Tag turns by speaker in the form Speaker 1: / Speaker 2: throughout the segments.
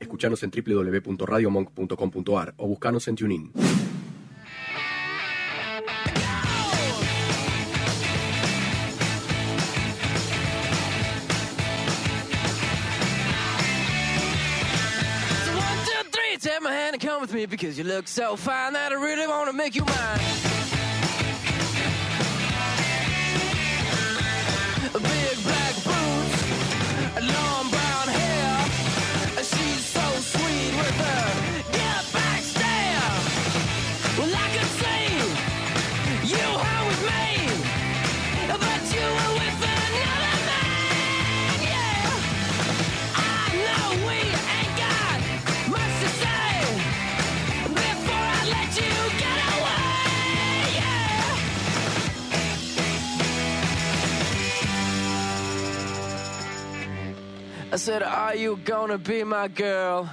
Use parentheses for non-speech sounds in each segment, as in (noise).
Speaker 1: escuchanos en www.radiomonk.com.ar o buscanos en TuneIn.
Speaker 2: So one, two, three, take my hand and come with me because you look so fine that I really want to make you mine. Big black boots, long brown hair. She's so sweet with her get back stare. Well, I could see you were with me, but you were with another man. Yeah. I know we ain't got much to say before I let you get away. Yeah. I said, Are you gonna be my girl?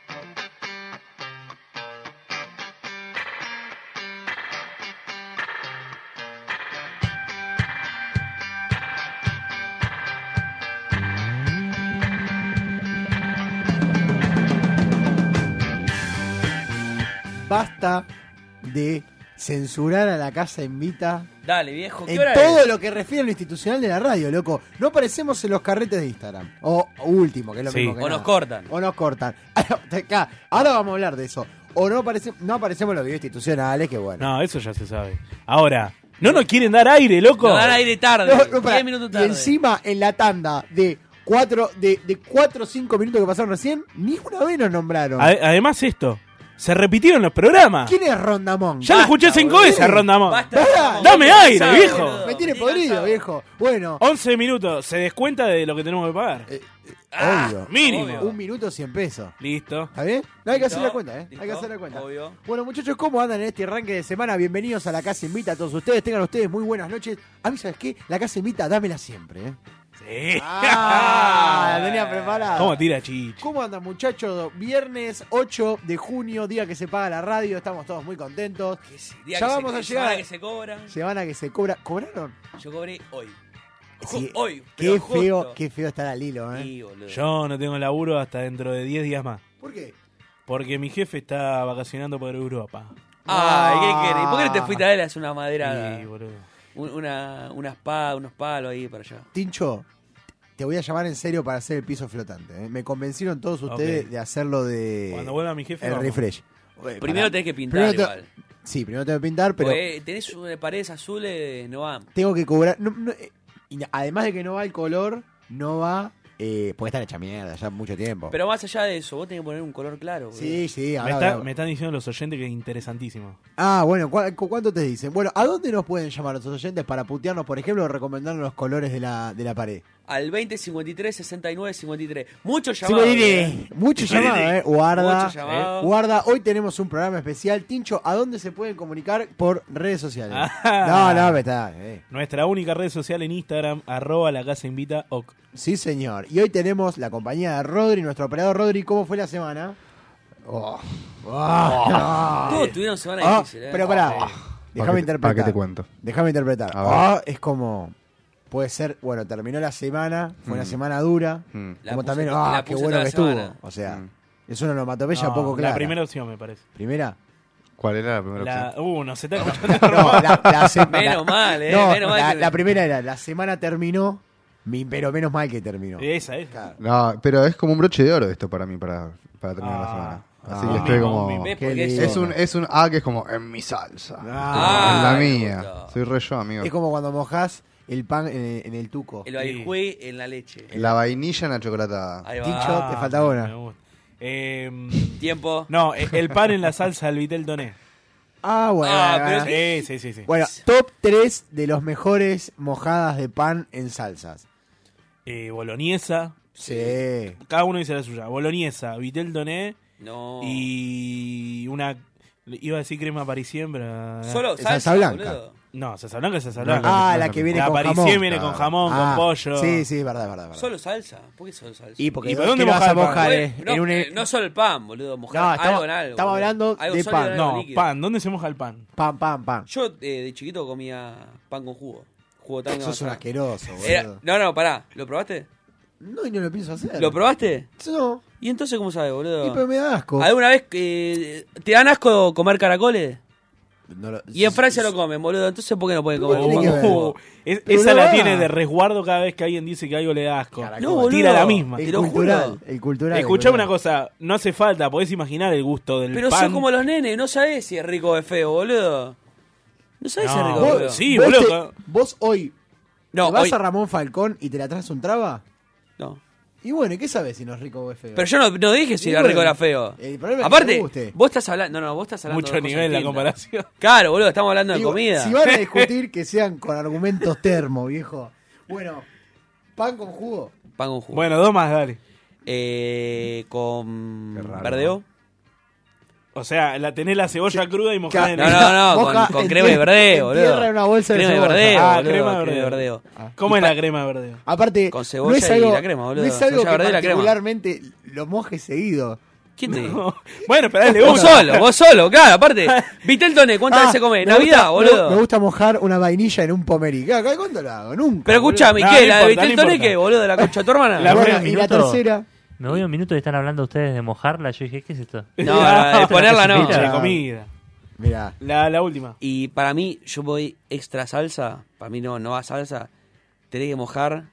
Speaker 3: Basta de censurar a la casa en Vita
Speaker 4: Dale, viejo, ¿qué
Speaker 3: en
Speaker 4: hora
Speaker 3: todo
Speaker 4: es?
Speaker 3: lo que refiere a lo institucional de la radio, loco. No aparecemos en los carretes de Instagram. O último, que es lo
Speaker 5: Sí.
Speaker 3: mismo que
Speaker 4: O nos
Speaker 3: nada.
Speaker 4: cortan.
Speaker 3: O nos cortan. (laughs) Ah, Acá, Ahora vamos a hablar de eso. O no, aparece, no aparecemos en los videos institucionales, que bueno.
Speaker 5: No, eso ya se sabe. Ahora, no nos quieren dar aire, loco.
Speaker 4: Nos dan aire tarde.
Speaker 3: No, no, pará.
Speaker 4: 10 minutos tarde.
Speaker 3: Y encima, en la tanda de 4 de, de cuatro o 5 minutos que pasaron recién, ni una vez nos nombraron.
Speaker 5: Ade- además, esto. Se repitieron los programas.
Speaker 3: ¿Quién es Rondamón?
Speaker 5: ah. Ya lo escuché cinco veces,
Speaker 3: boludo.
Speaker 5: Rondamón.
Speaker 4: Basta,
Speaker 3: Pará,
Speaker 5: Dame
Speaker 4: boludo,
Speaker 5: aire,
Speaker 4: cansado,
Speaker 5: viejo.
Speaker 4: boludo.
Speaker 3: Me tiene
Speaker 4: Estoy
Speaker 3: podrido,
Speaker 4: cansado.
Speaker 3: viejo. Bueno,
Speaker 5: 11 minutos. Se descuenta de lo que tenemos que pagar.
Speaker 3: Eh,
Speaker 4: Ah,
Speaker 5: Ah,
Speaker 3: obvio.
Speaker 5: Mínimo.
Speaker 4: obvio.
Speaker 3: Un minuto, 100 pesos.
Speaker 5: Listo.
Speaker 3: ¿Está bien? No hay que
Speaker 4: Listo,
Speaker 3: hacer la cuenta, ¿eh? Hay que
Speaker 4: listo,
Speaker 3: hacer la cuenta.
Speaker 4: obvio.
Speaker 3: Bueno, muchachos, ¿cómo andan en este arranque de semana? Bienvenidos a La Casa Invita a todos ustedes. Tengan ustedes muy buenas noches. A mí, ¿sabes qué? La Casa Invita, dámela siempre, ¿eh?
Speaker 5: Sí.
Speaker 3: ¡Ah! la tenía preparada.
Speaker 5: ¿Cómo tira chicha?
Speaker 3: ¿Cómo andan muchachos? Viernes 8 de junio, día que se paga la radio, estamos todos muy contentos.
Speaker 4: Que sí, día
Speaker 3: Ya
Speaker 4: que
Speaker 3: vamos
Speaker 4: se,
Speaker 3: a llegar.
Speaker 4: semana que se cobra.
Speaker 3: Semana que se cobra. ¿Cobraron?
Speaker 4: Yo cobré hoy. Ju-
Speaker 3: Sí.
Speaker 4: Hoy.
Speaker 3: Qué
Speaker 4: pero
Speaker 3: feo,
Speaker 4: justo.
Speaker 3: qué feo estar al hilo, ¿eh?
Speaker 4: Sí, boludo.
Speaker 5: Yo no tengo laburo hasta dentro de 10 días más.
Speaker 3: ¿Por qué?
Speaker 5: Porque mi jefe está vacacionando por Europa.
Speaker 4: Ay,
Speaker 3: Ah.
Speaker 4: ¿qué querés? ¿Por qué no te fuiste a él a hacer una madera?
Speaker 5: Sí, boludo.
Speaker 4: una, unas pa- unos palos ahí para allá.
Speaker 3: Tincho, te voy a llamar en serio para hacer el piso flotante. ¿eh? Me convencieron todos ustedes
Speaker 5: Ok.
Speaker 3: de hacerlo de.
Speaker 5: Cuando vuelva mi jefe,
Speaker 3: El
Speaker 5: vamos.
Speaker 3: refresh. Oye,
Speaker 4: Primero
Speaker 3: Eh, pará.
Speaker 4: tenés que pintar
Speaker 3: Primero te-
Speaker 4: igual.
Speaker 3: Sí, primero tengo que pintar, pero
Speaker 4: Porque tenés eh, paredes azules, no va.
Speaker 3: tengo que cobrar. no, no, eh, y además de que no va el color, no va. Eh, porque están hecha mierda ya mucho tiempo.
Speaker 4: Pero más allá de eso, vos tenés que poner un color claro. boludo.
Speaker 3: sí, sí,
Speaker 5: Me,
Speaker 3: ahora
Speaker 5: está-
Speaker 3: hablamos.
Speaker 5: me están diciendo los oyentes que es interesantísimo.
Speaker 3: Ah, bueno, ¿cu- cu- ¿cuánto te dicen? Bueno, ¿a dónde nos pueden llamar nuestros oyentes para putearnos, por ejemplo, o recomendarnos los colores de la, de la pared?
Speaker 4: Al 20 53 69 53. Mucho
Speaker 3: Sí,
Speaker 4: llamado.
Speaker 3: Bolini. Mucho llamado, ¿eh? Guarda.
Speaker 4: Mucho llamado.
Speaker 3: eh. Guarda, hoy tenemos un programa especial. Tincho, ¿a dónde se pueden comunicar? Por redes sociales. No,
Speaker 5: Ah.
Speaker 3: no, me está. eh.
Speaker 5: Nuestra única red social en Instagram, arroba la casa invita ok.
Speaker 3: Sí, señor. Y hoy tenemos la compañía de Rodri, nuestro operador Rodri. ¿Cómo fue la semana? Oh. Ah.
Speaker 4: Todos tuvieron semana
Speaker 3: Ah,
Speaker 4: difícil. ¿eh?
Speaker 3: Pero pará.
Speaker 6: Oh. Pa'
Speaker 3: Déjame
Speaker 6: que-
Speaker 3: interpretar.
Speaker 6: pa' que te cuento.
Speaker 3: Déjame interpretar.
Speaker 6: A ver.
Speaker 3: Ah, es como. Puede ser, bueno, terminó la semana, fue una semana dura.
Speaker 6: Mm.
Speaker 4: La
Speaker 3: como
Speaker 4: puse
Speaker 3: también,
Speaker 4: to-
Speaker 3: ah,
Speaker 4: la
Speaker 3: qué
Speaker 4: puse
Speaker 3: bueno
Speaker 4: toda
Speaker 3: que
Speaker 4: la
Speaker 3: estuvo.
Speaker 4: semana.
Speaker 3: O sea,
Speaker 6: Mm.
Speaker 3: es una onomatopeya
Speaker 5: No,
Speaker 3: poco clara.
Speaker 5: La primera opción, me parece.
Speaker 3: ¿Primera?
Speaker 6: ¿Cuál era la primera
Speaker 5: La,
Speaker 6: opción?
Speaker 5: uh, no
Speaker 3: (laughs)
Speaker 5: se está escuchando.
Speaker 3: No, la, la se-
Speaker 4: Menos
Speaker 3: la-
Speaker 4: mal, ¿eh?
Speaker 3: no,
Speaker 4: Menos mal
Speaker 3: la,
Speaker 4: que-
Speaker 3: la primera era, la semana terminó, mi- pero menos mal que terminó.
Speaker 5: Esa, es.
Speaker 3: Claro.
Speaker 6: No, pero es como un broche de oro esto para mí, para, para terminar la
Speaker 5: Ah.
Speaker 6: semana. Así
Speaker 3: Ah.
Speaker 6: que estoy
Speaker 5: Mimo,
Speaker 6: como...
Speaker 5: mimo.
Speaker 4: ¿Ves?
Speaker 3: Qué
Speaker 4: Porque
Speaker 3: lindo.
Speaker 6: Es un, es un A que es como en mi salsa.
Speaker 3: Ah.
Speaker 6: en la
Speaker 4: Ah, me
Speaker 6: mía.
Speaker 4: gusta.
Speaker 6: Soy re yo, amigo.
Speaker 3: Es como cuando mojás el pan en el, en el tuco.
Speaker 4: El barijuí en la leche.
Speaker 6: eh, La vainilla en la chocolatada.
Speaker 4: Ahí va.
Speaker 3: Tincho. te falta una.
Speaker 5: Ah, me gusta. Eh,
Speaker 4: Tiempo.
Speaker 5: no, eh, el pan en la salsa del Vitel Toné.
Speaker 3: Ah, bueno.
Speaker 4: Ah, pero
Speaker 3: bueno.
Speaker 4: es que-
Speaker 5: Sí, sí, sí. sí.
Speaker 3: Bueno, top 3 de los mejores mojadas de pan en salsas.
Speaker 5: Eh, boloñesa.
Speaker 3: Sí.
Speaker 5: Cada uno dice la suya. Boloñesa, Vitel Toné
Speaker 4: No.
Speaker 5: y una... Iba a decir crema parisien, pero...
Speaker 4: Solo
Speaker 3: Es
Speaker 4: salsa,
Speaker 3: salsa blanca.
Speaker 4: Ah, boludo.
Speaker 5: No, salsa blanca es salsa
Speaker 6: Blanca.
Speaker 5: blanca.
Speaker 3: Ah, la que viene
Speaker 5: La
Speaker 3: con
Speaker 5: parisien
Speaker 3: jamón.
Speaker 5: viene con jamón,
Speaker 3: Ah,
Speaker 5: con pollo.
Speaker 3: Sí, sí, es verdad, es verdad. es verdad.
Speaker 4: Solo salsa. ¿Por qué solo salsa?
Speaker 3: Y porque
Speaker 5: ¿Y por dónde
Speaker 3: ¿qué lo vas
Speaker 5: mojás
Speaker 3: a
Speaker 5: el pan?
Speaker 3: mojar? eh?
Speaker 4: no,
Speaker 3: En un-
Speaker 4: eh, no solo el pan, boludo. Mojar
Speaker 3: No, estamos-
Speaker 4: algo en algo.
Speaker 3: estamos
Speaker 4: boludo.
Speaker 3: hablando
Speaker 4: Algo
Speaker 3: de
Speaker 4: sólido
Speaker 3: pan.
Speaker 4: en algo
Speaker 5: No,
Speaker 4: líquido.
Speaker 5: pan. ¿Dónde se moja el pan?
Speaker 3: Pan, pan, pan.
Speaker 4: Yo eh, de chiquito comía pan con jugo. Jugo tanga.
Speaker 3: Sos un
Speaker 4: manzana.
Speaker 3: asqueroso, boludo.
Speaker 4: Era- No, no, pará. ¿Lo probaste?
Speaker 3: No, y no lo pienso hacer.
Speaker 4: ¿Lo probaste?
Speaker 3: No,
Speaker 4: ¿Y entonces cómo sabes,
Speaker 3: y pero
Speaker 4: boludo?
Speaker 3: me da asco.
Speaker 4: ¿Alguna vez eh, te dan asco comer caracoles?
Speaker 3: No lo-
Speaker 4: Y en Francia lo comen, boludo. Entonces, ¿por qué no pueden
Speaker 3: ¿Pero
Speaker 4: comer?
Speaker 3: qué tiene que ver?
Speaker 4: Oh.
Speaker 5: Es-
Speaker 3: Pero
Speaker 5: esa
Speaker 3: no
Speaker 5: la
Speaker 3: va.
Speaker 5: tiene de resguardo cada vez que alguien dice que algo le da asco.
Speaker 3: Caracol.
Speaker 4: No, boludo.
Speaker 5: Tira la misma.
Speaker 4: Te
Speaker 3: El
Speaker 4: lo
Speaker 3: cultural,
Speaker 4: juro.
Speaker 3: el cultural.
Speaker 5: Escuchame
Speaker 3: boludo.
Speaker 5: una cosa, no hace falta, podés imaginar el gusto del
Speaker 4: Pero
Speaker 5: pan.
Speaker 4: sos como los nenes, no sabés si es rico o es feo, boludo. No sabés si es
Speaker 5: No.
Speaker 4: rico o
Speaker 5: Vos-
Speaker 4: feo.
Speaker 5: sí,
Speaker 3: vos
Speaker 5: boludo.
Speaker 3: te- vos hoy
Speaker 4: no,
Speaker 3: te vas
Speaker 4: hoy-
Speaker 3: a Ramón Falcón y te la traes un traba.
Speaker 4: no.
Speaker 3: Y bueno, ¿y qué sabes si no es rico o es feo?
Speaker 4: Pero yo no, no dije si
Speaker 3: Y
Speaker 4: era
Speaker 3: bueno,
Speaker 4: rico o era feo.
Speaker 3: el problema es que te
Speaker 4: Aparte,
Speaker 3: guste.
Speaker 4: vos estás hablando. No, no, vos estás hablando.
Speaker 5: Mucho
Speaker 4: de cosas
Speaker 5: nivel la
Speaker 4: distintas.
Speaker 5: comparación.
Speaker 4: Claro, boludo, estamos hablando de
Speaker 3: Digo,
Speaker 4: comida.
Speaker 3: Si van
Speaker 4: (laughs)
Speaker 3: a discutir, que sean con argumentos termo, viejo. Bueno, pan con jugo.
Speaker 4: Pan con jugo.
Speaker 5: Bueno, dos más, dale.
Speaker 4: Eh, con.
Speaker 6: Qué raro,
Speaker 4: verdeo.
Speaker 5: O sea, la tenés la cebolla cruda y mojada
Speaker 3: Ca-
Speaker 5: en
Speaker 4: No,
Speaker 5: el...
Speaker 4: no, no,
Speaker 3: (laughs) Moja
Speaker 4: con, con
Speaker 3: en
Speaker 4: crema de
Speaker 3: tie-
Speaker 4: verdeo,
Speaker 3: en
Speaker 4: boludo.
Speaker 3: tierra en una bolsa de
Speaker 4: crema
Speaker 3: cebolla.
Speaker 4: verdeo,
Speaker 5: Ah,
Speaker 4: boludo,
Speaker 5: crema de
Speaker 4: crema de
Speaker 5: verdeo.
Speaker 4: verdeo.
Speaker 5: ¿Cómo es la crema de verdeo?
Speaker 3: Aparte,
Speaker 4: Con
Speaker 3: no
Speaker 4: cebolla
Speaker 3: es algo,
Speaker 4: y la crema, boludo.
Speaker 3: No es algo
Speaker 4: Cebolla
Speaker 3: que
Speaker 4: verde y la crema.
Speaker 3: particularmente lo mojes seguido.
Speaker 4: ¿Quién te dijo?
Speaker 5: (laughs) Bueno, pero dale uno.
Speaker 4: Vos solo, vos solo,
Speaker 5: (laughs)
Speaker 4: claro, aparte. Viteltoné, ¿cuántas
Speaker 3: Ah,
Speaker 4: veces comés?
Speaker 3: me gusta-
Speaker 4: Navidad, boludo.
Speaker 3: Me, me gusta mojar una vainilla en un pomerí. Claro, ¿Cuánto lo hago? Nunca.
Speaker 4: Pero
Speaker 3: boludo.
Speaker 4: escuchame,
Speaker 5: No,
Speaker 4: ¿qué?
Speaker 5: no
Speaker 4: ¿La
Speaker 5: importa,
Speaker 4: de
Speaker 5: no
Speaker 4: Viteltoné
Speaker 5: importa.
Speaker 4: qué, boludo? ¿De la concha de tu hermana?
Speaker 5: La-
Speaker 3: Y bueno,
Speaker 7: un
Speaker 3: y la
Speaker 7: minuto.
Speaker 3: tercera.
Speaker 7: Me voy a un minuto y están hablando ustedes de mojarla. Yo dije, ¿qué es esto?
Speaker 4: (laughs)
Speaker 7: (laughs)
Speaker 5: (laughs)
Speaker 4: No, no, de ponerla no.
Speaker 5: De
Speaker 3: Claro.
Speaker 5: comida.
Speaker 3: Mirá.
Speaker 5: La, la última.
Speaker 4: Y para mí, yo voy extra salsa. Para mí no, no va salsa. Tenés que mojar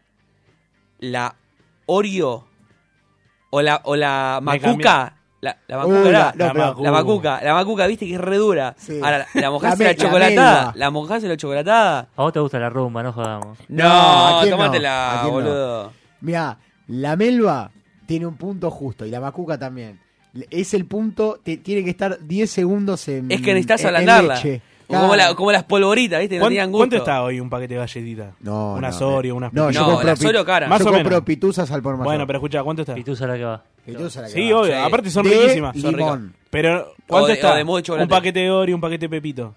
Speaker 4: la Oreo o la, o la
Speaker 5: Me
Speaker 4: macuca. La, la macuca,
Speaker 3: Uy, la-
Speaker 4: ¿verdad?
Speaker 3: no,
Speaker 4: la,
Speaker 3: pero-
Speaker 5: macu-
Speaker 4: macuca. La macuca, viste que es re dura.
Speaker 3: Sí.
Speaker 4: Ahora, la, la mojás
Speaker 3: La
Speaker 4: en
Speaker 3: me-
Speaker 4: la
Speaker 3: la
Speaker 4: chocolatada.
Speaker 3: melva.
Speaker 4: La, mojás en la chocolatada.
Speaker 7: A vos te gusta la rumba, no jodamos.
Speaker 3: No, ¿a
Speaker 4: No,
Speaker 3: quién no? ¿A
Speaker 4: tómatela,
Speaker 3: quién no?
Speaker 4: boludo.
Speaker 3: Mirá, la melva tiene un punto justo y la macuca también. Le- Es el punto, te- tiene que estar 10 segundos en.
Speaker 4: Es que necesitas
Speaker 5: Mm,
Speaker 3: en- en
Speaker 4: ablandarla.
Speaker 3: leche.
Speaker 4: Como,
Speaker 3: Claro.
Speaker 4: la- como las polvoritas, viste, que no
Speaker 5: ¿Cuán-
Speaker 4: tenían
Speaker 5: ¿Cuánto,
Speaker 4: gusto.
Speaker 5: está hoy un paquete de galletitas?
Speaker 3: No,
Speaker 5: Unas
Speaker 3: no,
Speaker 5: Oreo,
Speaker 3: no.
Speaker 5: unas
Speaker 3: No, yo
Speaker 4: No,
Speaker 3: compro
Speaker 4: las
Speaker 3: pi-
Speaker 4: Oreo caras.
Speaker 5: Más
Speaker 3: yo
Speaker 5: o
Speaker 3: compro
Speaker 5: menos.
Speaker 3: pituzas al por mayor.
Speaker 5: Bueno, pero escucha, ¿cuánto está?
Speaker 7: Pitusa la que va.
Speaker 3: Pituzas a la que
Speaker 5: Sí,
Speaker 3: va.
Speaker 5: obvio.
Speaker 4: Sí.
Speaker 5: Aparte son
Speaker 3: De
Speaker 5: riquísimas.
Speaker 4: Son ricas.
Speaker 3: limón.
Speaker 5: Pero, ¿cuánto
Speaker 4: de-
Speaker 5: está?
Speaker 4: o de modo de chocolate.
Speaker 5: un paquete de Oreo, un paquete de Pepito.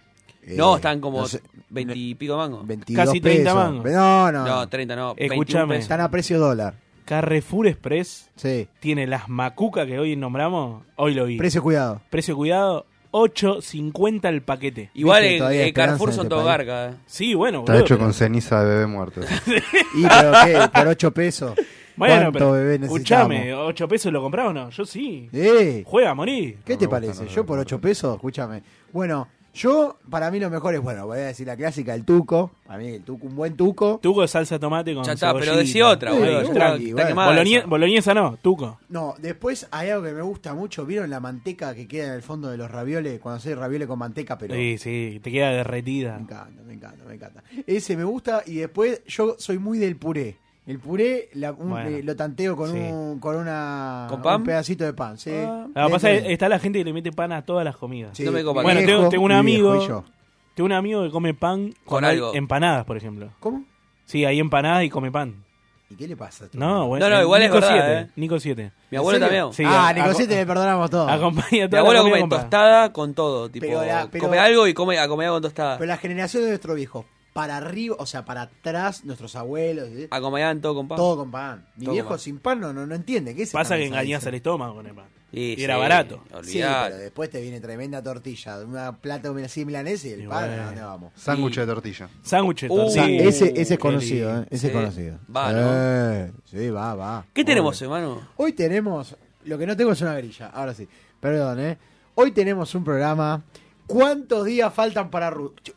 Speaker 4: No,
Speaker 3: Eh,
Speaker 4: están como
Speaker 3: no sé,
Speaker 4: veintipico mangos.
Speaker 3: 22
Speaker 5: Casi 30
Speaker 3: pesos.
Speaker 5: mangos. Eh,
Speaker 3: No, no.
Speaker 4: No, 30 no. 21
Speaker 5: Escuchame.
Speaker 4: pesos.
Speaker 3: están a precio dólar.
Speaker 5: Carrefour Express
Speaker 3: Sí.
Speaker 5: tiene las macucas que hoy nombramos. Hoy lo vi. Precio,
Speaker 3: Precio cuidado.
Speaker 5: cuidado, 8.50 el paquete.
Speaker 4: Igual
Speaker 3: Viste,
Speaker 4: en,
Speaker 3: todavía
Speaker 4: en
Speaker 3: esperanza
Speaker 4: Carrefour
Speaker 3: en
Speaker 4: son
Speaker 3: este
Speaker 4: todo
Speaker 3: país.
Speaker 4: garca. eh.
Speaker 5: Sí, bueno,
Speaker 6: Está
Speaker 5: boludo,
Speaker 6: hecho
Speaker 5: pero-
Speaker 6: con ceniza de bebé muerto.
Speaker 3: (laughs) Y pero qué, por 8 pesos.
Speaker 5: Bueno,
Speaker 3: ¿Cuánto
Speaker 5: pero
Speaker 3: bebé necesitamos?
Speaker 5: escuchame, 8 pesos lo compraba o no? Yo sí.
Speaker 3: Eh,
Speaker 5: Juega a morir.
Speaker 3: ¿Qué
Speaker 6: No
Speaker 3: te
Speaker 6: me gustan
Speaker 3: parece?
Speaker 6: los
Speaker 3: Yo por 8 pesos, escúchame. Bueno, yo, para mí lo mejor es, bueno, voy a decir la clásica, el tuco. Para mí el tuco, un buen tuco.
Speaker 5: Tuco de salsa de tomate con
Speaker 4: Ya está, pero
Speaker 5: cebollita.
Speaker 4: decí otra,
Speaker 3: Sí,
Speaker 4: boludo.
Speaker 3: no,
Speaker 4: ya está,
Speaker 3: y
Speaker 4: está
Speaker 3: bueno.
Speaker 4: quemada
Speaker 5: Boloñe-
Speaker 4: esa.
Speaker 5: Boloñesa no, tuco.
Speaker 3: No, después hay algo que me gusta mucho. ¿Vieron la manteca que queda en el fondo de los ravioles? Cuando haces ravioles con manteca, pero...
Speaker 5: Sí, sí, te queda derretida.
Speaker 3: Me encanta, me encanta, me encanta. Ese me gusta y después yo soy muy del puré. El puré la- un-
Speaker 5: Bueno.
Speaker 3: eh, lo tanteo con
Speaker 5: Sí.
Speaker 3: un con una
Speaker 4: ¿Con pan?
Speaker 3: un pedacito de pan, sí.
Speaker 4: Ah.
Speaker 5: Lo que pasa es
Speaker 3: Sí,
Speaker 5: está la gente que le mete pan a todas las comidas.
Speaker 3: sí,
Speaker 4: no me copa.
Speaker 3: mi
Speaker 4: Bueno,
Speaker 3: viejo,
Speaker 5: tengo- tengo un
Speaker 3: mi
Speaker 5: amigo-
Speaker 3: viejo y yo.
Speaker 5: Tengo un amigo que come pan con,
Speaker 4: Con algo.
Speaker 5: empanadas, por ejemplo.
Speaker 3: ¿Cómo?
Speaker 5: Sí, hay empanadas y come pan.
Speaker 3: ¿Y qué le pasa? a tu
Speaker 5: No,
Speaker 3: amigo?
Speaker 5: bueno.
Speaker 4: No, no, igual es
Speaker 5: Nico
Speaker 4: verdad,
Speaker 5: 7.
Speaker 4: eh.
Speaker 5: Nico 7.
Speaker 4: Mi abuelo
Speaker 3: ¿En serio?
Speaker 4: también.
Speaker 5: Sí,
Speaker 3: ah,
Speaker 5: a-
Speaker 3: Nicosete
Speaker 5: a-
Speaker 3: le perdonamos todo.
Speaker 5: Acompaña
Speaker 4: Mi
Speaker 5: toda
Speaker 4: abuelo
Speaker 5: la comida
Speaker 4: come
Speaker 5: con pan.
Speaker 4: tostada con todo. Tipo,
Speaker 3: Pero la- pero-
Speaker 4: come algo y come a comida con tostada.
Speaker 3: Pero la generación de nuestro viejo, para arriba, o sea, para atrás, nuestros abuelos, ¿eh?
Speaker 4: Acompañaban todo con pan.
Speaker 3: todo con pan. Mi
Speaker 4: Todo
Speaker 3: viejo
Speaker 4: con pan.
Speaker 3: sin pan no, no, no entiende. ¿Qué es
Speaker 5: Pasa
Speaker 3: esta
Speaker 5: que
Speaker 3: mesa,
Speaker 5: engañás
Speaker 3: dice?
Speaker 5: al estómago con el pan.
Speaker 4: Sí,
Speaker 5: Y era
Speaker 4: sí,
Speaker 5: barato.
Speaker 3: Sí, pero
Speaker 4: Olvidate.
Speaker 3: después te viene tremenda tortilla, una plata así milanesa y el pan,
Speaker 5: bueno.
Speaker 3: ¿a dónde vamos?
Speaker 6: Sándwich de tortilla.
Speaker 5: Sándwich de
Speaker 4: Uh,
Speaker 3: O sea,
Speaker 5: tortilla.
Speaker 4: Sí.
Speaker 3: ese, ese es
Speaker 5: Qué
Speaker 3: conocido,
Speaker 5: lindo.
Speaker 3: ¿eh? Ese es
Speaker 4: Sí.
Speaker 3: conocido.
Speaker 4: Va,
Speaker 3: Eh, Sí, va, va.
Speaker 4: ¿Qué
Speaker 3: Muy
Speaker 4: tenemos,
Speaker 3: bien.
Speaker 4: hermano?
Speaker 3: Hoy tenemos. Lo que no tengo es una grilla, ahora sí. Perdón, ¿eh? Hoy tenemos un programa. ¿Cuántos días faltan para Ru- Ch-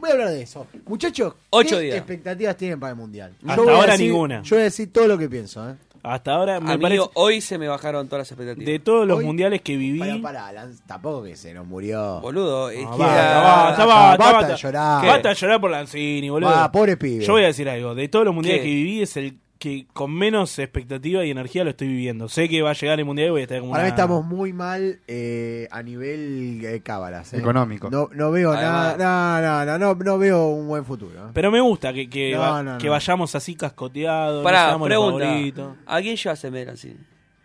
Speaker 3: Voy a hablar de eso. Muchachos,
Speaker 4: Ocho
Speaker 3: ¿qué
Speaker 4: días.
Speaker 3: expectativas tienen para el mundial?
Speaker 5: Hasta
Speaker 3: Yo voy a
Speaker 5: ahora
Speaker 3: decir-
Speaker 5: ninguna. Ah.
Speaker 3: Yo voy a decir todo lo que pienso, ¿eh?
Speaker 5: Hasta ahora me
Speaker 4: Amigo,
Speaker 5: parece
Speaker 4: hoy se me bajaron todas las expectativas.
Speaker 5: de todos los
Speaker 3: Hoy-
Speaker 5: mundiales que viví.
Speaker 3: Para, para, tampoco que se nos murió.
Speaker 4: Boludo, es
Speaker 5: Ah,
Speaker 4: que
Speaker 5: basta,
Speaker 4: era-
Speaker 5: basta,
Speaker 3: basta,
Speaker 5: basta,
Speaker 3: basta
Speaker 5: basta.
Speaker 3: de llorar.
Speaker 5: ¿Qué? Basta de llorar por Lanzini, boludo.
Speaker 3: Va, pobre pibe.
Speaker 5: Yo voy a decir algo. De todos los mundiales
Speaker 4: ¿Qué?
Speaker 5: que viví, es el que con menos expectativa y energía lo estoy viviendo. Sé que va a llegar el mundial y voy a estar como
Speaker 3: Ahora
Speaker 5: una-
Speaker 3: estamos muy mal eh, a nivel eh, cábalas. ¿eh?
Speaker 6: Económico.
Speaker 3: No, no veo
Speaker 4: Además-
Speaker 3: nada, no, no, no, no veo un buen futuro. ¿eh?
Speaker 5: Pero me gusta que, que,
Speaker 3: No,
Speaker 5: va-
Speaker 3: no,
Speaker 5: que
Speaker 3: no.
Speaker 5: vayamos así cascoteados. no
Speaker 4: Pará,
Speaker 5: seamos los favoritos.
Speaker 4: pregunta. ¿A quién llevas en Melancini?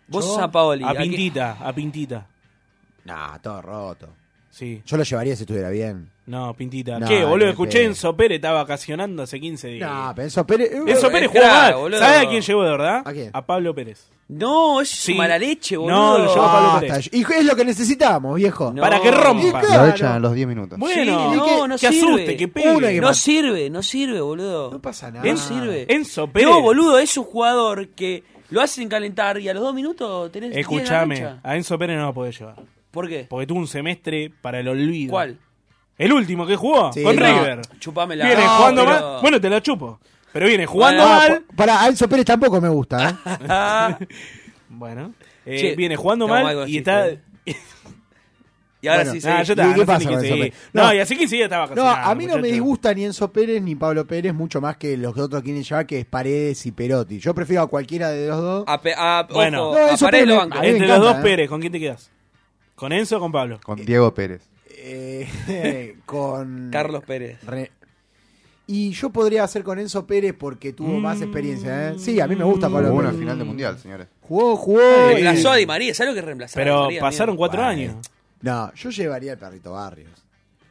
Speaker 4: Vos
Speaker 3: ¿Yo?
Speaker 4: sos a Paoli.
Speaker 5: A
Speaker 4: quién-
Speaker 5: pintita, a pintita.
Speaker 3: Nah, todo roto.
Speaker 5: Sí.
Speaker 3: Yo lo llevaría si estuviera bien.
Speaker 5: No, pintita.
Speaker 3: No,
Speaker 5: ¿Qué, boludo?
Speaker 3: ni
Speaker 5: Escuché
Speaker 3: pedo.
Speaker 5: Enzo Pérez, estaba vacacionando hace 15 días.
Speaker 3: No, pero Enzo Pérez.
Speaker 5: Enzo
Speaker 4: Eh,
Speaker 5: Pérez jugó
Speaker 4: claro,
Speaker 5: mal.
Speaker 4: boludo.
Speaker 5: ¿Sabes a quién llevó de verdad?
Speaker 3: ¿A quién?
Speaker 5: Pablo Pérez.
Speaker 4: No, es
Speaker 5: Sí.
Speaker 4: mala leche,
Speaker 5: No,
Speaker 4: boludo.
Speaker 5: lo llevó Pablo
Speaker 3: Basta,
Speaker 5: Pérez.
Speaker 3: y es lo que necesitamos, viejo.
Speaker 4: No.
Speaker 5: Para que
Speaker 3: Y
Speaker 5: rompa.
Speaker 3: claro,
Speaker 6: Lo echan a los 10 minutos.
Speaker 5: Bueno,
Speaker 4: Sí,
Speaker 5: que,
Speaker 4: no, no
Speaker 5: que
Speaker 4: sirve.
Speaker 5: asuste, que pegue.
Speaker 3: Una que
Speaker 4: No
Speaker 3: mata.
Speaker 4: sirve, no sirve, boludo.
Speaker 3: No pasa nada.
Speaker 4: No sirve.
Speaker 5: Enzo Pérez.
Speaker 4: No, boludo, es un jugador que lo hacen calentar y a los dos minutos tenés. tiene la
Speaker 5: Escúchame,
Speaker 4: mancha.
Speaker 5: a Enzo Pérez no lo podés llevar.
Speaker 4: ¿Por qué?
Speaker 5: Porque tuvo un semestre para el olvido.
Speaker 4: ¿Cuál?
Speaker 5: El último que jugó,
Speaker 3: Sí,
Speaker 5: con
Speaker 3: no.
Speaker 5: River.
Speaker 4: Chupame la.
Speaker 5: Viene
Speaker 4: No,
Speaker 5: jugando
Speaker 4: pero-
Speaker 5: mal. Bueno, te la chupo. Pero viene
Speaker 3: Ah,
Speaker 5: jugando
Speaker 4: Bueno.
Speaker 5: mal.
Speaker 3: Para Enzo Pérez tampoco me gusta,
Speaker 5: (laughs)
Speaker 3: ¿eh?
Speaker 4: Ah, (laughs)
Speaker 5: Bueno, eh,
Speaker 4: Che,
Speaker 5: viene jugando
Speaker 4: estamos
Speaker 5: mal
Speaker 4: algo
Speaker 5: y
Speaker 4: así,
Speaker 5: está.
Speaker 4: ¿eh?
Speaker 5: (laughs)
Speaker 4: y ahora
Speaker 3: Bueno, ah,
Speaker 4: sí, sí.
Speaker 5: Nah, yo
Speaker 3: ¿Y
Speaker 5: estaba,
Speaker 3: qué
Speaker 5: no sé
Speaker 3: pasa
Speaker 5: ni
Speaker 3: con
Speaker 5: qué
Speaker 3: Enzo
Speaker 5: seguir.
Speaker 3: Pérez?
Speaker 5: No,
Speaker 3: No.
Speaker 5: y así que sí, estaba
Speaker 3: No,
Speaker 5: vacacionando,
Speaker 3: a mí no me
Speaker 5: muchacho.
Speaker 3: disgusta ni Enzo Pérez ni Pablo Pérez, mucho más que los que otros quieren llevar, que es Paredes y Perotti. Yo prefiero a cualquiera de los dos.
Speaker 5: Ah.
Speaker 4: A pe- a-
Speaker 5: Bueno.
Speaker 4: ojo,
Speaker 3: No,
Speaker 4: a
Speaker 3: eso
Speaker 4: Paredes
Speaker 3: pone-
Speaker 4: lo banco.
Speaker 3: A mí me
Speaker 5: Entre los
Speaker 3: encanta,
Speaker 5: dos
Speaker 3: ¿eh?
Speaker 5: Pérez, ¿con quién te quedas? ¿Con Enzo o con Pablo?
Speaker 6: Con Diego Pérez.
Speaker 3: Eh, (laughs) con.
Speaker 4: Carlos
Speaker 3: (laughs)
Speaker 4: Pérez.
Speaker 3: Re- Y yo podría hacer con Enzo Pérez porque tuvo más experiencia, ¿eh? Sí, a mí me gusta Pablo
Speaker 6: Jugó una
Speaker 3: Pérez.
Speaker 6: final de mundial, señores.
Speaker 3: Jugó, jugó. y-
Speaker 4: Reemplazó a Di María, ¿sabes lo que reemplazó? a Di
Speaker 5: Pero
Speaker 4: María,
Speaker 5: pasaron
Speaker 4: amigo?
Speaker 5: cuatro
Speaker 3: Bueno.
Speaker 5: años.
Speaker 3: No, yo llevaría al perrito Barrios.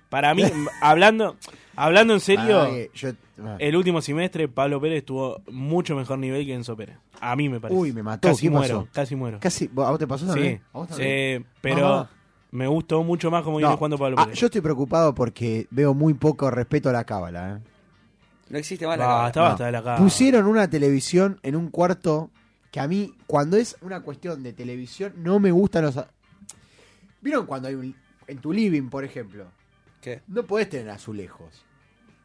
Speaker 5: Para mí, (laughs) hablando, hablando en serio,
Speaker 3: Ah, que yo- ah.
Speaker 5: el último semestre Pablo Pérez tuvo mucho mejor nivel que Enzo Pérez. A mí me parece.
Speaker 3: Uy, me mató,
Speaker 5: Casi
Speaker 3: ¿qué
Speaker 5: muero,
Speaker 3: pasó?
Speaker 5: casi muero.
Speaker 3: Casi, ¿a vos te pasó
Speaker 5: sí,
Speaker 3: también? ¿A vos también?
Speaker 5: sí, pero
Speaker 3: Ajá.
Speaker 5: me gustó mucho más como
Speaker 3: No.
Speaker 5: viene jugando Pablo
Speaker 3: Ah,
Speaker 5: Pérez.
Speaker 3: yo estoy preocupado porque veo muy poco respeto a la cábala. ¿eh?
Speaker 4: No existe más la
Speaker 5: Basta,
Speaker 4: cábala.
Speaker 3: No.
Speaker 5: basta de la cara.
Speaker 3: Pusieron una televisión en un cuarto que a mí, cuando es una cuestión de televisión, no me gustan los... a- ¿Vieron cuando hay un... En tu living, por ejemplo,
Speaker 4: ¿Qué?
Speaker 3: no podés tener azulejos.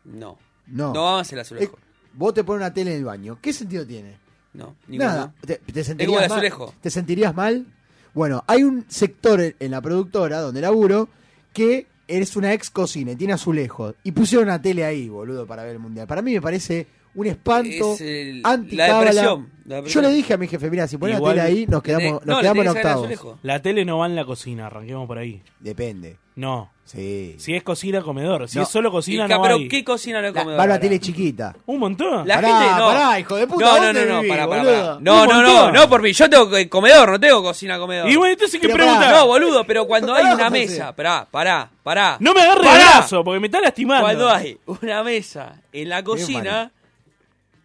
Speaker 4: No.
Speaker 3: No.
Speaker 4: No, vamos a hacer el azulejo.
Speaker 3: Eh, vos te pones una tele en el baño. ¿Qué sentido tiene?
Speaker 4: No, ninguno.
Speaker 3: Nada. Te, te
Speaker 4: como
Speaker 3: sentirías
Speaker 4: el
Speaker 3: mal,
Speaker 4: azulejo.
Speaker 3: ¿Te sentirías mal? Bueno, hay un sector en en la productora donde laburo que es una ex cocina y tiene azulejos. Y pusieron una tele ahí, boludo, para ver el mundial. Para mí me parece un espanto.
Speaker 4: Es el-
Speaker 3: anticábala.
Speaker 4: la depresión, la
Speaker 3: Yo
Speaker 4: depresión.
Speaker 3: le dije a mi jefe, mira, si pones la
Speaker 5: Igual
Speaker 3: tele ahí, nos
Speaker 4: Tenés-
Speaker 3: quedamos,
Speaker 4: no,
Speaker 3: nos
Speaker 4: le
Speaker 3: quedamos en
Speaker 4: tenés que sacar el
Speaker 3: octavos.
Speaker 4: azulejo.
Speaker 5: La tele no va en la cocina, arranquemos por ahí.
Speaker 3: Depende.
Speaker 5: No.
Speaker 3: Sí.
Speaker 5: Si es cocina, comedor. Si
Speaker 3: No.
Speaker 5: es solo
Speaker 4: Y
Speaker 5: cocina,
Speaker 4: ca-
Speaker 5: no
Speaker 4: pero
Speaker 5: hay.
Speaker 4: ¿qué cocina la
Speaker 3: La,
Speaker 4: comedora?
Speaker 3: va a la tele chiquita.
Speaker 5: Un montón.
Speaker 4: La
Speaker 3: Pará,
Speaker 4: gente no.
Speaker 3: pará, hijo de puta,
Speaker 4: no, no,
Speaker 3: ¿dónde
Speaker 4: no, no,
Speaker 3: vivís,
Speaker 4: pará, pará,
Speaker 3: boludo?
Speaker 4: pará. No,
Speaker 5: Un
Speaker 4: no, no,
Speaker 5: montón.
Speaker 4: no por mí. Yo tengo co- comedor, no tengo cocina comedor.
Speaker 5: Y bueno, entonces qué
Speaker 3: Pero pará.
Speaker 5: pregunta.
Speaker 4: No,
Speaker 5: No,
Speaker 4: boludo, pero cuando hay
Speaker 3: Pará,
Speaker 4: una
Speaker 3: José.
Speaker 4: mesa, pará, pará, pará.
Speaker 5: me agarres el
Speaker 4: Pará.
Speaker 5: brazo, porque me está lastimando.
Speaker 4: Cuando hay una mesa en la
Speaker 3: malo.
Speaker 4: cocina,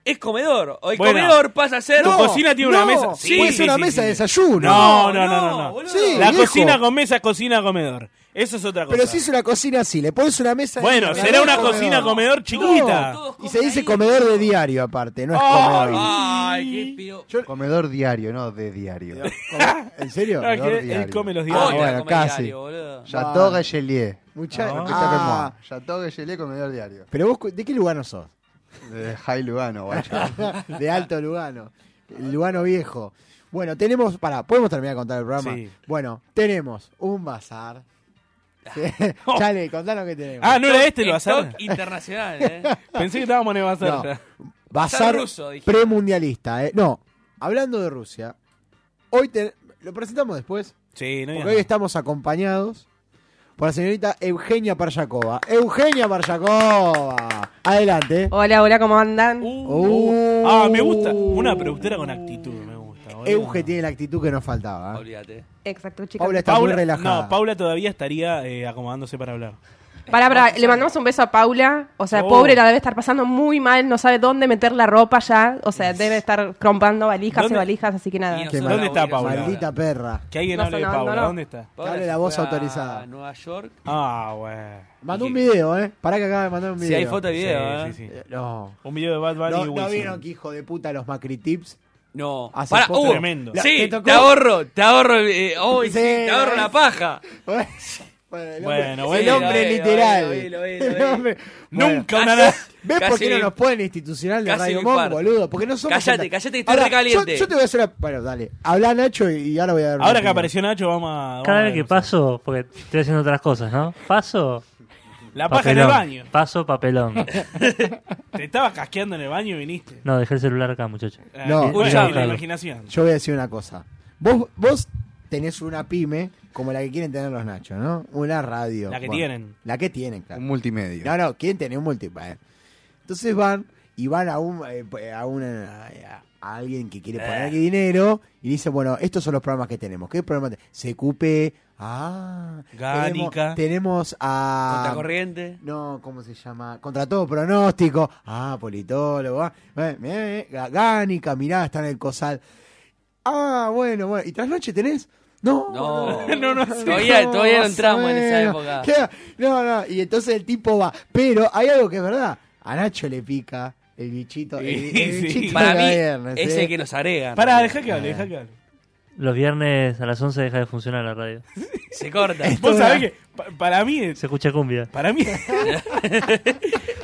Speaker 4: es comedor. O el
Speaker 5: Bueno,
Speaker 4: comedor pasa a ser.
Speaker 5: Tu cocina tiene una
Speaker 3: no,
Speaker 5: mesa. Sí,
Speaker 3: puede ser
Speaker 5: sí,
Speaker 3: una
Speaker 5: sí,
Speaker 3: mesa
Speaker 5: sí.
Speaker 3: de desayuno.
Speaker 5: No, no, no,
Speaker 4: No,
Speaker 5: no. no.
Speaker 4: boludo.
Speaker 3: Sí,
Speaker 5: La
Speaker 3: viejo.
Speaker 5: cocina con mesa, cocina comedor. Eso es otra cosa.
Speaker 3: Pero si es una cocina así, le pones una mesa.
Speaker 5: Bueno,
Speaker 3: y-
Speaker 5: será una
Speaker 3: No,
Speaker 5: cocina comedor chiquita. Oh,
Speaker 4: No.
Speaker 3: Y se dice comedor de diario aparte, no es comedor.
Speaker 4: Ay, qué piro.
Speaker 6: Comedor diario, no de diario. Ah,
Speaker 3: ¿Cómo? ¿En serio?
Speaker 5: (laughs) No, es que él
Speaker 6: diario.
Speaker 5: come los
Speaker 4: Odio la
Speaker 5: diarios.
Speaker 3: bueno,
Speaker 4: comida
Speaker 3: casi.
Speaker 4: diario, boludo.
Speaker 6: Chateau Gachelier.
Speaker 3: Mucha-
Speaker 6: Ah.
Speaker 3: Ah,
Speaker 6: Chateau Gachelier, comedor diario.
Speaker 3: pero vos, cu- ¿de qué Lugano sos?
Speaker 6: De Jai Lugano, guacho.
Speaker 3: (laughs) De alto Lugano. El Lugano viejo. Bueno, tenemos. Pará, ¿podemos terminar de contar el programa?
Speaker 5: Sí.
Speaker 3: Bueno, tenemos un bazar.
Speaker 5: (laughs)
Speaker 3: Sí. Chale, contanos qué tenemos.
Speaker 5: Ah, no era este lo
Speaker 4: Stock
Speaker 5: bazar. (laughs)
Speaker 4: internacional, eh.
Speaker 5: Pensé que estábamos en el bazar.
Speaker 3: No.
Speaker 5: ya.
Speaker 3: Bazar
Speaker 4: ruso, dije.
Speaker 3: premundialista, ¿eh? No, hablando de Rusia, hoy te- lo presentamos después.
Speaker 5: Sí, no hay
Speaker 3: Porque
Speaker 5: nada.
Speaker 3: hoy estamos acompañados por la señorita Eugenia Paryakova. Eugenia Paryakova. Adelante.
Speaker 8: Hola, hola, ¿cómo andan?
Speaker 3: Uh.
Speaker 5: Ah, me gusta. Una productora con actitud, me gusta. boludo.
Speaker 3: Euge tiene la actitud que nos faltaba. ¿eh?
Speaker 4: Olvídate.
Speaker 8: Exacto, chicas.
Speaker 3: Paula está muy
Speaker 5: Paula,
Speaker 3: relajada.
Speaker 5: no, Paula todavía estaría eh, acomodándose para hablar.
Speaker 8: Pará, pará, le mandamos un beso a Paula. O sea,
Speaker 5: Oh.
Speaker 8: pobre, la debe estar pasando muy mal, no sabe dónde meter la ropa ya. O sea, debe estar crompando valijas y
Speaker 5: ¿Dónde?
Speaker 8: valijas, así que
Speaker 4: Y
Speaker 8: nada.
Speaker 4: nosotros
Speaker 3: ¿Dónde
Speaker 4: vamos a
Speaker 5: está
Speaker 4: ir a
Speaker 5: Paula?
Speaker 3: Ah, Maldita perra.
Speaker 5: Que alguien
Speaker 8: Nos
Speaker 5: hable de
Speaker 8: abandonó.
Speaker 5: Paula. ¿Dónde está?
Speaker 4: Paula
Speaker 3: Dale
Speaker 4: se
Speaker 3: la voz
Speaker 4: fue a
Speaker 3: autorizada.
Speaker 4: Nueva York.
Speaker 5: Ah, bueno.
Speaker 3: Mandó un video, ¿eh? Pará que acaba de mandar un
Speaker 4: Si
Speaker 3: video.
Speaker 4: hay foto y video,
Speaker 5: Sí,
Speaker 4: eh.
Speaker 5: sí, sí.
Speaker 3: Eh, No.
Speaker 5: Un video de Bad Bunny
Speaker 3: No,
Speaker 5: y
Speaker 3: no
Speaker 5: Wilson.
Speaker 3: vieron que hijo de puta los Macri Tips.
Speaker 4: No.
Speaker 3: Hace
Speaker 4: Pará,
Speaker 3: poco-
Speaker 4: Hugo.
Speaker 5: Tremendo.
Speaker 4: Sí,
Speaker 3: ¿Te
Speaker 4: te,
Speaker 3: tocó?
Speaker 4: ahorro, te ahorro, eh, oh, sí,
Speaker 3: Sí,
Speaker 4: te ahorro
Speaker 3: ¿ves?
Speaker 4: la paja.
Speaker 3: bueno, el hombre,
Speaker 5: Bueno,
Speaker 3: el
Speaker 5: bueno.
Speaker 3: hombre
Speaker 4: Lo vi, lo
Speaker 3: literal.
Speaker 4: vi, lo vi, lo vi.
Speaker 3: El hombre- Bueno.
Speaker 5: Nunca una
Speaker 4: Casi-
Speaker 5: vez.
Speaker 3: ¿Ves por
Speaker 4: Casi
Speaker 3: qué no
Speaker 4: vi-
Speaker 3: nos pueden institucional de
Speaker 4: casi
Speaker 3: Radio
Speaker 4: vi
Speaker 3: Monk,
Speaker 4: parte.
Speaker 3: boludo? Porque no somos.
Speaker 4: Cállate,
Speaker 3: una-
Speaker 4: cállate, que estoy
Speaker 3: Ahora,
Speaker 4: recaliente.
Speaker 3: Yo, yo te voy a hacer la. Bueno, dale. Habla Nacho y, y ahora voy a dar. una
Speaker 5: Ahora que
Speaker 3: opinión.
Speaker 5: apareció Nacho, vamos a. vamos a
Speaker 7: Cada vez
Speaker 5: ver,
Speaker 7: que
Speaker 5: no sé.
Speaker 7: paso, porque estoy haciendo otras cosas, ¿no? Paso,
Speaker 5: La paja en el
Speaker 7: papelón.
Speaker 5: baño.
Speaker 7: Paso, papelón.
Speaker 3: (laughs)
Speaker 5: (laughs) Te estabas casqueando en el baño y viniste.
Speaker 7: No, dejé el celular acá, muchacho.
Speaker 5: Eh,
Speaker 3: No,
Speaker 5: bueno,
Speaker 7: escuchame.
Speaker 5: y la imaginación.
Speaker 3: Yo voy a decir una cosa. Vos, vos tenés una pyme como la que quieren tener los Nachos, ¿no? Una radio.
Speaker 5: La que tienen.
Speaker 3: La que tienen, claro.
Speaker 6: Un multimedia.
Speaker 3: No, no, quieren tener un multiplayer. Entonces van y van a un eh, a, una- a alguien que quiere poner
Speaker 5: Eh.
Speaker 3: aquí dinero y dice, bueno, estos son los programas que tenemos. ¿Qué programas? te- CQP, ah, tenemos,
Speaker 5: Gánica.
Speaker 3: tenemos a
Speaker 4: Contracorriente.
Speaker 3: Ah. no, ¿cómo se llama? Contra todo pronóstico. Ah, politólogo. ah, eh, eh, eh, Gánica, mirá, está en el COSAL. Ah, bueno, bueno. ¿Y tras noche tenés? (laughs) No,
Speaker 4: No.
Speaker 5: (laughs) No, no,
Speaker 4: Todavía, todavía no
Speaker 3: más
Speaker 4: entramos
Speaker 3: o
Speaker 4: en esa
Speaker 3: menos.
Speaker 4: época.
Speaker 3: Queda- No, no, y entonces el tipo va. Pero hay algo que es verdad. A Nacho le pica el bichito. El, el
Speaker 5: (laughs) Sí, sí.
Speaker 3: bichito
Speaker 4: Para
Speaker 3: de
Speaker 4: mí,
Speaker 3: viernes,
Speaker 4: es
Speaker 3: ¿eh?
Speaker 4: el que nos agrega.
Speaker 5: Pará, deja que hable, deja que hable.
Speaker 7: Los viernes a las 11 deja de funcionar la
Speaker 5: (laughs)
Speaker 7: radio.
Speaker 4: Se corta.
Speaker 5: Vos sabés que pa- para mí es-
Speaker 7: Se escucha cumbia.
Speaker 5: para
Speaker 7: (laughs)
Speaker 5: mí
Speaker 7: se,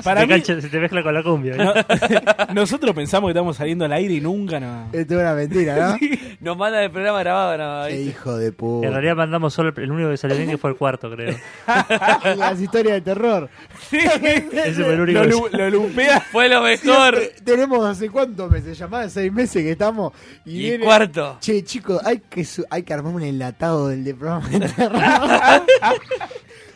Speaker 5: para
Speaker 7: te
Speaker 5: mí
Speaker 7: cancha- se te mezcla con la cumbia.
Speaker 5: no- (laughs) nosotros pensamos que estamos saliendo al aire y nunca nos
Speaker 3: Esto es una mentira, ¿no?
Speaker 5: (laughs)
Speaker 4: (laughs) Nos mandan el programa grabado. nada más,
Speaker 3: Qué
Speaker 4: ¿viste?
Speaker 3: hijo de
Speaker 7: En
Speaker 3: puta.
Speaker 7: realidad mandamos solo el, el único que salió bien que fue el cuarto, creo.
Speaker 5: (laughs)
Speaker 3: (laughs) Las historias de terror. (laughs)
Speaker 7: Ese fue el único
Speaker 5: lo,
Speaker 7: que-
Speaker 5: lu- lo lupea
Speaker 4: Fue lo mejor.
Speaker 3: Siempre- Tenemos hace cuántos meses, ya más de seis meses que estamos. Y,
Speaker 4: Y
Speaker 3: viene-
Speaker 4: cuarto.
Speaker 3: Che, chicos, hay que, su- hay que armar un enlatado del de programa
Speaker 4: (laughs)
Speaker 3: de terror.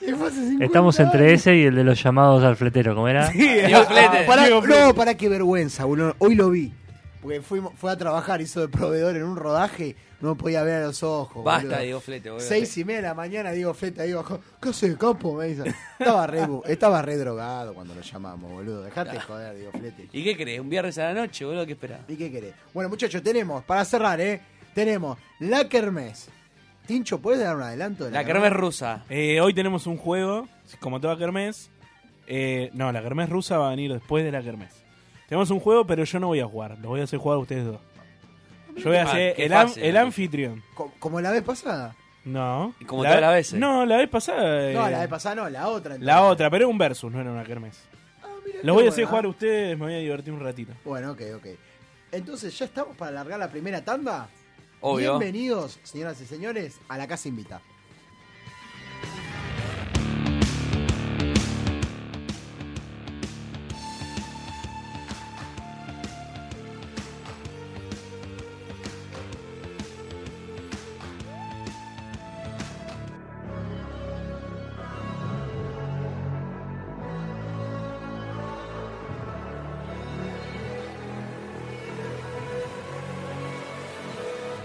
Speaker 3: Y fue hace 50
Speaker 7: Estamos entre
Speaker 3: años. ah,
Speaker 7: ese y el de los llamados al fletero, ¿cómo era?
Speaker 4: Diego Flete.
Speaker 3: Pará,
Speaker 5: Diego
Speaker 3: no, pará, qué vergüenza, boludo. Hoy lo vi. Porque fuimos, fue a trabajar, hizo de proveedor en un rodaje, no podía ver a los ojos.
Speaker 4: Basta,
Speaker 3: boludo.
Speaker 4: Diego Flete. boludo.
Speaker 3: Seis y media de la mañana, digo, Fleta, ahí abajo. ¿Qué haces, campo? Me dice. Estaba re, bu- estaba re drogado cuando lo llamamos, boludo. Dejate de joder, digo, Flete.
Speaker 4: ¿Y qué crees? ¿Un viernes a la noche, boludo? ¿Qué esperás?
Speaker 3: ¿Y qué querés? Bueno, muchachos, tenemos, para cerrar, ¿eh? Tenemos la Kermés. Tincho, ¿puedes dar un adelanto? De la,
Speaker 4: La Kermés rusa.
Speaker 5: Eh, hoy tenemos un juego, como toda Kermés. Eh, no, la Kermés rusa va a venir después de la Kermés. Tenemos un juego, pero yo no voy a jugar. Los voy a hacer jugar a ustedes dos. Yo voy a
Speaker 4: Ah,
Speaker 5: ser
Speaker 4: qué
Speaker 5: el, am-
Speaker 4: fácil,
Speaker 5: el
Speaker 4: ¿no?
Speaker 5: anfitrión.
Speaker 3: Co- ¿Como la vez pasada?
Speaker 5: No.
Speaker 4: Y como todas las veces.
Speaker 5: No, la vez pasada. eh,
Speaker 3: No, la vez pasada no, la otra. entonces.
Speaker 5: la otra, pero era un versus, no era una Kermés.
Speaker 3: Ah, mirá qué
Speaker 5: Los voy a hacer
Speaker 3: buena.
Speaker 5: jugar a ustedes, me voy a divertir un ratito.
Speaker 3: Bueno, ok, ok. Entonces, ¿ya estamos para alargar la primera tanda?
Speaker 4: Obvio.
Speaker 3: Bienvenidos, señoras y señores, a la Casa Invita.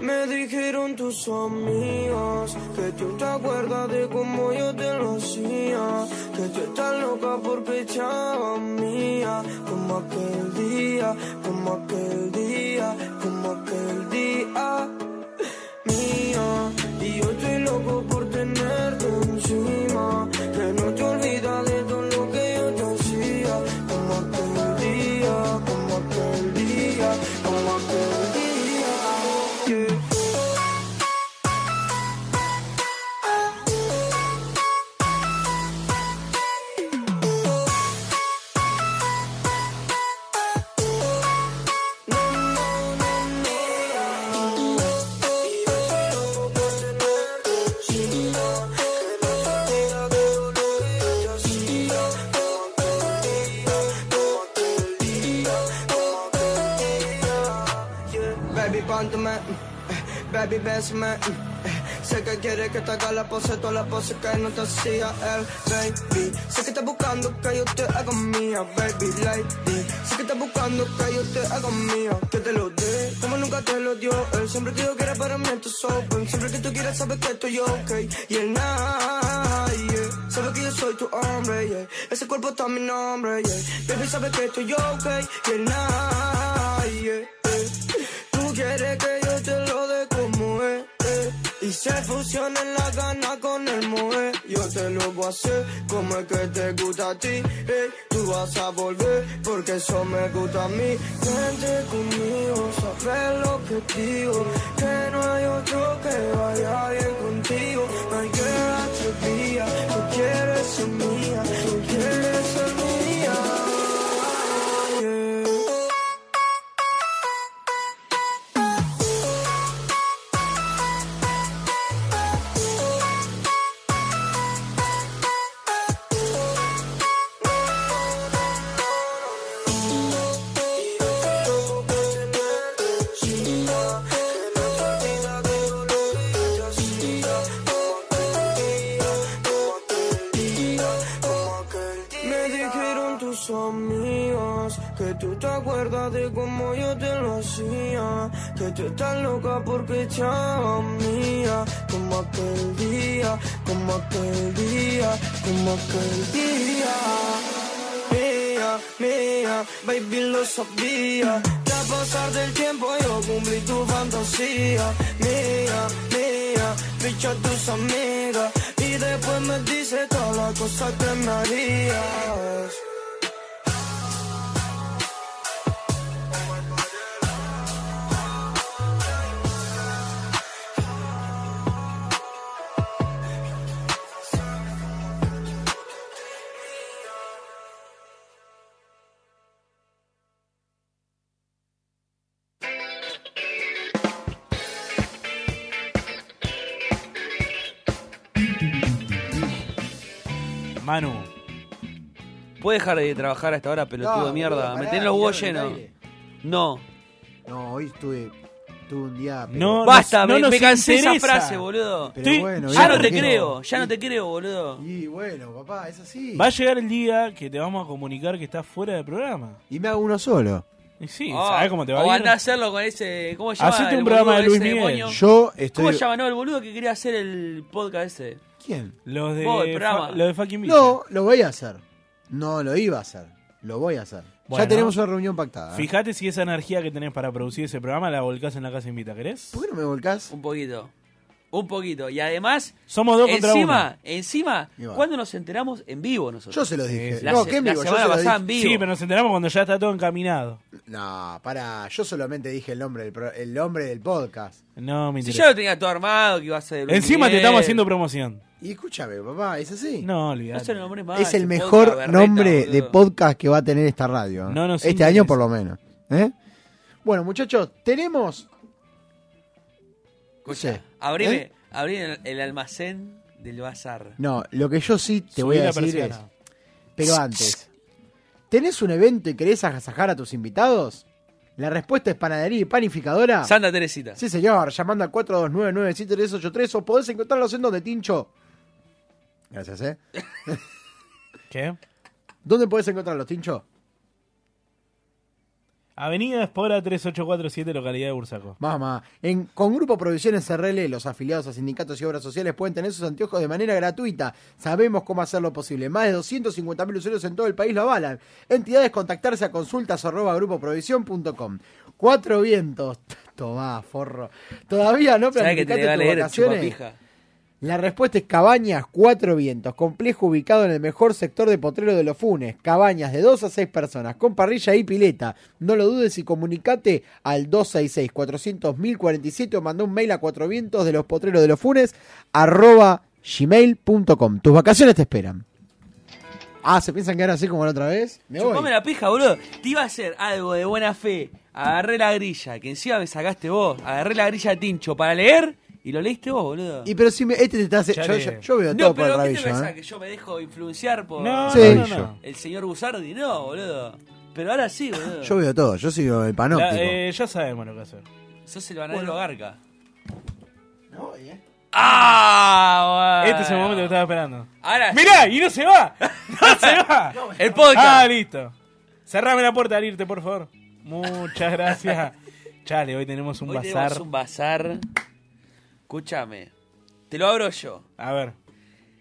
Speaker 2: Me dijeron tus amigos que tú te acuerdas de cómo yo te lo hacía, que tú estás loca por pechada mía, como aquel día, como aquel día, como aquel día mío. Y yo estoy loco por tenerte encima, que no te olvidas de todo lo que yo te hacía, como aquel día, como aquel día, como aquel día. yeah. Baby, póntame, eh, baby, bésame. eh, Sé que quiere que te haga la pose, toda la pose que no te hacía el baby. Sé que estás buscando que yo te haga mía, baby lady. Sé que estás buscando que yo te haga mía, que te lo dé como nunca te lo dio. Él siempre que yo quiera para mí, esto es open. Siempre que tú quieras, sabes que estoy ok. Y el night, yeah. Sabes que yo soy tu hombre, yeah. Ese cuerpo está a mi nombre, yeah. Baby, sabes que estoy ok. Y el night, yeah. Tú quieres que yo te lo dé como es. eh. Y se fusionen las ganas con el moe. Yo te lo voy a hacer como el que te gusta a ti. eh. Tú vas a volver porque eso me gusta a mí. Vente conmigo, sabes lo que digo. Que no hay otro que vaya bien contigo. No hay que darte vía. Tú quieres ser mía. Tú quieres ser mía. yeah. Me te acuerdas de cómo yo te lo hacía. Que tú estás loca porque chava mía. Como aquel día, como aquel día, como aquel día. Mía, mía, baby lo sabía. Tras pasar del tiempo yo cumplí tu fantasía. Mía, mía, ficha a tus amigas. Y después me dice todas las cosas que me harías.
Speaker 5: Manu,
Speaker 4: ¿Puedes dejar de trabajar a esta hora, pelotudo
Speaker 3: No,
Speaker 4: de mierda?
Speaker 3: boludo,
Speaker 4: Me
Speaker 3: pará,
Speaker 4: tenés los huevos
Speaker 3: mierda,
Speaker 4: llenos.
Speaker 3: aire.
Speaker 4: No.
Speaker 3: No, hoy estuve, tuve un día. pero-
Speaker 5: No,
Speaker 4: Basta,
Speaker 5: no
Speaker 4: me,
Speaker 5: nos
Speaker 4: me cansé de esa
Speaker 5: interesa.
Speaker 4: frase, boludo.
Speaker 3: Pero
Speaker 5: estoy-
Speaker 3: bueno,
Speaker 4: Ya
Speaker 3: bien,
Speaker 4: no te
Speaker 3: porque-
Speaker 4: creo, ya no te creo, boludo.
Speaker 3: Y bueno, papá, es así.
Speaker 5: va a llegar el día que te vamos a comunicar que estás fuera del programa.
Speaker 3: Y me hago uno solo.
Speaker 5: Y sí,
Speaker 4: Ah,
Speaker 5: ¿sabés cómo te va
Speaker 4: o
Speaker 5: a ir?
Speaker 4: andá a hacerlo con ese. ¿Cómo se llama?
Speaker 5: Hacete
Speaker 4: el
Speaker 5: un programa
Speaker 4: boludo
Speaker 5: de Luis
Speaker 4: ese
Speaker 5: Miguel.
Speaker 4: demonio?
Speaker 3: Yo
Speaker 4: ¿Cómo
Speaker 3: estoy.
Speaker 4: se llama? No, el boludo que quería hacer el podcast ese.
Speaker 3: ¿Quién?
Speaker 5: Los de,
Speaker 4: Vos, el programa.
Speaker 5: fa- los de fucking Villa.
Speaker 3: No, lo voy a hacer. No lo iba a hacer. Lo voy a hacer.
Speaker 5: Bueno.
Speaker 3: ya tenemos una reunión pactada. ¿eh?
Speaker 5: Fíjate si esa energía que tenés para producir ese programa la volcás en la casa invita, ¿querés?
Speaker 3: ¿Por qué no me volcás?
Speaker 4: Un poquito. Un poquito. Y además,
Speaker 5: Somos dos contra
Speaker 4: encima, encima,
Speaker 3: Y va.
Speaker 4: ¿cuándo nos enteramos? En vivo nosotros?
Speaker 3: Yo se lo dije.
Speaker 5: sí.
Speaker 4: la,
Speaker 3: no,
Speaker 4: se-
Speaker 3: ¿qué en
Speaker 4: la
Speaker 3: vivo? Yo
Speaker 4: semana
Speaker 3: se lo dije.
Speaker 4: pasada en
Speaker 5: uno.
Speaker 4: vivo.
Speaker 5: Sí, pero nos enteramos cuando ya está todo encaminado.
Speaker 3: No, pará. Yo solamente dije el nombre del, pro- el nombre del podcast.
Speaker 5: No, me
Speaker 4: Si
Speaker 5: interesa.
Speaker 4: ya lo tenía todo armado, que iba a ser. Luis
Speaker 5: Encima te
Speaker 4: Miguel.
Speaker 5: estamos haciendo promoción.
Speaker 3: Y escúchame, papá, es así.
Speaker 5: No,
Speaker 4: No
Speaker 5: olvidate.
Speaker 4: se lo nombres más,
Speaker 3: es el
Speaker 4: ese
Speaker 3: mejor
Speaker 4: podcast, berreta,
Speaker 3: nombre de
Speaker 4: boludo.
Speaker 3: podcast que va a tener esta radio. ¿eh?
Speaker 5: No nos
Speaker 3: este
Speaker 5: interesa.
Speaker 3: año por lo menos. ¿eh? Bueno, muchachos, tenemos...
Speaker 4: Escuchá,
Speaker 3: Sí.
Speaker 4: abrime,
Speaker 3: ¿Eh?
Speaker 4: abrime el, el almacén del bazar.
Speaker 3: No, lo que yo sí te
Speaker 5: Subí
Speaker 3: voy a
Speaker 5: la
Speaker 3: decir es...
Speaker 5: persiana.
Speaker 3: Pero antes, ¿tenés un evento y querés agasajar a tus invitados? La respuesta es panadería y panificadora.
Speaker 4: Ah. Santa Teresita.
Speaker 3: Sí, señor, llamando al 429-97383 o podés encontrarlos en donde, Tincho. Gracias, ¿eh?
Speaker 5: ¿Qué?
Speaker 3: ¿Dónde podés encontrarlos, Tincho?
Speaker 5: Avenida Espora 3847, localidad de Bursaco.
Speaker 3: Mamá, en, con Grupo Provisiones RL, los afiliados a sindicatos y obras sociales pueden tener sus anteojos de manera gratuita. Sabemos cómo hacerlo posible. Más de 250.000 usuarios en todo el país lo avalan. Entidades contactarse a consultas arroba grupoprovisión.com. Cuatro vientos. (laughs) Tomá, forro. Todavía no
Speaker 4: ¿Sabes que te
Speaker 3: planificaste
Speaker 4: va a
Speaker 3: tus
Speaker 4: leer el
Speaker 3: vacaciones.
Speaker 4: chupapija?
Speaker 3: La respuesta es Cabañas Cuatro Vientos, complejo ubicado en el mejor sector de Potrero de los Funes. Cabañas de 2 a 6 personas, con parrilla y pileta. No lo dudes y comunicate al 266-400-047 o manda un mail a Cuatro Vientos de los Potreros de los Funes, arroba gmail.com. Tus vacaciones te esperan. Ah, ¿se piensan quedar así como la otra vez? Me voy.
Speaker 4: Chupame la pija, boludo. Te iba a hacer algo de buena fe. Agarré la grilla, que encima me sacaste vos. Agarré la grilla de Tincho para leer y lo leíste vos, boludo.
Speaker 3: Y pero si me, este te está hace-
Speaker 5: Chale.
Speaker 3: yo, yo- yo veo todo
Speaker 4: no,
Speaker 3: por el
Speaker 4: pero ¿qué te
Speaker 3: rabillo.
Speaker 4: pensás?
Speaker 3: ¿eh?
Speaker 4: ¿Que yo me dejo influenciar por
Speaker 5: No,
Speaker 3: Sí.
Speaker 5: no, no, no.
Speaker 3: Yo.
Speaker 4: el señor Busardi? No, boludo. Pero ahora sí, boludo.
Speaker 3: Yo veo todo, yo sigo el panóptico.
Speaker 5: La- eh, ya sabemos lo que hacer.
Speaker 4: Sos el bananero Garca.
Speaker 3: Voy, ¿eh?
Speaker 4: ¡Ah! bueno.
Speaker 5: Este es el momento que estaba esperando.
Speaker 4: Ahora sí.
Speaker 5: ¡Mirá! ¡Y no se va! ¡No se
Speaker 4: (laughs)
Speaker 5: va!
Speaker 4: El podcast.
Speaker 5: Ah, listo. Cerrame la puerta al irte, por favor. Muchas
Speaker 4: (laughs)
Speaker 5: gracias. Chale, hoy tenemos un
Speaker 4: Hoy
Speaker 5: bazar.
Speaker 4: tenemos un bazar. Escúchame. Te lo abro yo.
Speaker 5: A ver.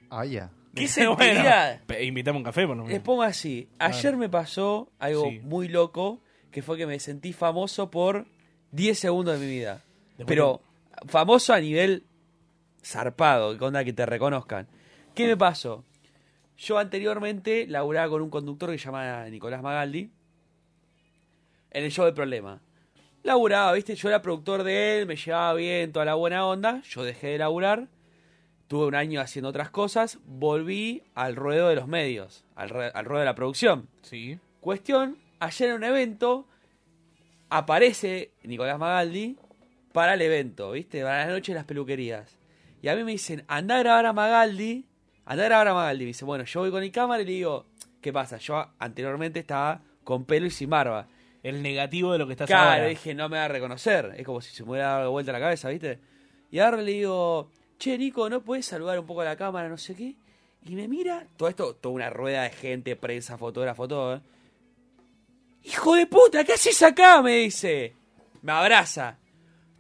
Speaker 6: Ah, ya.
Speaker 4: ¿Qué
Speaker 5: (laughs) Bueno,
Speaker 4: sentiría?
Speaker 5: pe- invitame un café, por lo
Speaker 4: Les
Speaker 5: menos.
Speaker 4: pongo así. Ayer me pasó algo
Speaker 5: Sí.
Speaker 4: muy loco, que fue que me sentí famoso por 10 segundos de mi vida.
Speaker 5: Después
Speaker 4: Pero famoso a nivel zarpado, que onda que te reconozcan. ¿Qué me pasó? Yo anteriormente laburaba con un conductor que se llamaba Nicolás Magaldi en el show del problema. Laburaba, viste, yo era productor de él, me llevaba bien, toda la buena onda. Yo dejé de laburar, tuve un año haciendo otras cosas, volví al ruedo de los medios, al, re- al ruedo de la producción.
Speaker 5: Sí.
Speaker 4: Cuestión, ayer en un evento aparece Nicolás Magaldi para el evento, ¿viste? Para la noche de las peluquerías. Y a mí me dicen, anda a grabar a Magaldi, anda a grabar a Magaldi. Me dice, bueno, yo voy con mi cámara y le digo, ¿qué pasa? Yo anteriormente estaba con pelo y sin barba.
Speaker 5: El negativo de lo que estás
Speaker 4: Claro,
Speaker 5: ahora.
Speaker 4: dije, no me va a reconocer. Es como si se me hubiera dado vuelta la cabeza, ¿viste? Y ahora le digo, che, Nico, ¿no puedes saludar un poco a la cámara, no sé qué? Y me mira, todo esto, toda una rueda de gente, prensa, fotógrafo, todo, ¿eh? Hijo de puta, ¿qué haces acá? Me dice. Me abraza.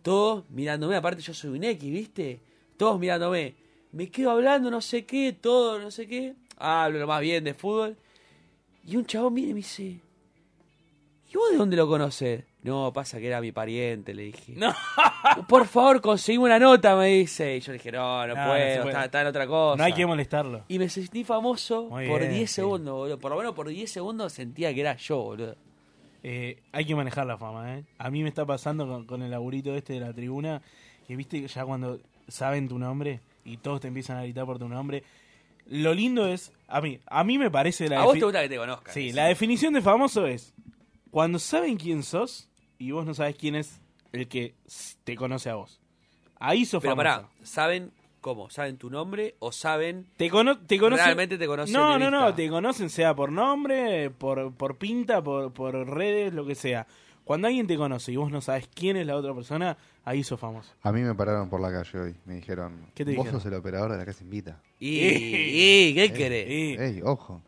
Speaker 4: Todos mirándome, aparte yo soy un X, ¿viste? Todos mirándome. Me quedo hablando, no sé qué, todo, no sé qué. Hablo lo más bien de fútbol. Y un chabón viene y me dice, ¿y vos de dónde lo conoces? No, pasa que era mi pariente, le dije. No. Por favor, conseguimos una nota, me dice. Y yo le dije, no, no,
Speaker 5: No, no
Speaker 4: puedo,
Speaker 5: se puede.
Speaker 4: está, está en otra cosa.
Speaker 5: No hay que molestarlo.
Speaker 4: Y me sentí famoso
Speaker 5: Muy
Speaker 4: por
Speaker 5: bien,
Speaker 4: 10
Speaker 5: sí.
Speaker 4: segundos, boludo. Por lo menos por 10 segundos sentía que era yo, boludo.
Speaker 5: Eh, hay que manejar la fama, ¿eh? A mí me está pasando con, con el laburito este de la tribuna, que viste ya cuando saben tu nombre y todos te empiezan a gritar por tu nombre. Lo lindo es, a mí, a mí me parece la
Speaker 4: a vos
Speaker 5: defi-
Speaker 4: te gusta que te conozcan.
Speaker 5: Sí, la definición de famoso es cuando saben quién sos y vos no sabes quién es el que s- te conoce a vos. Ahí sos
Speaker 4: Pero
Speaker 5: famoso.
Speaker 4: pará, ¿saben cómo? ¿Saben tu nombre o saben
Speaker 5: Te, cono te conocen.
Speaker 4: realmente te conocen?
Speaker 5: No,
Speaker 4: de
Speaker 5: no, no,
Speaker 4: vista?
Speaker 5: te conocen sea por nombre, por, por pinta, por, por redes, lo que sea. Cuando alguien te conoce y vos no sabes quién es la otra persona, ahí sos famoso.
Speaker 6: A mí me pararon por la calle hoy. Me dijeron,
Speaker 5: ¿Qué te
Speaker 6: vos
Speaker 5: dijeron?
Speaker 6: sos el operador de la casa invita.
Speaker 4: Y, y, ¿qué querés?
Speaker 5: Eh,
Speaker 6: Ey, ojo.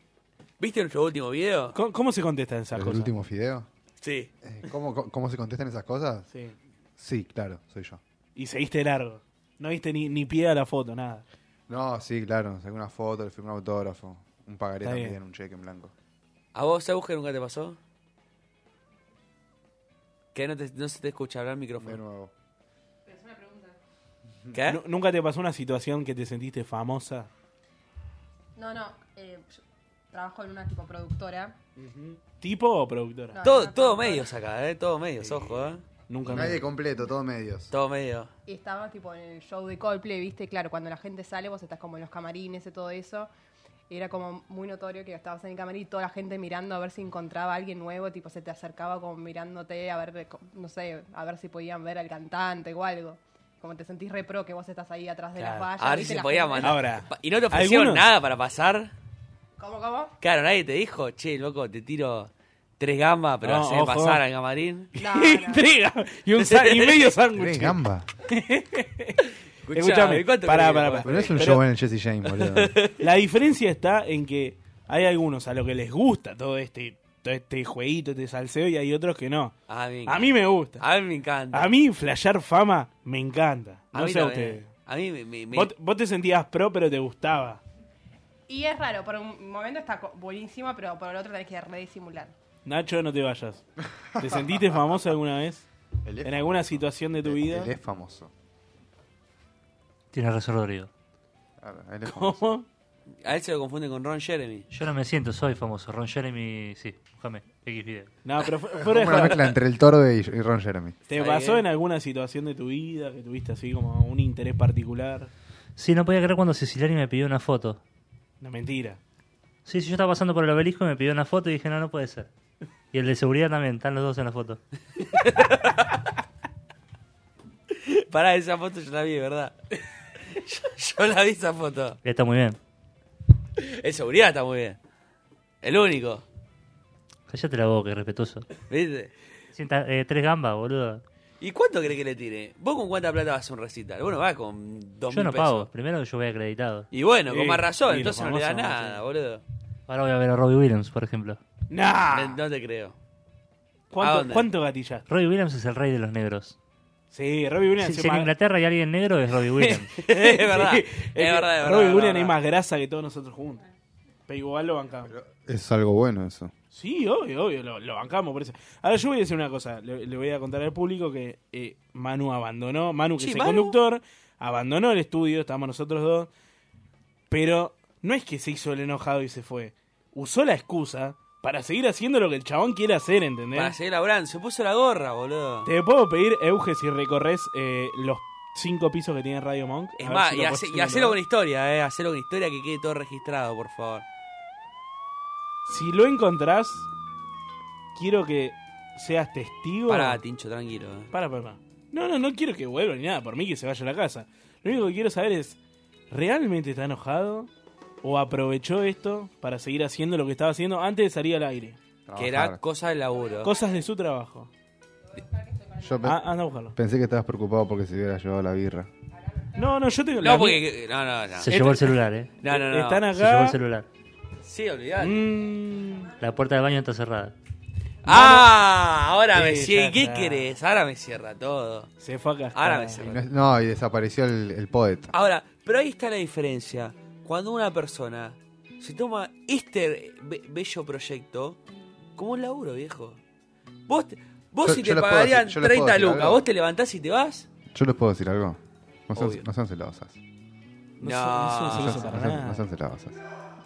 Speaker 4: ¿Viste nuestro último video?
Speaker 5: ¿cómo, cómo se contestan esas
Speaker 6: ¿El
Speaker 5: cosas?
Speaker 6: último fideo?
Speaker 4: Sí.
Speaker 6: Eh, ¿Cómo, cómo, cómo se contestan esas cosas?
Speaker 5: Sí.
Speaker 6: Sí, claro, soy yo.
Speaker 5: Y seguiste largo. No viste ni, ni pie a la foto, nada.
Speaker 6: No, sí, claro. Saqué una foto, le firmé un autógrafo. Un pagaré
Speaker 5: Está
Speaker 6: también,
Speaker 5: bien.
Speaker 6: un cheque en blanco.
Speaker 4: ¿A vos, sabes que nunca te pasó? Que no, te- no se te escucha hablar el
Speaker 6: De
Speaker 4: micrófono.
Speaker 6: nuevo.
Speaker 4: ¿Qué?
Speaker 5: Nu- ¿Nunca te pasó una situación que te sentiste famosa?
Speaker 8: No, no. eh, yo trabajo en una tipo productora.
Speaker 5: ¿Tipo o productora?
Speaker 8: No,
Speaker 4: Todo,
Speaker 8: no,
Speaker 4: todo
Speaker 8: no, no.
Speaker 4: medios acá, ¿eh? Todo medios, ojo, ¿eh?
Speaker 5: Nunca me-
Speaker 6: Nadie completo, todos medios.
Speaker 4: Todo medios.
Speaker 8: Y estaba tipo en el show de Coldplay, viste, claro, cuando la gente sale, vos estás como en los camarines y todo eso. Y era como muy notorio que estabas en el camarín y toda la gente mirando a ver si encontraba a alguien nuevo, tipo se te acercaba como mirándote a ver, co- no sé, a ver si podían ver al cantante o algo. Como te sentís re pro que vos estás ahí atrás de
Speaker 5: Claro.
Speaker 8: las vallas.
Speaker 4: A ver si
Speaker 8: ¿viste?
Speaker 4: se
Speaker 8: La
Speaker 4: podía
Speaker 8: gente-
Speaker 4: mandar.
Speaker 5: Ahora,
Speaker 4: Pa- ¿Y no te ofrecieron
Speaker 5: algunos-
Speaker 4: nada para pasar?
Speaker 8: ¿Cómo, cómo?
Speaker 4: Claro, nadie te dijo, che, loco, te tiro tres gambas, pero
Speaker 5: No,
Speaker 4: haceme
Speaker 5: ojo.
Speaker 4: pasar al camarín.
Speaker 8: No, no.
Speaker 5: Intriga. Y,
Speaker 4: (laughs)
Speaker 5: un sa- Ah, y medio
Speaker 6: ¿Qué
Speaker 5: sándwich.
Speaker 6: gamba?
Speaker 5: Escuchame,
Speaker 4: ¿cuánto
Speaker 5: pará, pará,
Speaker 4: querés que
Speaker 5: pará.
Speaker 4: pague?
Speaker 6: Pero es un
Speaker 5: Pero-
Speaker 6: show en el Jesse James, boludo.
Speaker 5: (laughs) La diferencia está en que hay algunos a los que les gusta todo este, todo este jueguito, este salseo, y hay otros que no.
Speaker 4: A mí,
Speaker 5: A mí me gusta.
Speaker 4: a mí me encanta.
Speaker 5: A mí flashear fama me encanta.
Speaker 4: A
Speaker 5: No
Speaker 4: mí
Speaker 5: sé a
Speaker 4: también.
Speaker 5: ustedes.
Speaker 4: A mí me... me- me-
Speaker 5: Vos, vos te sentías pro, pero te gustaba.
Speaker 8: Y es raro, por un momento está co- buenísimo, pero por el otro tenés que redisimular.
Speaker 3: Eh,
Speaker 5: Nacho, no te vayas. ¿Te sentiste famoso alguna vez?
Speaker 6: Él es
Speaker 5: ¿En alguna situación de tu vida?
Speaker 6: Él es famoso.
Speaker 7: Tiene razón, Rodrigo.
Speaker 6: Claro, él es famoso.
Speaker 5: ¿Cómo?
Speaker 4: A él se lo confunde con Ron Jeremy. (laughs)
Speaker 7: Yo no me siento, soy famoso. Ron Jeremy, sí, búscame. X video.
Speaker 5: No, pero fu- fuera
Speaker 6: Como
Speaker 5: de (laughs)
Speaker 6: una
Speaker 5: joda.
Speaker 6: mezcla entre el Torbe y, y Ron Jeremy.
Speaker 5: ¿Te
Speaker 4: Ahí,
Speaker 5: pasó
Speaker 4: eh.
Speaker 5: en alguna situación de tu vida que tuviste así como un interés particular?
Speaker 7: Sí, no podía creer cuando Ceciliani me pidió una foto.
Speaker 5: Una mentira.
Speaker 7: Sí, sí, yo estaba pasando por el obelisco y me pidió una foto y dije, no, no puede ser. Y el de seguridad también, están los dos en la foto.
Speaker 4: Pará, esa foto yo la vi, ¿verdad? (laughs) yo, yo la vi esa foto.
Speaker 7: Está muy bien.
Speaker 4: El seguridad está muy bien. El único.
Speaker 7: Cállate la boca, irrespetuoso.
Speaker 4: ¿Viste?
Speaker 7: Sienta, eh, tres gambas, boludo.
Speaker 4: ¿Y cuánto crees que le tire? ¿Vos con cuánta plata vas a un recital? Bueno, va con dos
Speaker 7: Yo
Speaker 4: mil
Speaker 7: no
Speaker 4: pesos.
Speaker 7: pago. Primero yo voy acreditado.
Speaker 4: Y bueno, con
Speaker 5: Sí,
Speaker 4: más razón,
Speaker 5: sí,
Speaker 4: entonces
Speaker 5: los
Speaker 4: no le da
Speaker 5: famosos,
Speaker 4: nada,
Speaker 5: sí.
Speaker 4: boludo.
Speaker 7: Ahora voy a ver a Robbie Williams, por ejemplo.
Speaker 4: No-
Speaker 5: ¡Nah!
Speaker 4: No te creo. ¿A
Speaker 5: ¿Cuánto,
Speaker 4: dónde?
Speaker 5: cuánto gatillaste?
Speaker 7: Robbie Williams es el rey de los negros.
Speaker 5: Sí, Robbie Williams
Speaker 7: Si,
Speaker 5: se
Speaker 7: si en
Speaker 5: ma-
Speaker 7: Inglaterra hay alguien negro, es Robbie Williams.
Speaker 4: (laughs) es verdad,
Speaker 5: Sí,
Speaker 4: es verdad, es verdad.
Speaker 5: Robbie
Speaker 4: es
Speaker 5: Williams
Speaker 4: verdad.
Speaker 5: es más grasa que todos nosotros juntos. Pero igual lo bancamos.
Speaker 6: Es algo bueno eso.
Speaker 5: Sí, obvio, obvio, lo, lo bancamos por eso. Ahora yo voy a decir una cosa, le, le voy a contar al público que eh, Manu abandonó, Manu que
Speaker 4: Sí,
Speaker 5: es el
Speaker 4: Manu.
Speaker 5: conductor, abandonó el estudio, estábamos nosotros dos, pero no es que se hizo el enojado y se fue. Usó la excusa para seguir haciendo lo que el chabón quiere hacer, ¿entendés?
Speaker 4: Para seguir laburando, se puso la gorra, boludo.
Speaker 5: ¿eh? Te puedo pedir, Euge, si recorres eh, los cinco pisos que tiene Radio Monk.
Speaker 4: Es
Speaker 5: A ver
Speaker 4: más,
Speaker 5: si
Speaker 4: y,
Speaker 5: lo
Speaker 4: hace-
Speaker 5: podés
Speaker 4: y hacelo con
Speaker 5: encontrar.
Speaker 4: historia, eh. Hacelo con historia que quede todo registrado, por favor.
Speaker 5: Si lo encontrás, quiero que seas testigo.
Speaker 4: Pará, Tincho, tranquilo. eh.
Speaker 5: Para, para, para. No, no, no quiero que vuelva ni nada, por mí que se vaya a la casa. Lo único que quiero saber es, ¿realmente está enojado? ¿O aprovechó esto para seguir haciendo lo que estaba haciendo antes de salir al aire?
Speaker 4: Que era cosa del laburo.
Speaker 5: Cosas de su trabajo.
Speaker 6: Yo pe-
Speaker 5: Ah, anda a buscarlo.
Speaker 6: pensé que estabas preocupado porque se hubiera llevado la birra.
Speaker 5: No, no, yo te... la-
Speaker 4: no, porque. No, no, no.
Speaker 7: Se
Speaker 5: Este-
Speaker 7: llevó el celular, eh.
Speaker 4: (laughs) No, no, no.
Speaker 5: Están
Speaker 7: Se llevó el
Speaker 5: acá...
Speaker 7: celular.
Speaker 4: Sí, olvidate.
Speaker 5: Mm,
Speaker 7: La puerta del baño está cerrada.
Speaker 4: Ah, ahora me
Speaker 5: Sí,
Speaker 4: cierra.
Speaker 5: ya
Speaker 4: ¿Qué
Speaker 5: está.
Speaker 4: querés? Ahora me cierra todo.
Speaker 5: Se fue acá.
Speaker 4: Ahora me cerró.
Speaker 6: No, y desapareció el, el poeta.
Speaker 4: Ahora, pero ahí está la diferencia. Cuando una persona se toma este be- bello proyecto como un laburo, viejo. Vos, te- vos
Speaker 6: Yo-
Speaker 4: si
Speaker 6: yo
Speaker 4: te
Speaker 6: les puedo
Speaker 4: pagarían
Speaker 6: decir- yo les puedo
Speaker 4: 30
Speaker 6: decir
Speaker 4: lucas,
Speaker 6: algo.
Speaker 4: ¿vos te levantás y te vas?
Speaker 6: Yo les puedo decir algo. No
Speaker 4: Obvio.
Speaker 6: son, no son celosas.
Speaker 5: No, so- no
Speaker 4: No.
Speaker 5: somos
Speaker 6: No
Speaker 5: celosos
Speaker 6: son,
Speaker 5: para
Speaker 6: no son- no
Speaker 5: nada.
Speaker 6: son celosas.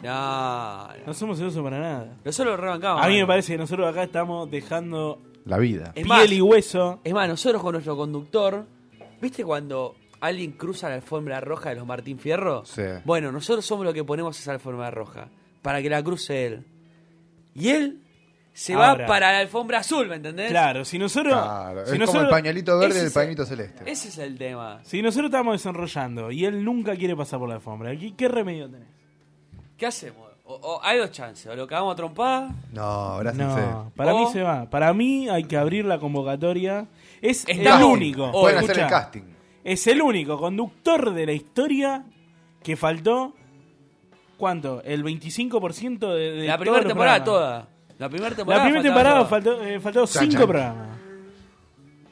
Speaker 4: No, no.
Speaker 5: No somos celosos para nada.
Speaker 4: Nosotros lo rebancamos.
Speaker 5: A mí me
Speaker 4: mano.
Speaker 5: parece que nosotros acá estamos dejando
Speaker 6: La vida.
Speaker 4: Es
Speaker 5: piel
Speaker 4: más,
Speaker 5: y hueso.
Speaker 4: es más, nosotros con nuestro conductor, ¿viste cuando alguien cruza la alfombra roja de los Martín Fierro?
Speaker 6: Sí.
Speaker 4: Bueno, nosotros somos los que ponemos esa alfombra roja para que la cruce él. Y él se va
Speaker 5: Ahora.
Speaker 4: para la alfombra azul, ¿me entendés?
Speaker 5: Claro, si nosotros.
Speaker 6: Claro, es
Speaker 5: si
Speaker 6: como
Speaker 5: nosotros-
Speaker 6: el pañuelito verde
Speaker 4: ese
Speaker 6: y el
Speaker 4: es-
Speaker 6: pañuelito celeste.
Speaker 4: Ese es el tema.
Speaker 5: Si nosotros estamos desenrollando y él nunca quiere pasar por la alfombra, ¿qué, qué remedio tenés?
Speaker 4: ¿Qué hacemos? O, o hay dos chances, o lo cagamos a trompada.
Speaker 6: No,
Speaker 5: no,
Speaker 6: gracias. Oh,
Speaker 5: para mí
Speaker 4: O-
Speaker 5: se va. Para mí hay que abrir la convocatoria. Es
Speaker 4: Está
Speaker 5: el
Speaker 4: bien.
Speaker 5: único.
Speaker 4: Pueden
Speaker 6: Pueden hacer el
Speaker 5: escuchá,
Speaker 6: casting.
Speaker 5: Es el único conductor de la historia que faltó. ¿Cuánto? El 25% de, de
Speaker 4: la
Speaker 5: todos
Speaker 4: primera
Speaker 5: los programas.
Speaker 4: temporada toda. La primera temporada.
Speaker 5: La primera
Speaker 4: faltaba
Speaker 5: temporada
Speaker 4: toda.
Speaker 5: faltó, eh, faltaron
Speaker 6: Chan,
Speaker 5: cinco
Speaker 6: chan.
Speaker 5: programas.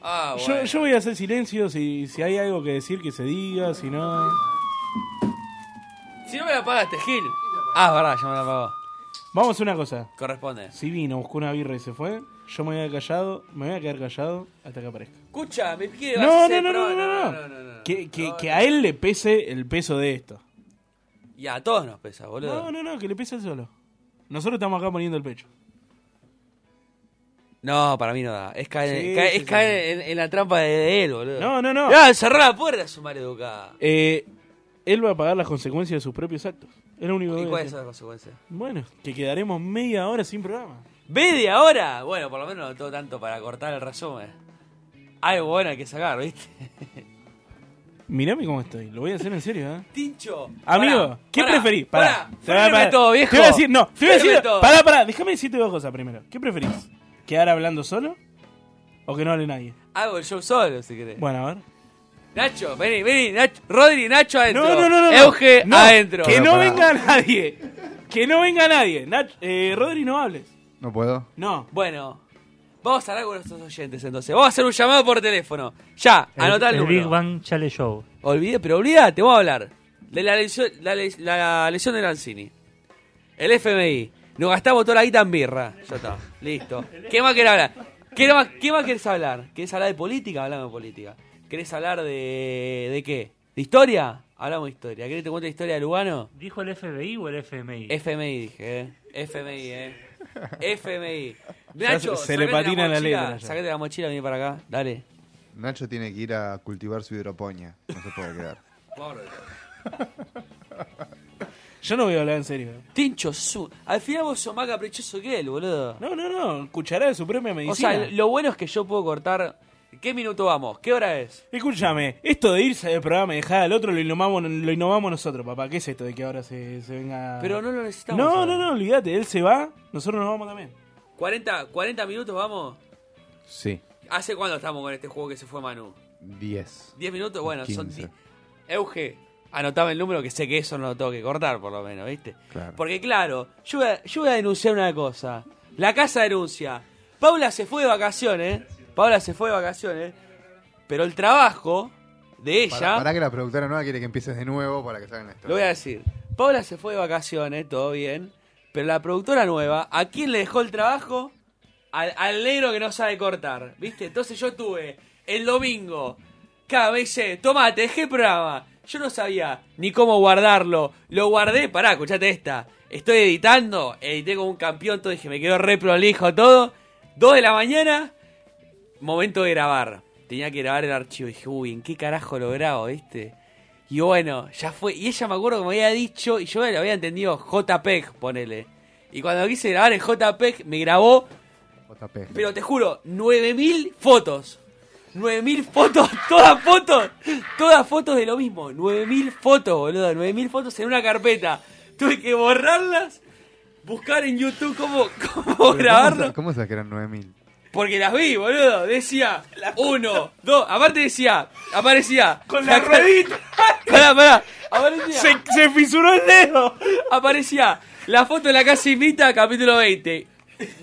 Speaker 4: Ah,
Speaker 5: Yo-
Speaker 4: bueno.
Speaker 5: Yo, voy a hacer silencio si, si hay algo que decir que se diga, si no.
Speaker 4: Si no me la pagaste, Gil. Ah, es verdad, ya me la pagó.
Speaker 5: Vamos a hacer una cosa.
Speaker 4: Corresponde.
Speaker 5: Si vino, buscó una birra y se fue, yo me voy a quedar callado, me voy a quedar callado hasta que aparezca.
Speaker 4: Escucha, me pide
Speaker 5: No, no, no, no, no, no,
Speaker 4: Ah,
Speaker 5: Que, que- que a él le pese el peso de esto.
Speaker 4: Y a todos nos pesa, boludo.
Speaker 5: No, no, no, que le pese él solo. Nosotros estamos acá poniendo el pecho.
Speaker 4: No, para mí no da. Ah, Es caer,
Speaker 5: Sí,
Speaker 4: caer-
Speaker 5: sí,
Speaker 4: es
Speaker 5: sí.
Speaker 4: caer en, en la trampa de, de él, boludo.
Speaker 5: No, no, no.
Speaker 4: Ya, cerrar la puerta, su mal educada.
Speaker 5: Eh, él va a pagar las consecuencias de sus propios actos. Es lo único que
Speaker 4: ¿Y
Speaker 5: voy a
Speaker 4: cuáles
Speaker 5: decir.
Speaker 4: son las consecuencias?
Speaker 5: Bueno, que quedaremos media hora sin programa.
Speaker 4: ¿Ve de ahora? Bueno, por lo menos no tengo tanto para cortar el resumen. Algo bueno hay que sacar, ¿viste? (laughs)
Speaker 5: Mirame cómo estoy, lo voy a hacer en serio, ¿eh?
Speaker 4: Tincho.
Speaker 5: Amigo,
Speaker 4: pará,
Speaker 5: ¿qué
Speaker 4: pará,
Speaker 5: preferís? Pará, te
Speaker 4: pará,
Speaker 5: voy a-
Speaker 4: freneme
Speaker 5: pará.
Speaker 4: todo, viejo.
Speaker 5: Te voy a decir, no, te voy a
Speaker 4: Freneme
Speaker 5: decir,
Speaker 4: todo.
Speaker 5: pará, pará, déjame decirte dos cosas primero. ¿Qué preferís? ¿Quedar hablando solo o que no hable nadie?
Speaker 4: Hago el show solo, si querés.
Speaker 5: Bueno, a ver.
Speaker 4: Nacho, vení, vení. Nacho, Rodri, Nacho adentro.
Speaker 5: No, no, no, no. no.
Speaker 4: Eh, Euge
Speaker 5: No,
Speaker 4: adentro.
Speaker 5: Que no
Speaker 6: Pará,
Speaker 5: venga nadie. Que no venga nadie. Nach- eh, Rodri, no hables.
Speaker 6: No puedo.
Speaker 5: No.
Speaker 4: Bueno, vamos a hablar con nuestros oyentes entonces. Vamos a hacer un llamado por teléfono. Ya, anotá el,
Speaker 7: el
Speaker 4: número.
Speaker 7: Big Bang Challenge Show.
Speaker 4: Olvidé, pero olvídate, vamos a hablar. De la lesión, la, les- la lesión de Lanzini. El FMI. Nos gastamos toda la guita en birra. Ya está. Listo. ¿Qué más querés hablar? ¿Qué más, qué más querés hablar? ¿Querés hablar de política? Hablamos de política. ¿Querés hablar de. de qué? ¿De historia? Hablamos de historia. ¿Querés que te cuente la historia de Lugano?
Speaker 7: ¿Dijo el FBI o el FMI?
Speaker 4: FMI dije, eh. FMI,
Speaker 7: (laughs)
Speaker 4: eh. FMI.
Speaker 5: Ya
Speaker 4: Nacho,
Speaker 5: se- se le
Speaker 4: sacate
Speaker 5: patina la
Speaker 4: mochila,
Speaker 5: letra ya.
Speaker 4: Sacate la mochila, vení para acá. Dale.
Speaker 6: Nacho tiene que ir a cultivar su hidropoña. No se puede quedar.
Speaker 5: Yo no voy a hablar en serio. eh.
Speaker 4: Tincho Su. Al final vos sos más caprichoso que él, boludo.
Speaker 5: No, no, no. Cucharada de su propia
Speaker 4: O
Speaker 5: medicina.
Speaker 4: sea, lo bueno es que yo puedo cortar. ¿Qué minuto vamos? ¿Qué hora es?
Speaker 5: Escúchame, esto de irse del programa y dejar al otro lo innovamos, lo innovamos nosotros, papá. ¿Qué es esto de que ahora se, se venga...?
Speaker 4: Pero no lo necesitamos.
Speaker 5: No,
Speaker 4: ahora.
Speaker 5: no, no, olvídate. Él se va, nosotros nos vamos también.
Speaker 4: 40, 40 minutos vamos.
Speaker 6: Sí.
Speaker 4: ¿Hace cuándo estamos con este juego que se fue Manu?
Speaker 6: 10.
Speaker 4: ¿10 minutos? Bueno, son
Speaker 6: 15.
Speaker 4: 10. Euge, anotame el número que sé que eso no lo tengo que cortar, por lo menos, ¿viste?
Speaker 6: Claro.
Speaker 4: Porque, claro, yo voy, a, yo voy a denunciar una cosa. La casa denuncia. Paula se fue de vacaciones. ¿eh? Paula se fue de vacaciones. Pero el trabajo de ella.
Speaker 6: Para, que la productora nueva quiere que empieces de nuevo para que salgan la historia.
Speaker 4: Lo voy a decir. Paula se fue de vacaciones, todo bien. Pero la productora nueva, ¿a quién le dejó el trabajo? Al, al negro que no sabe cortar. ¿Viste? Entonces yo tuve el domingo. Cada vez dice, tomá, te dejé el programa. Yo no sabía ni cómo guardarlo. Lo guardé, pará, escuchate esta. Estoy editando, edité como un campeón, todo dije, me quedó re prolijo todo. Dos de la mañana, momento de grabar. Tenía que grabar el archivo. Y dije, uy, ¿en qué carajo lo grabo, viste? Y bueno, ya fue. Y ella me acuerdo que me había dicho, y yo lo había entendido JPEG, ponele. Y cuando quise grabar en JPEG, me grabó,
Speaker 6: JP.
Speaker 4: pero te juro, 9000 fotos. 9000 fotos, (laughs) todas fotos, todas fotos de lo mismo. 9000 fotos, boludo, 9000 fotos en una carpeta. Tuve que borrarlas, buscar en YouTube cómo, (laughs) cómo
Speaker 6: Pero ¿cómo
Speaker 4: grabarlo.
Speaker 6: sa- ¿Cómo sabes que eran 9000?
Speaker 4: Porque las vi, boludo. Decía uno, dos. Aparte decía, aparecía.
Speaker 5: Con la
Speaker 4: cara-
Speaker 5: ruedita.
Speaker 4: (laughs) Pará, pará. Aparecía,
Speaker 5: Se, se fisuró el dedo.
Speaker 4: aparecía la foto de la casa invita, capítulo 20.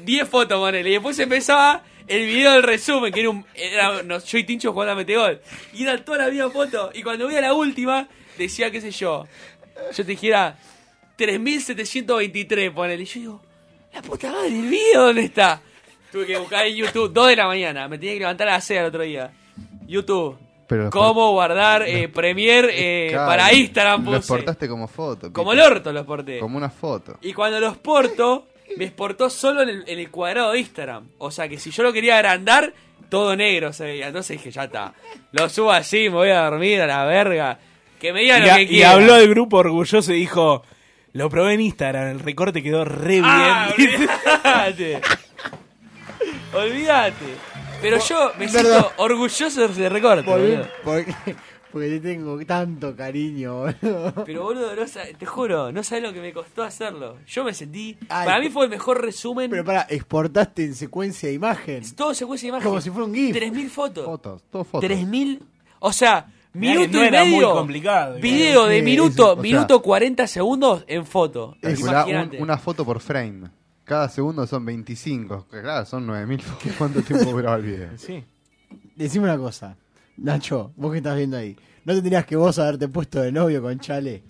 Speaker 4: 10 fotos, ponele. Y después empezaba el video del resumen, que era un. era- no, yo y Tincho jugando a metegol. Y era toda la misma foto. Y cuando veía la última, decía, qué sé yo. Yo te dijera 3723, ponele. Y yo digo, la puta madre, ¿el video dónde está? Tuve que buscar en YouTube, 2 de la mañana. Me tenía que levantar a las 6 al otro día. YouTube.
Speaker 6: Pero los
Speaker 4: ¿Cómo guardar eh, Premiere eh,
Speaker 6: Claro,
Speaker 4: para Instagram?
Speaker 6: Lo
Speaker 4: Puse.
Speaker 6: exportaste como foto.
Speaker 4: Como el
Speaker 6: Peter.
Speaker 4: orto los porté.
Speaker 6: Como una foto.
Speaker 4: Y cuando lo exporto, me exportó solo en el, en el cuadrado de Instagram. O sea que si yo lo quería agrandar, todo negro se veía. Entonces dije, ya está. Lo subo así, me voy a dormir a la verga. Que me digan
Speaker 5: Y,
Speaker 4: lo
Speaker 5: a-
Speaker 4: que
Speaker 5: y
Speaker 4: quieran.
Speaker 5: habló el grupo orgulloso y dijo: Lo probé en Instagram, el recorte quedó re
Speaker 4: Ah,
Speaker 5: bien.
Speaker 4: olvídate. olvídate. Pero yo me siento
Speaker 3: Perdón.
Speaker 4: orgulloso de ese recorte.
Speaker 3: Volví-
Speaker 4: boludo.
Speaker 3: Porque, porque le tengo tanto cariño, boludo.
Speaker 4: Pero boludo, no sa- te juro, no sabes lo que me costó hacerlo. Yo me sentí.
Speaker 3: Ay,
Speaker 4: para mí
Speaker 3: pero-
Speaker 4: fue el mejor resumen.
Speaker 3: Pero para, exportaste en secuencia de imagen.
Speaker 4: todo secuencia de imagen.
Speaker 3: Como si fuera un GIF.
Speaker 4: 3.000 fotos.
Speaker 6: Fotos, todo fotos.
Speaker 4: 3.000. O sea,
Speaker 5: Mirá que
Speaker 4: minuto
Speaker 5: no
Speaker 4: y
Speaker 5: era muy
Speaker 4: medio.
Speaker 5: complicado, igual.
Speaker 4: Video de
Speaker 3: Sí,
Speaker 4: minuto,
Speaker 6: sí, o
Speaker 4: minuto
Speaker 6: sea-
Speaker 4: 40 segundos en foto.
Speaker 6: Calculá un-
Speaker 4: Imagínate.
Speaker 6: una foto por frame. Cada segundo son 25. que Claro, son 9000 fotos. (laughs) ¿Cuánto tiempo duraba el video?
Speaker 5: Sí.
Speaker 3: Decime una cosa, Nacho, vos que estás viendo ahí. ¿No tendrías que vos haberte puesto de novio con Chale?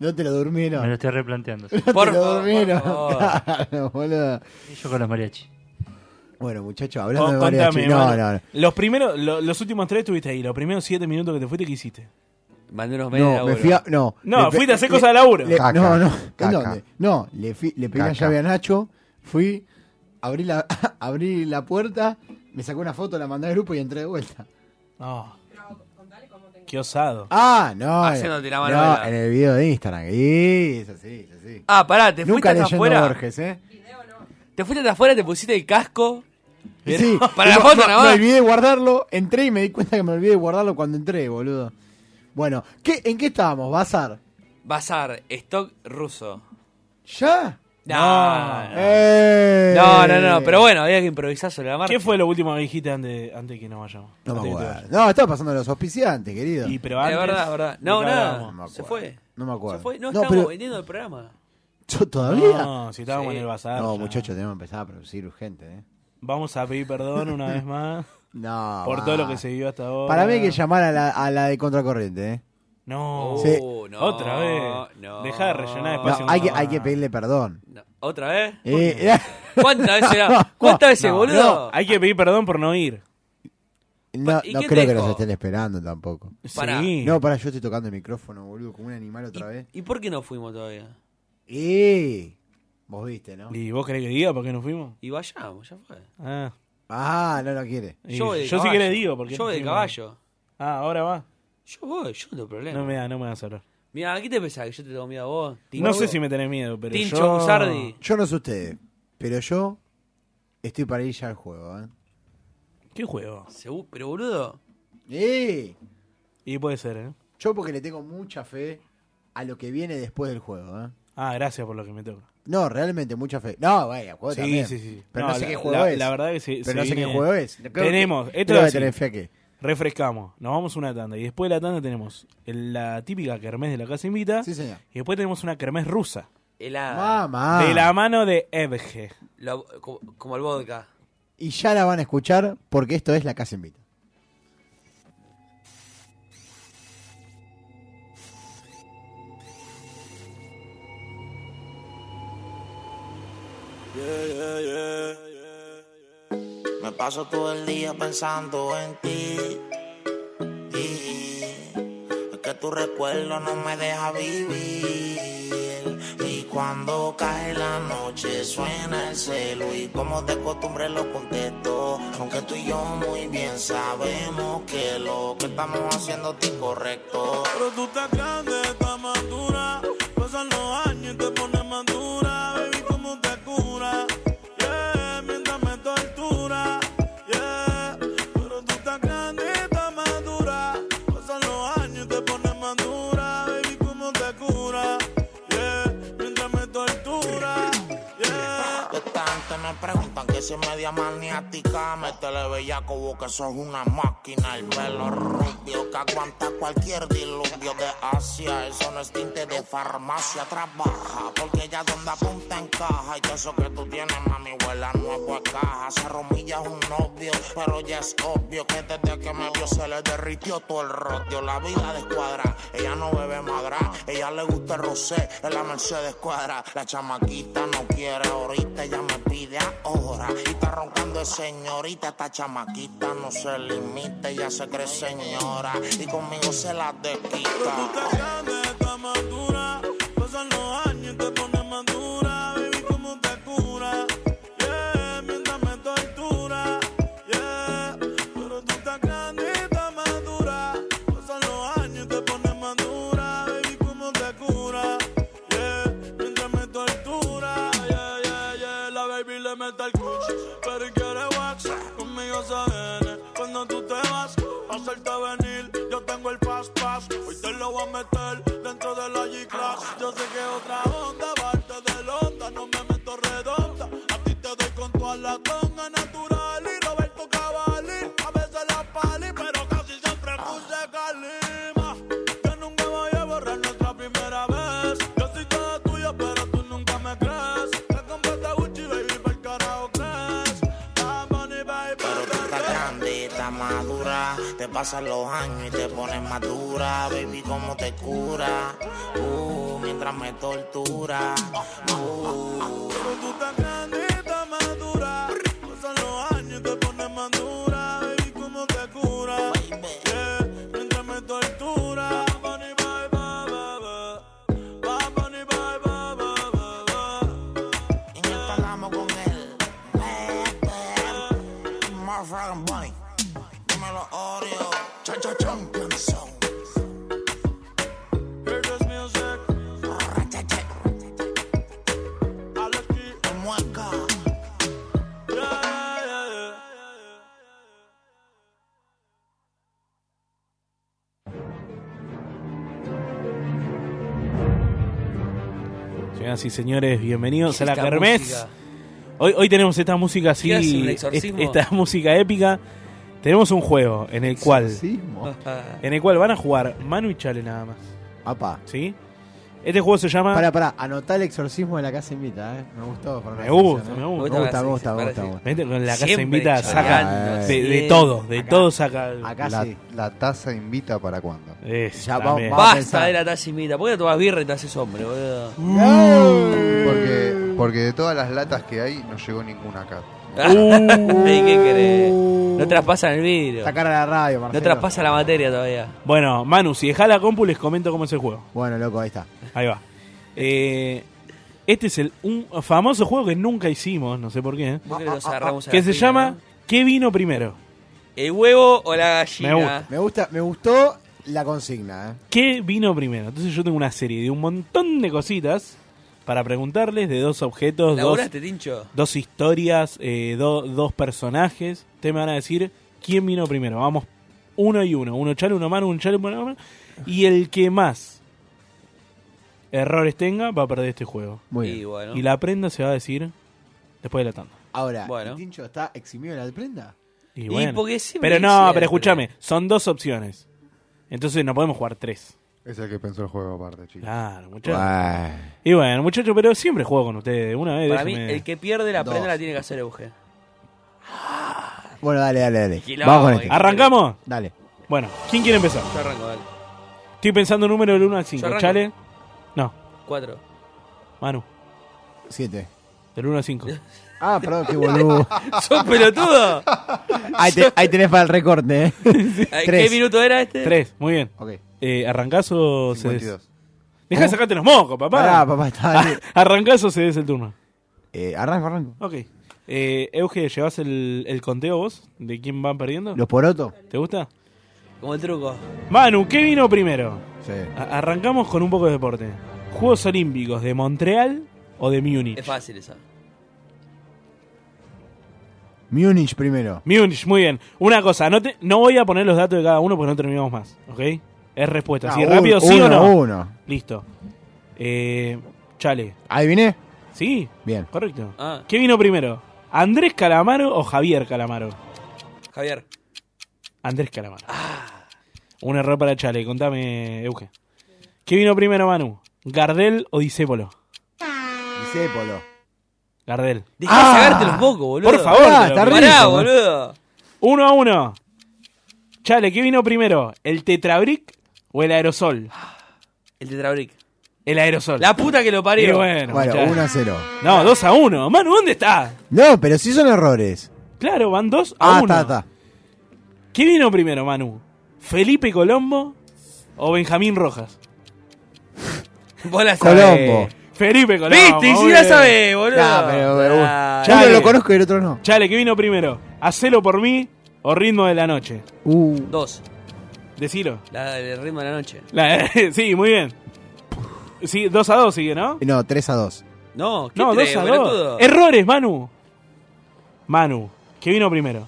Speaker 3: ¿No te lo durmieron?
Speaker 7: Me lo estoy
Speaker 4: (laughs)
Speaker 7: replanteando. sí.
Speaker 3: (laughs) ¿No
Speaker 4: Por
Speaker 3: te lo
Speaker 4: favor,
Speaker 3: durmieron?
Speaker 4: por favor.
Speaker 3: Claro, boludo.
Speaker 7: Y Yo con los mariachi.
Speaker 3: Bueno, muchachos,
Speaker 5: Con-
Speaker 3: hablando de
Speaker 5: contame,
Speaker 3: mariachi. No,
Speaker 5: mano.
Speaker 3: no, no.
Speaker 5: Los primeros, lo- los últimos tres estuviste ahí. Los primeros siete minutos que te fuiste, ¿qué hiciste?
Speaker 4: Mandé unos medios
Speaker 3: No,
Speaker 4: de
Speaker 3: me
Speaker 4: laburo.
Speaker 3: fui a, no.
Speaker 5: No,
Speaker 3: Le pe-
Speaker 5: fuiste a hacer
Speaker 3: le-
Speaker 5: cosas de laburo.
Speaker 3: le-
Speaker 6: Caca,
Speaker 3: no, no.
Speaker 6: caca.
Speaker 3: ¿En dónde? No, le, fui- le pedí la
Speaker 6: Caca.
Speaker 3: llave a Nacho, fui, abrí la, (laughs) abrí la puerta, me sacó una foto, la mandé al grupo y entré de vuelta.
Speaker 5: No. Qué osado.
Speaker 3: Ah, no.
Speaker 4: Haciéndote la mano
Speaker 3: no,
Speaker 4: de la-
Speaker 3: en el video de Instagram. Y es así, es así.
Speaker 4: Ah, pará, te fuiste
Speaker 3: Nunca
Speaker 4: hasta
Speaker 3: leyendo
Speaker 4: afuera.
Speaker 3: Borges,
Speaker 4: (laughs)
Speaker 3: ¿eh?
Speaker 4: Te fuiste hasta afuera, te pusiste el casco.
Speaker 3: Y sí,
Speaker 4: (laughs) para
Speaker 3: y
Speaker 4: la
Speaker 3: no-
Speaker 4: foto
Speaker 3: no-
Speaker 4: nada
Speaker 3: Me
Speaker 4: más.
Speaker 3: olvidé de guardarlo, entré y me di cuenta que me olvidé de guardarlo cuando entré, boludo. Bueno, ¿qué, ¿en qué estábamos? ¿Bazar?
Speaker 4: Bazar, stock ruso.
Speaker 3: ¿Ya?
Speaker 4: No, no,
Speaker 3: ¡Eh!
Speaker 4: no, no, no, pero bueno, había que improvisar sobre la marcha.
Speaker 5: ¿Qué fue lo último que dijiste antes, antes que nos vayamos?
Speaker 3: No me
Speaker 5: Antes que te
Speaker 3: acuerdo. No, estaba pasando los auspiciantes, querido.
Speaker 5: vayas. Y, pero
Speaker 4: Es
Speaker 5: antes,
Speaker 4: verdad, es verdad.
Speaker 5: ¿de
Speaker 4: No,
Speaker 5: qué
Speaker 4: nada.
Speaker 5: hablábamos?
Speaker 3: No me
Speaker 4: se
Speaker 3: acuerdo.
Speaker 4: fue.
Speaker 3: No me acuerdo.
Speaker 4: Se fue. No,
Speaker 3: No,
Speaker 4: estamos
Speaker 3: pero-
Speaker 4: vendiendo el programa.
Speaker 3: ¿Yo todavía? No,
Speaker 5: No, si estábamos
Speaker 4: Sí.
Speaker 5: en el bazar. ya.
Speaker 3: muchachos, tenemos que empezar a producir urgente, ¿eh?
Speaker 5: Vamos a pedir perdón una vez más
Speaker 3: (laughs) No.
Speaker 5: por
Speaker 3: va.
Speaker 5: todo lo que se vio hasta
Speaker 4: Oh.
Speaker 5: ahora.
Speaker 3: Para mí hay que llamar a la, a la de contracorriente, ¿eh?
Speaker 5: No.
Speaker 4: Oh,
Speaker 3: Sí.
Speaker 4: no,
Speaker 5: Otra vez.
Speaker 4: no.
Speaker 5: Deja de rellenar
Speaker 3: No,
Speaker 5: espacio.
Speaker 3: hay, que,
Speaker 5: con-
Speaker 3: hay que pedirle perdón.
Speaker 4: No. ¿Otra vez?
Speaker 3: Eh, (laughs)
Speaker 4: ¿Cuántas veces era? ¿Cuántas veces,
Speaker 5: No,
Speaker 4: boludo?
Speaker 5: Hay que pedir perdón por no ir.
Speaker 3: no
Speaker 4: ¿Y
Speaker 3: no
Speaker 4: qué
Speaker 3: creo que
Speaker 4: dejo?
Speaker 3: nos estén esperando tampoco.
Speaker 4: Pará.
Speaker 5: Sí.
Speaker 3: No, pará, yo estoy tocando el micrófono, boludo, como un animal otra vez.
Speaker 4: ¿Y, y por qué no fuimos todavía?
Speaker 3: ¡Eh! Vos viste, ¿no?
Speaker 5: ¿Y vos querés que diga por qué nos fuimos?
Speaker 4: Y vayamos, ya fue.
Speaker 5: Ah.
Speaker 3: Ah, no lo quiere.
Speaker 5: y-
Speaker 4: Yo, voy de
Speaker 5: yo sí
Speaker 4: caballo.
Speaker 5: que le digo porque
Speaker 4: Yo voy de caballo.
Speaker 5: Ah, ahora va.
Speaker 4: Yo voy, yo no tengo problema.
Speaker 5: No me da, no me das hablar.
Speaker 4: Mira, aquí te pensás que yo te tengo miedo a vos.
Speaker 5: No sé si me tenés miedo, pero
Speaker 4: Tincho
Speaker 5: yo...
Speaker 4: Usardi.
Speaker 3: Yo no sé ustedes, pero yo estoy para ir ya al juego, ¿eh?
Speaker 5: ¿Qué juego?
Speaker 4: Segu- Pero boludo,
Speaker 3: ¡Eh!
Speaker 5: Y puede ser, ¿eh?
Speaker 3: Yo porque le tengo mucha fe a lo que viene después del juego, ¿eh?
Speaker 5: Ah, gracias por lo que me toca.
Speaker 3: No, realmente mucha fe. No, vaya, juego
Speaker 5: Sí,
Speaker 3: también.
Speaker 5: sí, sí.
Speaker 3: Pero no,
Speaker 5: No,
Speaker 3: sé
Speaker 5: la-
Speaker 3: qué juego
Speaker 5: la-
Speaker 3: es.
Speaker 5: la verdad que se-
Speaker 3: Pero
Speaker 5: se
Speaker 3: no sé qué
Speaker 5: viene-
Speaker 3: juego es. Creo que-
Speaker 5: Tenemos, esto
Speaker 3: creo
Speaker 5: es
Speaker 3: que
Speaker 5: así.
Speaker 3: tenés fe a qué.
Speaker 5: Refrescamos. Nos vamos a una tanda. Y después de la tanda tenemos el- la típica kermés de la casa invita.
Speaker 3: Sí, señor.
Speaker 5: Y después tenemos una kermés rusa.
Speaker 4: helada.
Speaker 3: Mamá.
Speaker 5: De la mano de Evge.
Speaker 4: Lo- co- como, el vodka.
Speaker 3: Y ya la van a escuchar porque esto es la casa invita.
Speaker 9: Me paso todo el día pensando en ti. Y es que tu recuerdo no me deja vivir. Y cuando cae la noche suena el celo y como de costumbre lo contesto. Aunque tú y yo muy bien sabemos que lo que estamos haciendo es incorrecto.
Speaker 2: Pero tú estás grande, estás madura. Pasan los años y te pones más dura. Baby, cómo te cura. Yeah, mientras me tortura. Yeah, pero tú estás grande, estás madura. Pasan los años y te pones más dura. Baby, cómo te cura. Yeah, mientras me tortura. Yeah.
Speaker 9: Los tantos me preguntan que Esa es media maniática, métele bellaco, que sos una máquina. El pelo rubio que aguanta cualquier diluvio de Asia. Eso no es tinte de farmacia, trabaja. Porque ya donde apunta encaja. Y que eso que tú tienes, mami, huela nuevo a caja. Se romilla es un novio, pero ya es obvio que desde que me vio se le derritió todo el rodio. La vida descuadra, ella no bebe madra. Ella le gusta el rosé, en la Mercedes cuadra. La chamaquita no quiere ahorita, ella me pide ahora. Y está roncando de señorita, esta chamaquita no se limita, ella se cree señora. Y conmigo se la desquita.
Speaker 10: Pasan los años y te pones más dura, baby, como te cura. Yeah, mientras me tortura. Yeah, pero tú estás grande y estás madura. Pasan los años y te pones más dura, baby, como te cura. Yeah, mientras me tortura. Yeah, yeah, yeah, la baby le mete el cucho. Pero quiere wax, conmigo se viene. Cuando tú te vas, hacerte venir, yo tengo el pass pass. Hoy te lo voy a meter dentro de la G-Class. Yo sé que es otra onda, parte de onda, no me meto redonda. A ti te doy con toda la tonga natural y Roberto Cavalli. A veces la pali, pero casi siempre puse calima. Yo nunca voy a borrar nuestra primera vez. Yo soy toda tuya, pero tú nunca me crees. Te compraste Gucci, baby, para el carajo crees. Bad Bunny, baby.
Speaker 9: Pero tú estás grande, estás madura. Te pasan los años y te pones más dura. Baby, cómo te cura. Uh, mientras me tortura. Uh.
Speaker 10: Tú estás grande y estás madura. Pasan los años y te pones más dura. Baby, cómo te cura. Yeah, mientras me tortura. Bad Bunny, bye, bye, bye, bye. Bad Bunny, bye, bye, bye, bye, bye.
Speaker 9: Y no hablamos con él. Baby. Motherfucking Bunny. Dímelo, Oreo. Cha cha champion song.
Speaker 10: Hear this music.
Speaker 9: Ra-cha-cha.
Speaker 10: I left you.
Speaker 9: Mueca.
Speaker 10: Yeah, yeah, yeah, yeah.
Speaker 5: Señoras y señores, bienvenidos a la
Speaker 4: Esta
Speaker 5: Kermés.
Speaker 4: música.
Speaker 5: Hoy, hoy tenemos esta música así,
Speaker 4: ¿Qué hace un
Speaker 5: est-
Speaker 4: exorcismo?
Speaker 5: esta (laughs) música épica. Tenemos un juego en el cual,
Speaker 4: (laughs)
Speaker 6: Sismo.
Speaker 5: en el cual van a jugar Manu y Chale nada más,
Speaker 3: Apa.
Speaker 5: ¿sí? Este juego se llama
Speaker 3: Pará, pará, anotá el exorcismo de la casa invita, eh. Me gustó. para una
Speaker 5: Me gusta,
Speaker 3: sección,
Speaker 5: me
Speaker 3: eh. Me
Speaker 5: gusta.
Speaker 3: gusta, me gusta, me
Speaker 4: Parece-
Speaker 3: gusta, me gusta.
Speaker 5: Vente con La casa
Speaker 4: Siempre
Speaker 5: invita saca
Speaker 4: chaleando,
Speaker 5: de, de
Speaker 4: sí.
Speaker 5: todo, de
Speaker 3: Acá.
Speaker 5: todo saca.
Speaker 3: Acá
Speaker 6: La,
Speaker 3: sí.
Speaker 6: la taza invita para cuándo.
Speaker 5: Es,
Speaker 3: Ya
Speaker 5: también.
Speaker 3: vamos-
Speaker 4: Basta
Speaker 3: pensar.
Speaker 4: de la tacimita. ¿Por qué no tomás birra y te haces hombre, boludo? (laughs)
Speaker 6: Porque, porque de todas las latas que hay, no llegó ninguna acá.
Speaker 4: ¿Y qué querés?
Speaker 3: Uh.
Speaker 4: No traspasan el vidrio.
Speaker 3: Sacar a la radio,
Speaker 4: No
Speaker 3: Marcelo.
Speaker 4: traspasa la materia todavía.
Speaker 5: Bueno, Manu, si dejás la compu les comento cómo es el juego.
Speaker 3: Bueno, loco, ahí está.
Speaker 5: Ahí va. Eh, este es el un famoso juego que nunca hicimos, no sé por qué.
Speaker 4: ¿Por qué nos agarramos a
Speaker 5: Que
Speaker 4: la
Speaker 5: se
Speaker 4: piña,
Speaker 5: llama
Speaker 4: no?
Speaker 5: ¿Qué vino primero?
Speaker 4: ¿El huevo o la gallina?
Speaker 5: Me gusta.
Speaker 3: Me gusta, me gustó la consigna, eh.
Speaker 5: ¿Qué vino primero? Entonces yo tengo una serie de un montón de cositas para preguntarles de dos objetos, dos,
Speaker 4: ¿Laburaste, Tincho?
Speaker 5: dos historias, eh, do- dos personajes. Ustedes me van a decir quién vino primero. Vamos uno y uno. Uno chale, uno mano, uno chale, uno mano. Y el que más errores tenga va a perder este juego.
Speaker 3: Muy
Speaker 4: Y
Speaker 3: bien.
Speaker 4: bueno.
Speaker 5: Y la prenda se va a decir después de la tanda.
Speaker 3: Ahora,
Speaker 4: Bueno.
Speaker 3: ¿el Tincho está eximido de la prenda?
Speaker 5: Y
Speaker 4: Y
Speaker 5: bueno.
Speaker 4: porque siempre
Speaker 5: pero no,
Speaker 4: siempre.
Speaker 5: pero escúchame, son dos opciones. Entonces no podemos jugar tres.
Speaker 6: (laughs) Es el que pensó el juego aparte, chicos.
Speaker 5: Claro, muchachos. Y bueno, muchachos, pero siempre juego con ustedes. Una vez
Speaker 4: Para mí,
Speaker 5: déjenme-
Speaker 4: el que pierde la
Speaker 3: Dos.
Speaker 4: prenda la tiene que hacer Euge.
Speaker 3: Bueno, dale, dale, dale.
Speaker 4: Quilombo,
Speaker 3: Vamos con este.
Speaker 4: eh.
Speaker 5: ¿Arrancamos?
Speaker 3: Dale.
Speaker 5: Bueno, ¿quién quiere empezar?
Speaker 4: Yo arranco, dale.
Speaker 5: Estoy pensando en número del 1 al 5.
Speaker 4: Yo arranco.
Speaker 5: ¿Chale? No,
Speaker 4: Cuatro.
Speaker 5: Manu, (laughs)
Speaker 3: Siete.
Speaker 5: del 1 al 5.
Speaker 4: (laughs)
Speaker 3: Ah, perdón,
Speaker 5: (laughs)
Speaker 3: qué boludo.
Speaker 4: ¿Sos pelotudo?
Speaker 3: Ahí,
Speaker 4: (laughs)
Speaker 3: te- ahí tenés para el recorte, eh.
Speaker 4: Ay, ¿Qué
Speaker 3: (laughs) Tres.
Speaker 4: minuto era este?
Speaker 5: 3, muy bien.
Speaker 3: Ok.
Speaker 5: Eh, ¿Arrancás o se des?
Speaker 6: 52.
Speaker 5: Dejá de sacarte los mocos, papá.
Speaker 3: Pará, papá, está ahí.
Speaker 5: (laughs) ¿Arrancás o se des el turno?
Speaker 3: Eh, arranco, arranco.
Speaker 5: Ok. Eh, Euge, ¿llevas el, el conteo vos? ¿De quién van perdiendo?
Speaker 3: ¿Los porotos?
Speaker 5: ¿Te gusta?
Speaker 4: Como el truco.
Speaker 5: Manu, ¿qué vino primero?
Speaker 3: Sí.
Speaker 5: A- arrancamos con un poco de deporte. ¿Juegos Olímpicos de Montreal o de Múnich?
Speaker 4: Es fácil esa.
Speaker 3: Múnich primero.
Speaker 5: Múnich, muy bien. Una cosa, no, te- no voy a poner los datos de cada uno porque no terminamos más, ¿ok? Es respuesta. Así
Speaker 3: Ah, un-
Speaker 5: rápido, sí o
Speaker 3: uno,
Speaker 5: no.
Speaker 3: Uno.
Speaker 5: Listo. Eh, chale.
Speaker 3: ¿Adiviné?
Speaker 5: ¿Sí?
Speaker 3: Bien.
Speaker 5: Correcto.
Speaker 4: Ah.
Speaker 5: ¿Qué vino primero? ¿Andrés Calamaro o Javier Calamaro?
Speaker 4: Javier. (laughs)
Speaker 5: Andrés Calamaro. Un error para Chale, contame, Euge. ¿Qué vino primero, Manu? ¿Gardel o Disépolo?
Speaker 3: Disépolo.
Speaker 5: Gardel. Ah.
Speaker 4: Dejá de sacarte los mocos, boludo.
Speaker 5: Por favor,
Speaker 4: Ah,
Speaker 5: te lo
Speaker 4: está
Speaker 5: pido.
Speaker 4: rico, Pará, boludo. boludo.
Speaker 5: Uno a uno. Chale, ¿qué vino primero? ¿El tetrabric o el aerosol?
Speaker 4: El tetrabric.
Speaker 5: El aerosol.
Speaker 4: La puta que lo parió.
Speaker 5: Y bueno,
Speaker 3: Bueno,
Speaker 5: muchachos.
Speaker 3: 1 a 0.
Speaker 5: No, 2 a 1. Manu, ¿dónde está?
Speaker 3: No, pero sí son errores.
Speaker 5: Claro, van 2 a
Speaker 3: Ah,
Speaker 5: 1.
Speaker 3: está, está.
Speaker 5: ¿Qué vino primero, Manu? ¿Felipe Colombo o Benjamín Rojas?
Speaker 4: Vos la sabés.
Speaker 3: Colombo.
Speaker 5: Felipe Colombo.
Speaker 4: Viste, y si
Speaker 5: muy
Speaker 4: la
Speaker 5: bien.
Speaker 4: sabés, boludo.
Speaker 3: Ah, pero, pero,
Speaker 4: Ah,
Speaker 3: uno
Speaker 5: dale.
Speaker 3: lo conozco y el otro no.
Speaker 5: Chale, ¿qué vino primero? ¿Hacelo por mí o Ritmo de la Noche?
Speaker 3: Uh,
Speaker 4: Dos.
Speaker 5: Decilo.
Speaker 4: La, el ritmo de la noche.
Speaker 5: La- (laughs) eh. sí, muy bien. Sí, 2 a 2 sigue, ¿no?
Speaker 3: no, 3 a 2.
Speaker 4: No, ¿qué
Speaker 5: No, 2
Speaker 4: tres,
Speaker 5: a 2.
Speaker 4: boludo?
Speaker 5: Errores, Manu. Manu, ¿qué vino primero?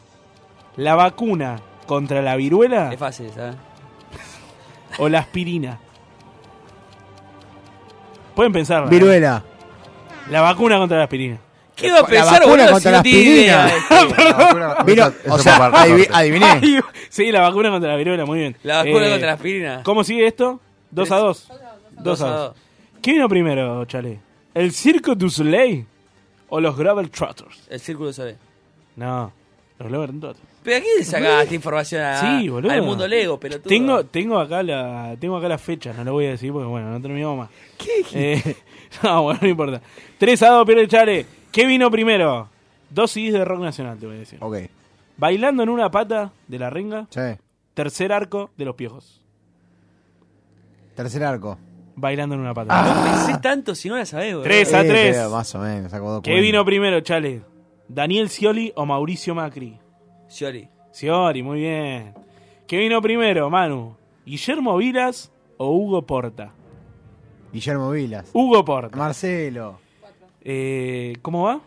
Speaker 5: ¿La vacuna contra la viruela
Speaker 4: Es fácil, eh. ¿sabes?
Speaker 5: o la aspirina? Pueden eh. pensar.
Speaker 3: Viruela.
Speaker 5: La vacuna contra la aspirina.
Speaker 4: ¿Qué va a
Speaker 3: La
Speaker 4: pensar,
Speaker 3: vacuna
Speaker 4: boludo, si
Speaker 3: contra
Speaker 4: no
Speaker 3: las
Speaker 4: tiene
Speaker 3: pirinas.
Speaker 5: (laughs)
Speaker 4: idea? este?
Speaker 3: Vino, o sea, adivi- adiviné.
Speaker 5: Ay, sí, la vacuna contra la viruela, muy bien.
Speaker 4: La vacuna
Speaker 5: Eh,
Speaker 4: contra la aspirina.
Speaker 5: ¿Cómo sigue esto? 2 a 2. 2
Speaker 4: Dos
Speaker 5: a
Speaker 4: a
Speaker 5: 2.
Speaker 4: dos.
Speaker 5: ¿Qué vino primero, Chale? ¿El Circo du Soleil o los Gravel Trotters?
Speaker 4: El círculo sabe.
Speaker 5: No, los Gravel Trotters.
Speaker 4: ¿Pero a quién le sacaste información a-
Speaker 5: Sí, boludo.
Speaker 4: al mundo Lego, pelotudo?
Speaker 5: Tengo, tengo acá la tengo acá la fecha, no lo voy a decir porque bueno, no terminamos más. ¿Qué? (laughs) no, bueno, no importa. 3 a 2 pierde Chale. ¿Qué vino primero? Dos CDs de rock nacional, te voy a decir.
Speaker 3: Ok,
Speaker 5: Bailando en una pata de la renga,
Speaker 3: sí.
Speaker 5: tercer arco de los piojos.
Speaker 3: Tercer arco.
Speaker 5: Bailando en una pata.
Speaker 3: Ah.
Speaker 4: Pensé tanto si Ah. no la sabés, boludo.
Speaker 5: Tres. Es a
Speaker 3: Eh,
Speaker 5: tres.
Speaker 3: pero Más o menos, sacó dos
Speaker 5: ¿Qué
Speaker 3: puntos.
Speaker 5: vino primero, Chale? ¿Daniel Scioli o Mauricio Macri?
Speaker 4: Scioli.
Speaker 5: Scioli, muy bien. ¿Qué vino primero, Manu? ¿Guillermo Vilas o Hugo Porta?
Speaker 3: Guillermo Vilas.
Speaker 5: Hugo Porta.
Speaker 3: Marcelo.
Speaker 5: Eh, ¿Cómo va?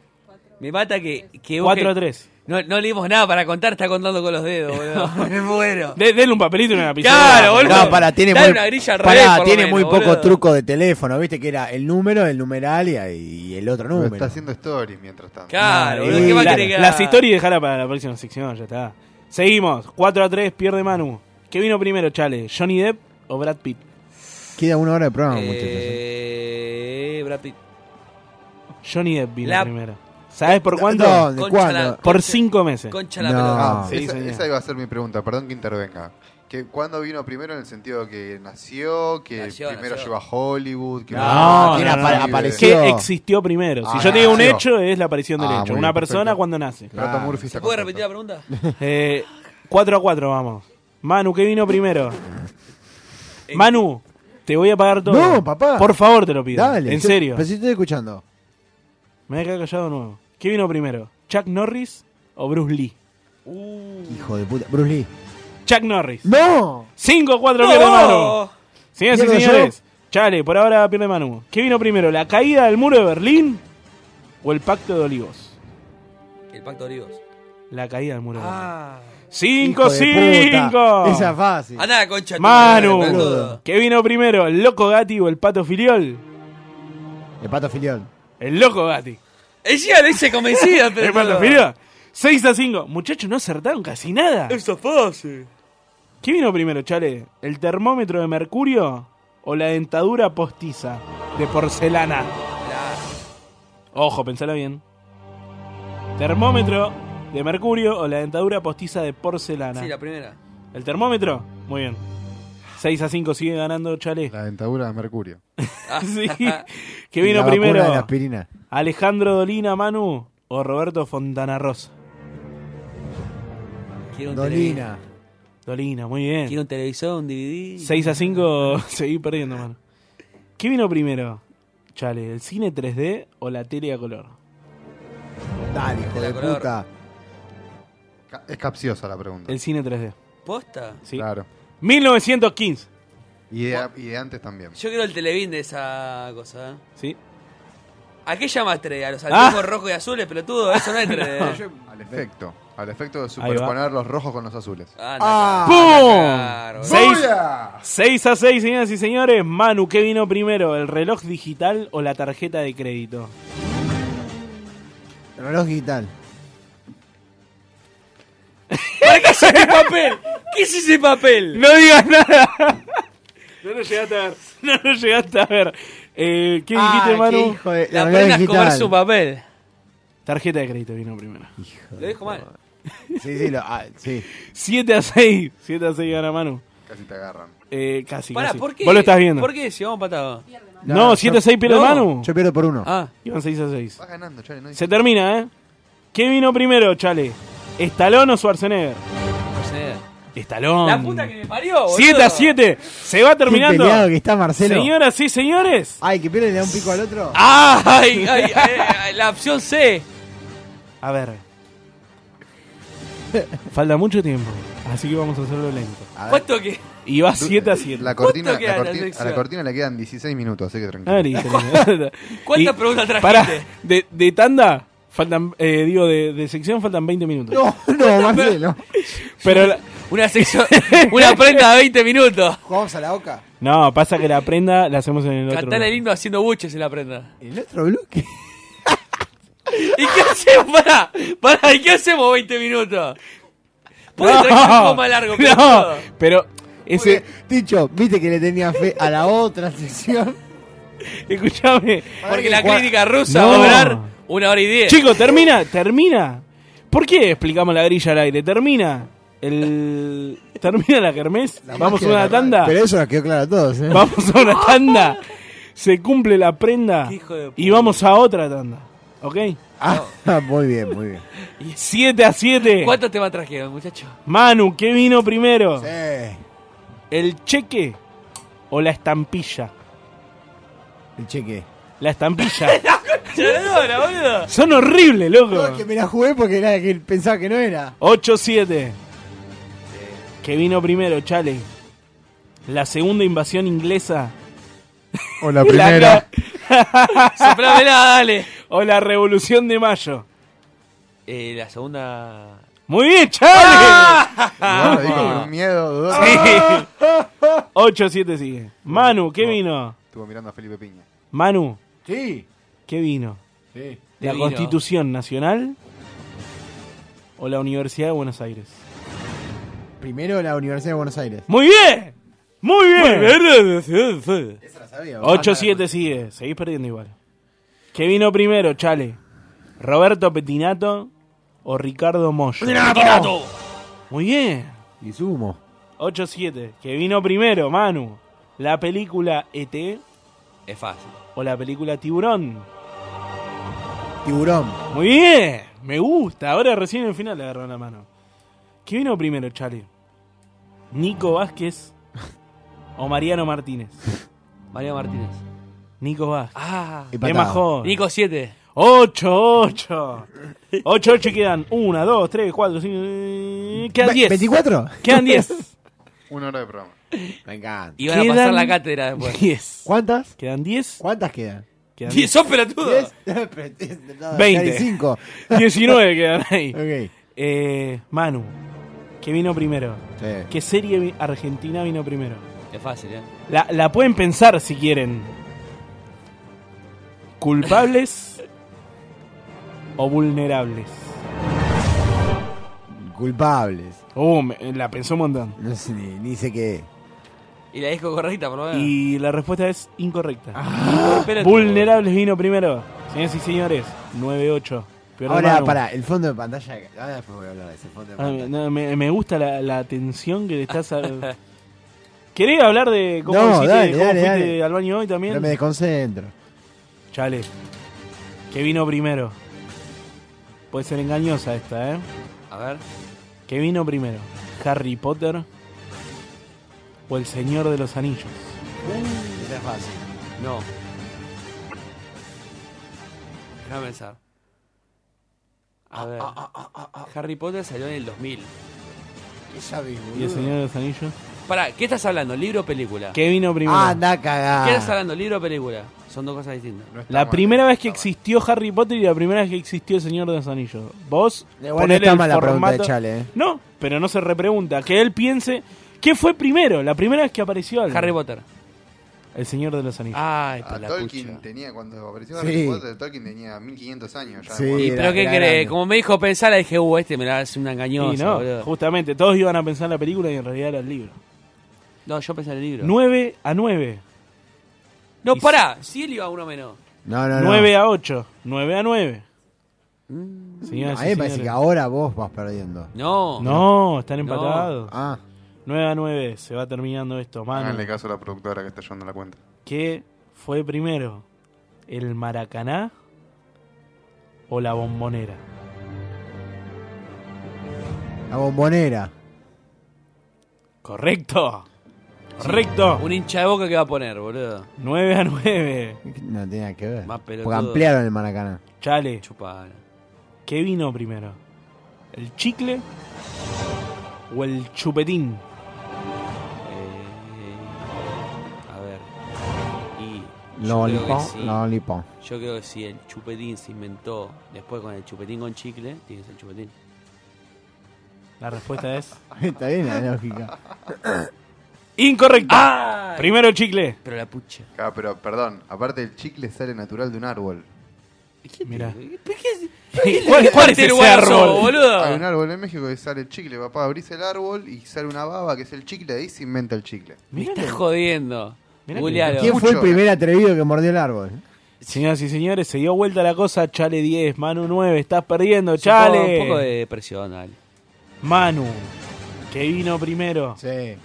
Speaker 4: Me mata que... que vos
Speaker 5: 4 a
Speaker 4: que-
Speaker 5: 3.
Speaker 4: No, no leímos nada para contar, está contando con
Speaker 5: (laughs)
Speaker 4: los dedos, boludo. Me muero.
Speaker 5: De- denle un papelito y una lapicera.
Speaker 4: Claro, boludo.
Speaker 3: No, para, tiene
Speaker 4: Dale
Speaker 3: muy,
Speaker 4: una grilla al
Speaker 3: pará,
Speaker 4: revés, por lo
Speaker 3: tiene
Speaker 4: menos,
Speaker 3: muy pocos
Speaker 4: boludo.
Speaker 3: trucos de teléfono, viste que era el número, el numeral y, y el otro
Speaker 6: Pero
Speaker 3: número.
Speaker 6: está haciendo stories mientras tanto.
Speaker 4: Claro,
Speaker 3: Madre
Speaker 4: boludo, ¿qué va a
Speaker 3: mía.
Speaker 4: querer que haga?
Speaker 5: Las historias dejala para la próxima sección, ya está. Seguimos. 4 a 3, pierde Manu. ¿Qué vino primero, Chale? ¿Johnny Depp o Brad Pitt?
Speaker 3: Queda una hora de programa, muchachos. eh.
Speaker 4: Eh, Brad Pitt.
Speaker 5: Johnny Depp vino
Speaker 4: La-
Speaker 5: primero. ¿Sabes por cuánto?
Speaker 3: ¿Dónde?
Speaker 4: Concha
Speaker 3: ¿Cuándo?
Speaker 4: la-
Speaker 5: Por
Speaker 4: concha-
Speaker 5: 5 meses.
Speaker 4: Concha la
Speaker 3: No.
Speaker 4: pelota.
Speaker 3: Ah,
Speaker 6: Ah,
Speaker 5: sí,
Speaker 6: esa,
Speaker 5: señor.
Speaker 6: esa iba a ser mi pregunta, perdón que intervenga. Que ¿Cuándo vino primero en el sentido que nació, que
Speaker 4: Nació,
Speaker 6: primero
Speaker 4: nació.
Speaker 6: llegó a Hollywood? Que
Speaker 5: No,
Speaker 3: que
Speaker 5: no,
Speaker 3: era
Speaker 5: no,
Speaker 3: para-
Speaker 5: no.
Speaker 3: apareció.
Speaker 5: ¿Qué existió primero? Si
Speaker 6: Ah,
Speaker 5: yo te digo un
Speaker 6: nació.
Speaker 5: hecho, es la aparición del
Speaker 6: Ah,
Speaker 5: hecho.
Speaker 6: muy
Speaker 5: Una
Speaker 6: bien,
Speaker 5: persona
Speaker 6: perfecto.
Speaker 5: cuando nace.
Speaker 6: Rata Murphy
Speaker 4: ¿Se
Speaker 6: está
Speaker 4: puede
Speaker 6: contento.
Speaker 4: repetir la pregunta?
Speaker 5: (laughs) Eh, 4 a 4, vamos. Manu, ¿qué vino primero? Manu, te voy a pagar todo.
Speaker 3: No, papá.
Speaker 5: Por favor, te lo pido.
Speaker 3: Dale.
Speaker 5: En
Speaker 3: yo-
Speaker 5: serio.
Speaker 3: Pero si estoy escuchando.
Speaker 5: Me voy a quedar callado de nuevo. ¿Qué vino primero? ¿Chuck Norris o Bruce Lee?
Speaker 3: Hijo de puta. Bruce Lee.
Speaker 5: Chuck Norris.
Speaker 3: ¡No!
Speaker 5: 5 4 pierde Manu.
Speaker 4: ¡No!
Speaker 5: Señoras y
Speaker 3: ¿Mierda, yo?
Speaker 5: señores. Chale, por ahora pierde Manu. ¿Qué vino primero? ¿La caída del muro de Berlín o el pacto de olivos?
Speaker 4: El pacto de olivos.
Speaker 5: La caída del muro de Berlín.
Speaker 4: Ah.
Speaker 3: Hijo de
Speaker 5: 5
Speaker 3: puta. Esa es
Speaker 5: 5
Speaker 3: fácil.
Speaker 4: Andá, concha. tu madre,
Speaker 5: Manu.
Speaker 4: boludo.
Speaker 5: ¿Qué vino primero? ¿El loco Gatti o el pato filiol?
Speaker 3: El pato filial.
Speaker 5: El loco Gatti.
Speaker 4: Encima lo hice
Speaker 5: (laughs)
Speaker 4: convencido, pero.
Speaker 5: ¿El pato filiol? 6 a 5. Muchachos, no acertaron casi nada.
Speaker 4: Eso es fácil.
Speaker 5: ¿Qué vino primero, Chale? ¿El termómetro de mercurio o la dentadura postiza de porcelana? Ojo, pensala bien. ¿Termómetro de mercurio o la dentadura postiza de porcelana?
Speaker 4: Sí, la primera.
Speaker 5: ¿El termómetro? Muy bien. 6 a 5 sigue ganando Chale.
Speaker 6: La dentadura de Mercurio.
Speaker 5: (laughs) Sí.
Speaker 4: Ah.
Speaker 5: ¿Qué
Speaker 3: La
Speaker 5: vino
Speaker 3: vacuna
Speaker 5: primero?
Speaker 3: de la aspirina.
Speaker 5: ¿Alejandro Dolina, Manu o Roberto Fontana Rosa?
Speaker 4: Quiero un televisor.
Speaker 3: Dolina.
Speaker 5: Dolina, muy bien.
Speaker 4: Quiero un televisor, un DVD.
Speaker 5: 6 a 5 (laughs) seguí perdiendo, mano. ¿Qué vino primero? Chale, ¿el cine 3D o la tele a color?
Speaker 3: Dale, hijo
Speaker 4: la
Speaker 3: de
Speaker 4: color.
Speaker 3: puta.
Speaker 6: Ca- Es capciosa la pregunta.
Speaker 5: El cine 3D.
Speaker 4: ¿Posta?
Speaker 5: Sí.
Speaker 6: Claro.
Speaker 5: 1915.
Speaker 6: Y de, y de antes también.
Speaker 4: Yo quiero el televín de esa cosa. ¿eh?
Speaker 5: Sí.
Speaker 4: ¿A qué llamas 3? ¿A los
Speaker 5: Ah.
Speaker 4: antiguos rojos y azules, pelotudo? Eso no
Speaker 5: (laughs)
Speaker 6: (laughs)
Speaker 4: es 3.
Speaker 6: Al efecto. Al efecto de
Speaker 5: va.
Speaker 6: superponer los rojos con los azules.
Speaker 4: Ah,
Speaker 5: ¡Pum!
Speaker 4: boludo.
Speaker 5: 6, a 6, señoras y señores. Manu, ¿qué vino primero? ¿El reloj digital o la tarjeta de crédito?
Speaker 3: El reloj digital.
Speaker 4: ¿Para qué es ese papel? ¿Qué es ese papel?
Speaker 5: No digas nada. No lo llegaste a ver. No lo (laughs) llegaste a ver. Eh, ¿Qué
Speaker 4: Ah,
Speaker 5: dijiste,
Speaker 4: qué
Speaker 5: Manu?
Speaker 4: hijo de- la La verdad pena es digital. comer su papel.
Speaker 5: Tarjeta de crédito vino primero.
Speaker 4: Lo dijo mal.
Speaker 3: Sí, sí, lo, ah, sí.
Speaker 5: 7 a 6. 7 a 6 gana Manu.
Speaker 6: Casi te agarran.
Speaker 5: Eh, casi,
Speaker 4: Pará,
Speaker 5: casi.
Speaker 4: ¿por qué?
Speaker 5: Vos lo estás viendo.
Speaker 4: ¿Por qué si vamos empatados?
Speaker 5: No, 7 a 6 pierde
Speaker 4: No.
Speaker 5: Manu.
Speaker 3: Yo pierdo por uno.
Speaker 4: Ah.
Speaker 5: Iban 6 a 6.
Speaker 6: Vas ganando, Chale, no
Speaker 5: Se termina, ¿eh? ¿Qué vino primero, Chale? ¿Estalón o Schwarzenegger? Estalón.
Speaker 4: La puta que me parió, boludo.
Speaker 5: 7 a 7. Se va terminando.
Speaker 3: Qué peleado que está Marcelo.
Speaker 5: Señoras y señores. Ah,
Speaker 3: Ay, que pierde le da un pico al otro.
Speaker 5: (laughs)
Speaker 4: ¡Ay! ay, ay, ay, la opción C.
Speaker 5: A ver. Falta mucho tiempo. Así que vamos a hacerlo lento.
Speaker 4: ¿Cuánto que?
Speaker 5: Y va 7 a 7.
Speaker 6: La cortina,
Speaker 4: ¿Cuánto queda
Speaker 6: la
Speaker 4: la
Speaker 6: cortina- a
Speaker 4: sección?
Speaker 6: la cortina le quedan 16 minutos, así que tranquilo.
Speaker 5: Ah, listo, listo.
Speaker 4: (laughs) ¿Cuántas
Speaker 5: Y-
Speaker 4: preguntas trajiste?
Speaker 5: pará, de, de tanda, faltan, eh, digo, de, de sección faltan 20 minutos.
Speaker 3: No,
Speaker 4: (laughs)
Speaker 3: no, Marcelo.
Speaker 5: Pero la- (laughs)
Speaker 4: Una sección, una prenda de 20 minutos.
Speaker 3: ¿Jugamos a la OCA?
Speaker 5: no, pasa que la prenda la hacemos en el otro.
Speaker 4: Cantale el himno haciendo buches en la prenda.
Speaker 3: ¿El otro bloque?
Speaker 4: (laughs) ¿Y qué hacemos? Pará, pará, ¿y qué hacemos 20 minutos? Puede
Speaker 5: No,
Speaker 4: traer un poco más largo,
Speaker 5: (laughs)
Speaker 4: pero
Speaker 5: no,
Speaker 4: todo.
Speaker 5: pero ese,
Speaker 3: Ticho, viste que le tenía fe a la otra sección.
Speaker 5: escúchame.
Speaker 4: Porque la crítica rusa
Speaker 5: No.
Speaker 4: va a durar una hora y diez.
Speaker 5: Chicos, termina, termina. ¿Por qué explicamos la grilla al aire? Termina. El, termina la kermés. Vamos a una tanda.
Speaker 3: Pero eso nos quedó claro a todos, ¿eh?
Speaker 5: (laughs) Vamos a una tanda. Se cumple la prenda.
Speaker 4: Qué hijo de
Speaker 5: Y vamos a otra tanda. ¿Ok?
Speaker 3: Ah, (laughs) muy bien, muy bien.
Speaker 5: 7 a 7.
Speaker 4: ¿Cuántos temas trajeron, muchachos?
Speaker 5: Manu, ¿qué vino primero?
Speaker 3: Sí.
Speaker 5: ¿El cheque o la estampilla?
Speaker 3: El cheque.
Speaker 5: La estampilla.
Speaker 4: Chaladora, boludo.
Speaker 5: Son horribles,
Speaker 3: No, es
Speaker 5: loco.
Speaker 3: que me la jugué porque era que pensaba que no era.
Speaker 5: 8 a 7. ¿Qué vino primero, Chale? ¿La segunda invasión inglesa?
Speaker 6: (laughs) O la (laughs)
Speaker 5: La
Speaker 6: primera.
Speaker 5: ca-
Speaker 4: Soplámela, dale.
Speaker 5: ¿O la revolución de mayo?
Speaker 4: Eh, la segunda.
Speaker 5: Muy bien, Chale.
Speaker 6: Igual lo dijo con un miedo, dudoso.
Speaker 5: (laughs) 8 a 7 sigue. Manu, ¿qué vino?
Speaker 6: Estuvo mirando a Felipe Piña.
Speaker 5: Manu,
Speaker 3: Sí.
Speaker 5: ¿qué vino?
Speaker 3: Sí.
Speaker 5: ¿La
Speaker 4: vino?
Speaker 5: Constitución Nacional o la Universidad de Buenos Aires?
Speaker 3: Primero la Universidad de Buenos Aires.
Speaker 5: ¡Muy bien! ¡Muy bien!
Speaker 3: Esa la sabía.
Speaker 5: 8-7 sigue, seguís perdiendo igual. ¿Qué vino primero, Chale? ¿Roberto Petinato o Ricardo Moyo?
Speaker 4: ¡Petinato!
Speaker 5: Muy bien.
Speaker 3: Y sumo.
Speaker 5: 8-7. ¿Qué vino primero, Manu? ¿La película E ET
Speaker 4: Es fácil.
Speaker 5: o la película Tiburón?
Speaker 3: Tiburón.
Speaker 5: Muy bien, me gusta. Ahora recién en el final le agarraron la mano. ¿Qué vino primero, Chale? ¿Nico Vázquez o Mariano
Speaker 4: (laughs)
Speaker 5: Martínez?
Speaker 4: María Martínez.
Speaker 5: Nico Vázquez.
Speaker 4: Ah.
Speaker 5: Es más joven.
Speaker 4: Nico 7.
Speaker 5: 8, 8. 8, 8 quedan 1, 2, 3, 4, 5. eh, Quedan 10.
Speaker 3: ¿24?
Speaker 5: Quedan 10.
Speaker 6: Una hora de programa.
Speaker 3: Me encanta.
Speaker 4: Y van a pasar
Speaker 5: Quedan-
Speaker 4: la cátedra después.
Speaker 5: 10.
Speaker 3: (laughs) ¿Cuántas?
Speaker 5: Quedan 10.
Speaker 3: ¿Cuántas quedan?
Speaker 5: Quedan
Speaker 4: 10, sos pelotudo. (laughs)
Speaker 3: Ah,
Speaker 5: 20.
Speaker 3: 5.
Speaker 5: (laughs)
Speaker 3: Ok.
Speaker 5: 19 quedan ahí.
Speaker 3: Sí.
Speaker 5: Eh, Manu, ¿qué vino primero? ¿Qué serie vi- argentina vino primero?
Speaker 4: Es fácil, eh.
Speaker 5: La, la pueden pensar si quieren. ¿Culpables o vulnerables?
Speaker 3: Culpables.
Speaker 5: Uh, me- la pensó un montón.
Speaker 3: No sé, ni, ni sé qué.
Speaker 4: Y la dijo correcta, por lo menos.
Speaker 5: Y la respuesta es incorrecta.
Speaker 4: Pelotudo.
Speaker 5: Vulnerables vino primero. Señoras y señores, 9-8. Pierde
Speaker 3: (laughs) Ahora,
Speaker 5: Manu.
Speaker 3: pará, el fondo de pantalla. Ahora después voy a hablar de ese fondo de
Speaker 5: Ah,
Speaker 3: pantalla.
Speaker 5: me, no, me- me gusta la, la atención que le estás... A... (laughs) ¿Querés hablar de Eh, cómo,
Speaker 3: No,
Speaker 5: hiciste-
Speaker 3: dale,
Speaker 5: cómo
Speaker 3: dale,
Speaker 5: fuiste
Speaker 3: dale.
Speaker 5: al baño hoy también?
Speaker 3: Pero me desconcentro.
Speaker 5: Chale. ¿Qué vino primero? Puede ser engañosa esta, ¿eh?
Speaker 4: A ver.
Speaker 5: ¿Qué vino primero? ¿Harry Potter o El Señor de los Anillos?
Speaker 4: Esa es fácil. No. Déjame pensar. A
Speaker 3: Ah,
Speaker 4: ver. Harry Potter salió en el 2000.
Speaker 3: ¿Qué sabes,
Speaker 5: ¿Y El
Speaker 4: Uh.
Speaker 5: Señor de los Anillos?
Speaker 4: Pará, ¿qué estás hablando? ¿Libro o película?
Speaker 5: ¿Qué vino primero?
Speaker 3: Ah, anda a
Speaker 4: ¿Qué estás
Speaker 3: cagar.
Speaker 4: hablando? ¿Libro o película? Son dos cosas distintas.
Speaker 6: No está
Speaker 5: la
Speaker 6: mal,
Speaker 5: primera
Speaker 6: no
Speaker 5: vez que
Speaker 6: está mal.
Speaker 5: existió Harry Potter y la primera vez que existió El Señor de los Anillos. Vos...
Speaker 3: Igual no
Speaker 5: ponele
Speaker 3: está
Speaker 5: el
Speaker 3: mal la pregunta de
Speaker 5: formato-
Speaker 3: Chale, eh.
Speaker 5: No, pero no se repregunta. Que él piense... ¿Qué fue primero? La primera vez que apareció algo.
Speaker 4: Harry Potter.
Speaker 5: El Señor de los Anillos.
Speaker 4: Ay,
Speaker 6: A Ah, Tolkien tenía, cuando apareció
Speaker 5: Sí.
Speaker 6: Harry Potter, Tolkien tenía 1500 años ya.
Speaker 4: y,
Speaker 6: Bueno,
Speaker 4: pero qué crees, como me dijo pensar, le dije, uh, este me la hace una engañosa,
Speaker 5: Y no,
Speaker 4: boludo.
Speaker 5: justamente, todos iban a pensar la película y en realidad era el libro.
Speaker 4: No, yo pensé en el libro.
Speaker 5: 9 a 9.
Speaker 4: No, pará, si él iba uno menos.
Speaker 3: No, no, no.
Speaker 5: 9 a 8. 9 a 9. Señoras
Speaker 3: a mí
Speaker 5: y
Speaker 3: me parece que
Speaker 5: señores.
Speaker 3: ahora vos vas perdiendo.
Speaker 4: No.
Speaker 5: No, están
Speaker 4: No.
Speaker 5: empatados.
Speaker 3: Ah.
Speaker 5: 9 a 9. Se va terminando esto, mano.
Speaker 6: Háganle caso a la productora que está llevando la cuenta.
Speaker 5: ¿Qué fue primero? ¿El Maracaná o la Bombonera?
Speaker 3: La bombonera.
Speaker 5: Correcto. Correcto.
Speaker 4: Un hincha de boca que va a poner, boludo.
Speaker 5: 9 a 9.
Speaker 3: No tenía que ver.
Speaker 4: Más pelotudo.
Speaker 3: Porque ampliaron el Maracaná.
Speaker 5: Chale.
Speaker 4: Chupala.
Speaker 5: ¿Qué vino primero? ¿El chicle o el chupetín?
Speaker 4: Eh, A ver. Y. yo creo que
Speaker 3: Lollipop,
Speaker 4: sí.
Speaker 3: lollipop.
Speaker 4: Yo creo que si el chupetín se inventó después con el chupetín con chicle, tienes el chupetín.
Speaker 5: La respuesta es.
Speaker 3: Está eh. bien la lógica.
Speaker 5: ¡Incorrecto!
Speaker 4: ¡Ay!
Speaker 5: Primero el chicle.
Speaker 4: Pero la pucha.
Speaker 6: Ah, pero perdón, aparte el chicle sale natural de un árbol.
Speaker 5: Mira.
Speaker 11: (laughs)
Speaker 4: ¿Cuál- cuál es ese árbol?
Speaker 6: Hay un árbol en México que sale el chicle, papá. Abrís el árbol y sale una baba que es el chicle, ahí se inventa el chicle.
Speaker 4: Me estás jodiendo. Googlealo.
Speaker 3: ¿Quién fue el
Speaker 4: eh.
Speaker 3: primer atrevido que mordió el árbol?
Speaker 5: Señoras y señores, se dio vuelta la cosa. Chale 10, Manu 9. Estás perdiendo,
Speaker 4: Es un poco-
Speaker 5: Chale.
Speaker 4: Un poco de depresión, dale.
Speaker 5: Manu, ¿qué vino primero?
Speaker 3: Sí.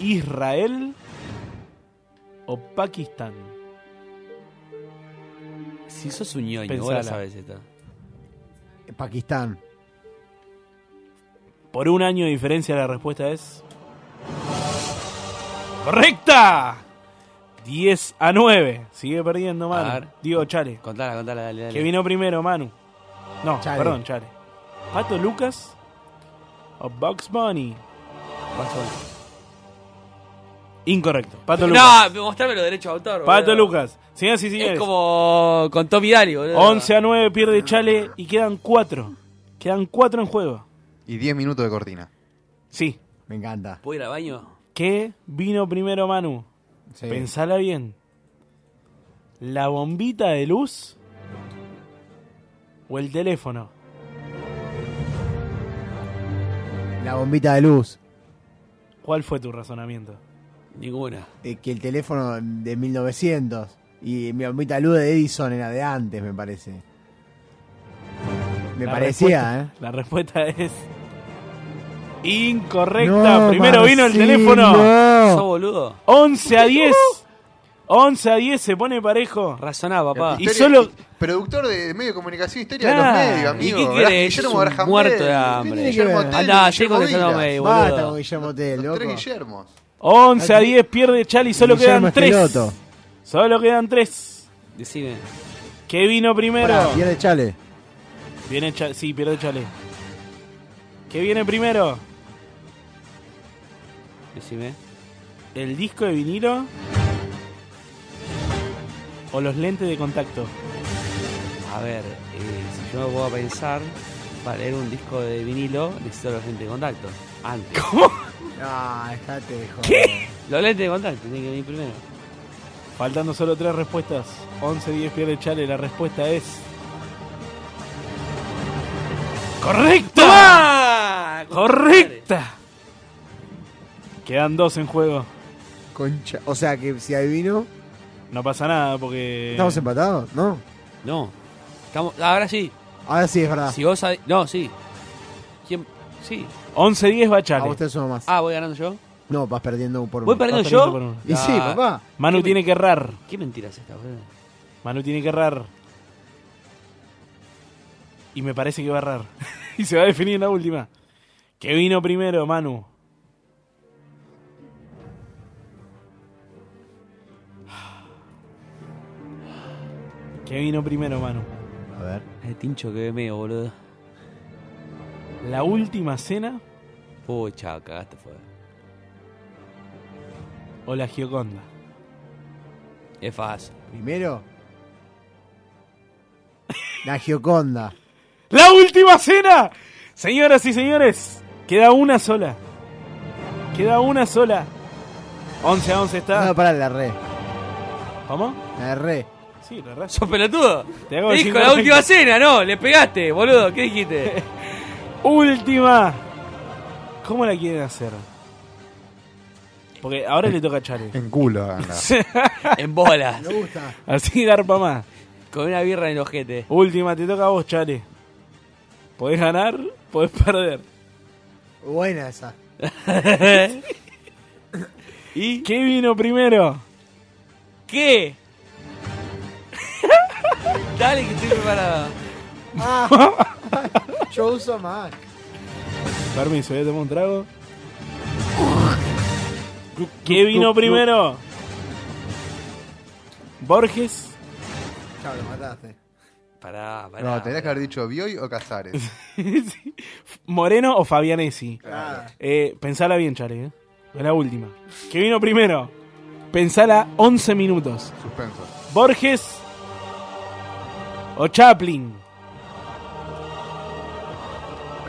Speaker 5: ¿Israel o Pakistán?
Speaker 4: Si sos un ñoño,
Speaker 5: Pensala.
Speaker 4: vos la sabés esta.
Speaker 3: Pakistán.
Speaker 5: Por un año de diferencia la respuesta es... ¡Correcta! 10 a 9. Sigue perdiendo,
Speaker 4: A
Speaker 5: Manu.
Speaker 4: ver.
Speaker 5: Digo, Chale.
Speaker 4: Contala, contala, dale, dale.
Speaker 5: ¿Qué vino primero, Manu? No,
Speaker 3: Chale.
Speaker 5: perdón, Chale. ¿Pato Lucas o Bugs Bunny?
Speaker 4: Pato Lucas.
Speaker 5: Incorrecto. Pato Lucas.
Speaker 4: No, mostrame los derechos de autor.
Speaker 5: Pato
Speaker 4: boludo.
Speaker 5: Lucas. Señoras y señores.
Speaker 4: Es como con Tommy Daly, boludo.
Speaker 5: 11 a 9 pierde Chale y quedan 4. Quedan 4 en juego.
Speaker 6: Y 10 minutos de cortina.
Speaker 5: Sí.
Speaker 3: Me encanta.
Speaker 4: ¿Puedo ir al baño?
Speaker 5: ¿Qué vino primero, Manu?
Speaker 3: Sí.
Speaker 5: Pensala bien. ¿La bombita de luz? ¿O el teléfono?
Speaker 3: La bombita de luz.
Speaker 5: ¿Cuál fue tu razonamiento?
Speaker 4: Ninguna.
Speaker 3: eh, que el teléfono de 1900. Y mi bombita de luz de Edison era de antes, me parece. Me
Speaker 5: La
Speaker 3: parecía, ¿eh?
Speaker 5: respuesta- La respuesta es. Incorrecta.
Speaker 3: No,
Speaker 5: primero vino el
Speaker 3: Marcelo.
Speaker 5: teléfono.
Speaker 4: ¿Sos boludo?
Speaker 5: 11 a 10. 11 a 10 se pone parejo.
Speaker 4: Razoná, papá.
Speaker 5: Y solo-
Speaker 6: Productor de medio de comunicación, historia
Speaker 5: Claro.
Speaker 6: de los medios,
Speaker 4: ¿Y
Speaker 6: amigo.
Speaker 4: qué
Speaker 6: Era
Speaker 4: querés?
Speaker 6: Guillermo
Speaker 4: Es un
Speaker 6: Barjamel,
Speaker 4: muerto de hambre.
Speaker 3: ¿Qué tiene que
Speaker 6: Guillermo
Speaker 3: ver? Ah,
Speaker 6: Tell,
Speaker 4: Andá, llegué
Speaker 6: Guillermo
Speaker 4: con el
Speaker 6: Vilas.
Speaker 4: May,
Speaker 3: ¿eh?
Speaker 4: boludo.
Speaker 3: Basta con Guillermo Tell,
Speaker 6: Los
Speaker 3: loco.
Speaker 6: tres Guillermos.
Speaker 5: 11 a 10 pierde Chale y solo
Speaker 3: Guillermo
Speaker 5: quedan 3.
Speaker 3: Esqueloto.
Speaker 5: Solo quedan 3.
Speaker 4: Decime.
Speaker 5: ¿Qué vino primero?
Speaker 3: Pará, pierde Chale.
Speaker 5: Viene Cha- sí, pierde Chale. ¿Qué viene primero?
Speaker 4: Decime.
Speaker 5: ¿El disco de vinilo? ¿O los lentes de contacto?
Speaker 4: A ver, eh, si yo me puedo pensar, para leer un disco de vinilo necesito los lentes de contacto. Antes.
Speaker 3: Ah, dejate de joder. ¿Qué?
Speaker 4: Los lentes de contacto tienen Ah, que venir primero.
Speaker 5: Faltando solo 3 respuestas. 11 10 pierde Chale. La respuesta es. ¡Correcto! ¡Correcta! Quedan 2 en juego.
Speaker 3: Concha. O sea que si adivino.
Speaker 5: No pasa nada porque.
Speaker 3: ¿Estamos empatados? No.
Speaker 4: No. Estamos, ahora sí.
Speaker 3: Ahora sí, es verdad.
Speaker 4: Si vos. adi- No, sí. ¿Quién? Sí.
Speaker 5: 11 10 va
Speaker 3: A
Speaker 5: Chale.
Speaker 3: usted uno más.
Speaker 4: Ah, voy ganando yo.
Speaker 3: No, vas perdiendo por
Speaker 4: ¿Voy
Speaker 3: uno.
Speaker 4: perdiendo
Speaker 5: Vas perdiendo
Speaker 4: yo?
Speaker 5: por uno.
Speaker 3: Y sí,
Speaker 4: Ah,
Speaker 3: papá.
Speaker 5: Manu
Speaker 4: ¿Qué me-
Speaker 5: tiene que errar.
Speaker 4: ¿Qué mentiras esta, boludo?
Speaker 5: Manu tiene que errar. Y me parece que va a errar. (laughs) y se va a definir en la última. ¿Qué vino primero, Manu? ¿Qué vino primero, Manu?
Speaker 3: A ver.
Speaker 4: El tincho que meo, boludo.
Speaker 5: ¿La última cena
Speaker 4: Pucha, cagaste fuego.
Speaker 3: Ah.
Speaker 5: o la Gioconda?
Speaker 4: Es fácil.
Speaker 3: Primero. La Gioconda.
Speaker 5: ¡La última cena! Señoras y señores, queda una sola. Queda una sola. 11 a 11 está.
Speaker 3: No, pará, la re.
Speaker 5: ¿Cómo?
Speaker 3: La erré.
Speaker 5: Sí, la verdad.
Speaker 4: ¿Sos pelotudo?
Speaker 5: Te
Speaker 4: Te
Speaker 5: hago
Speaker 4: dijo
Speaker 5: cinco
Speaker 4: la última
Speaker 5: veces.
Speaker 4: cena, no, le pegaste, boludo, ¿qué dijiste?
Speaker 5: Última. ¿Cómo la quieren hacer? (laughs) Porque ahora le toca a Chale.
Speaker 4: (laughs)
Speaker 6: En
Speaker 5: (laughs)
Speaker 6: culo, háganla.
Speaker 4: en bolas.
Speaker 3: Me gusta.
Speaker 5: Así garpa más.
Speaker 4: Con una birra en el ojete.
Speaker 5: Última, te toca a vos, Chale. Podés ganar, podés
Speaker 3: (laughs)
Speaker 5: perder. (laughs)
Speaker 3: Buena esa.
Speaker 4: ¿Y
Speaker 5: ¿Qué vino primero?
Speaker 4: qué? (laughs) Dale que estoy preparado.
Speaker 3: Ah, yo uso Mac.
Speaker 5: Permiso, yo tomo un trago. ¿Qué vino primero? Borges.
Speaker 3: Chao, lo mataste.
Speaker 4: Pará, pará.
Speaker 6: No, tendrías que haber dicho Bioy o Casares.
Speaker 5: (laughs) Sí. Moreno o Fabianesi.
Speaker 3: Claro.
Speaker 5: Eh, pensala bien, Chale. eh. Es la última. ¿Qué vino primero? Pensala 11 minutos.
Speaker 6: Suspenso.
Speaker 5: ¿Borges o Chaplin?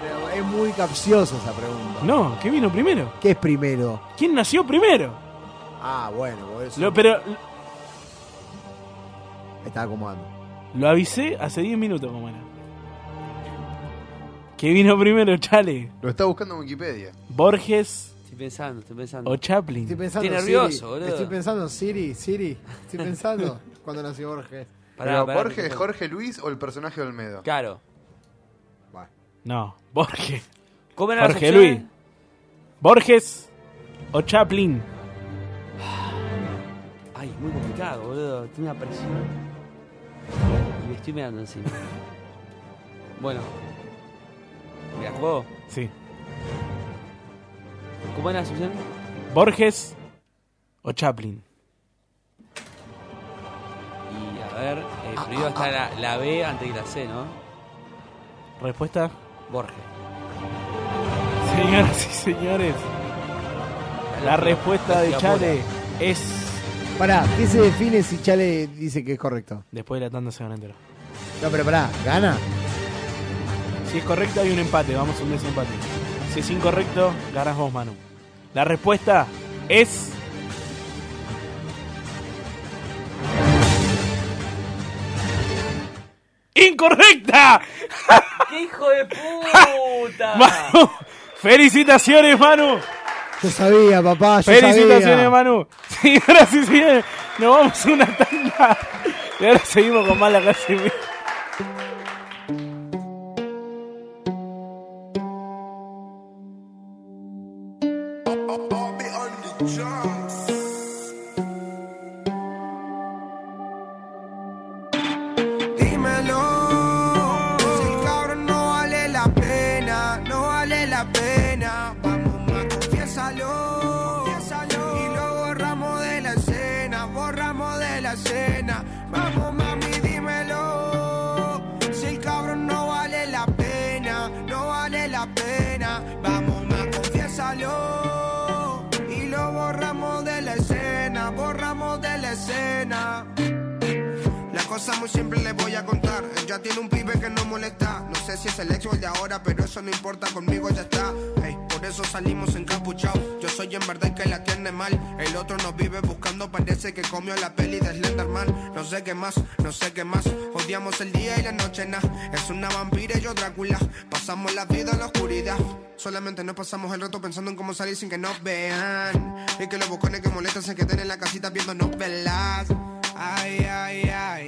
Speaker 3: Pero es muy capciosa esa pregunta.
Speaker 5: No, ¿qué vino primero?
Speaker 3: ¿Qué es primero?
Speaker 5: ¿Quién nació primero?
Speaker 3: Ah, bueno, por eso.
Speaker 5: Lo- pero
Speaker 3: Me estaba acomodando.
Speaker 5: lo avisé hace 10 minutos, como era. ¿Qué vino primero, Chale?
Speaker 6: Lo está buscando en Wikipedia.
Speaker 5: ¿Borges
Speaker 4: Estoy pensando, estoy pensando.
Speaker 5: o Chaplin?
Speaker 3: Estoy pensando
Speaker 4: Estoy
Speaker 3: en
Speaker 4: nervioso,
Speaker 3: Siri.
Speaker 4: boludo.
Speaker 3: Estoy pensando en Siri, Siri. Estoy
Speaker 4: (laughs)
Speaker 3: pensando cuando nació Borges.
Speaker 4: Pará,
Speaker 6: Pero
Speaker 4: pará,
Speaker 6: Jorge,
Speaker 4: que-
Speaker 6: Jorge Luis o el personaje de Olmedo.
Speaker 4: Claro.
Speaker 5: No, Borges.
Speaker 4: ¿Cómo era
Speaker 5: Jorge Luis. ¿Borges o Chaplin?
Speaker 4: Ay, muy complicado, boludo. Tiene una presión. Y me estoy meando encima. Bueno. ¿Me la juego?
Speaker 5: Sí.
Speaker 4: ¿Cómo era Asunción?
Speaker 5: ¿Borges o Chaplin?
Speaker 4: Y a ver, eh, primero está la, la B antes que la C, ¿no?
Speaker 5: Respuesta.
Speaker 4: Borges.
Speaker 5: Señoras y señores, la respuesta de Chale es.
Speaker 3: Pará, ¿qué se define si Chale dice que es correcto?
Speaker 5: Después de la tanda se van a enterar.
Speaker 3: No, pero pará, ¿gana?
Speaker 5: Si es correcto, hay un empate. Vamos a un desempate. Si es incorrecto, ganas vos, Manu. La respuesta es. ¡Incorrecta!
Speaker 4: (laughs) ¡Qué hijo de
Speaker 5: (laughs)
Speaker 4: puta!
Speaker 5: Manu, ¡Felicitaciones, Manu!
Speaker 3: Yo sabía, papá, Ah, yo
Speaker 5: ¡Felicitaciones,
Speaker 3: sabía.
Speaker 5: Manu! (laughs) Señoras y señores, eh. nos vamos a una tanda. Y ahora seguimos con más la clase. media.
Speaker 12: Dímelo, si cabrón no vale la pena, no vale la pena. Vamos más, confiésalo, confiésalo. Y lo borramos de la escena, borramos de la escena. Vamos mami, dímelo, si el cabrón no vale la pena, no vale la pena. Vamos más, confiésalo. Y lo borramos de la escena, borramos de la escena. La cosa muy simple les voy a contar. Ya tiene un pibe que no molesta. No sé si es el ex o el de ahora, pero eso no importa, conmigo ya está. Ey, por eso salimos encapuchados. Yo soy en verdad el que la tiene mal. El otro nos vive buscando, parece que comió la peli de Slenderman. No sé qué más, no sé qué más. Odiamos el día y la noche, nah. Es una vampira y yo Drácula. Pasamos la vida en la oscuridad. Solamente nos pasamos el rato pensando en cómo salir sin que nos vean. Y que los bocones que molestan se queden en la casita viendo novelas. Ay, ay, ay,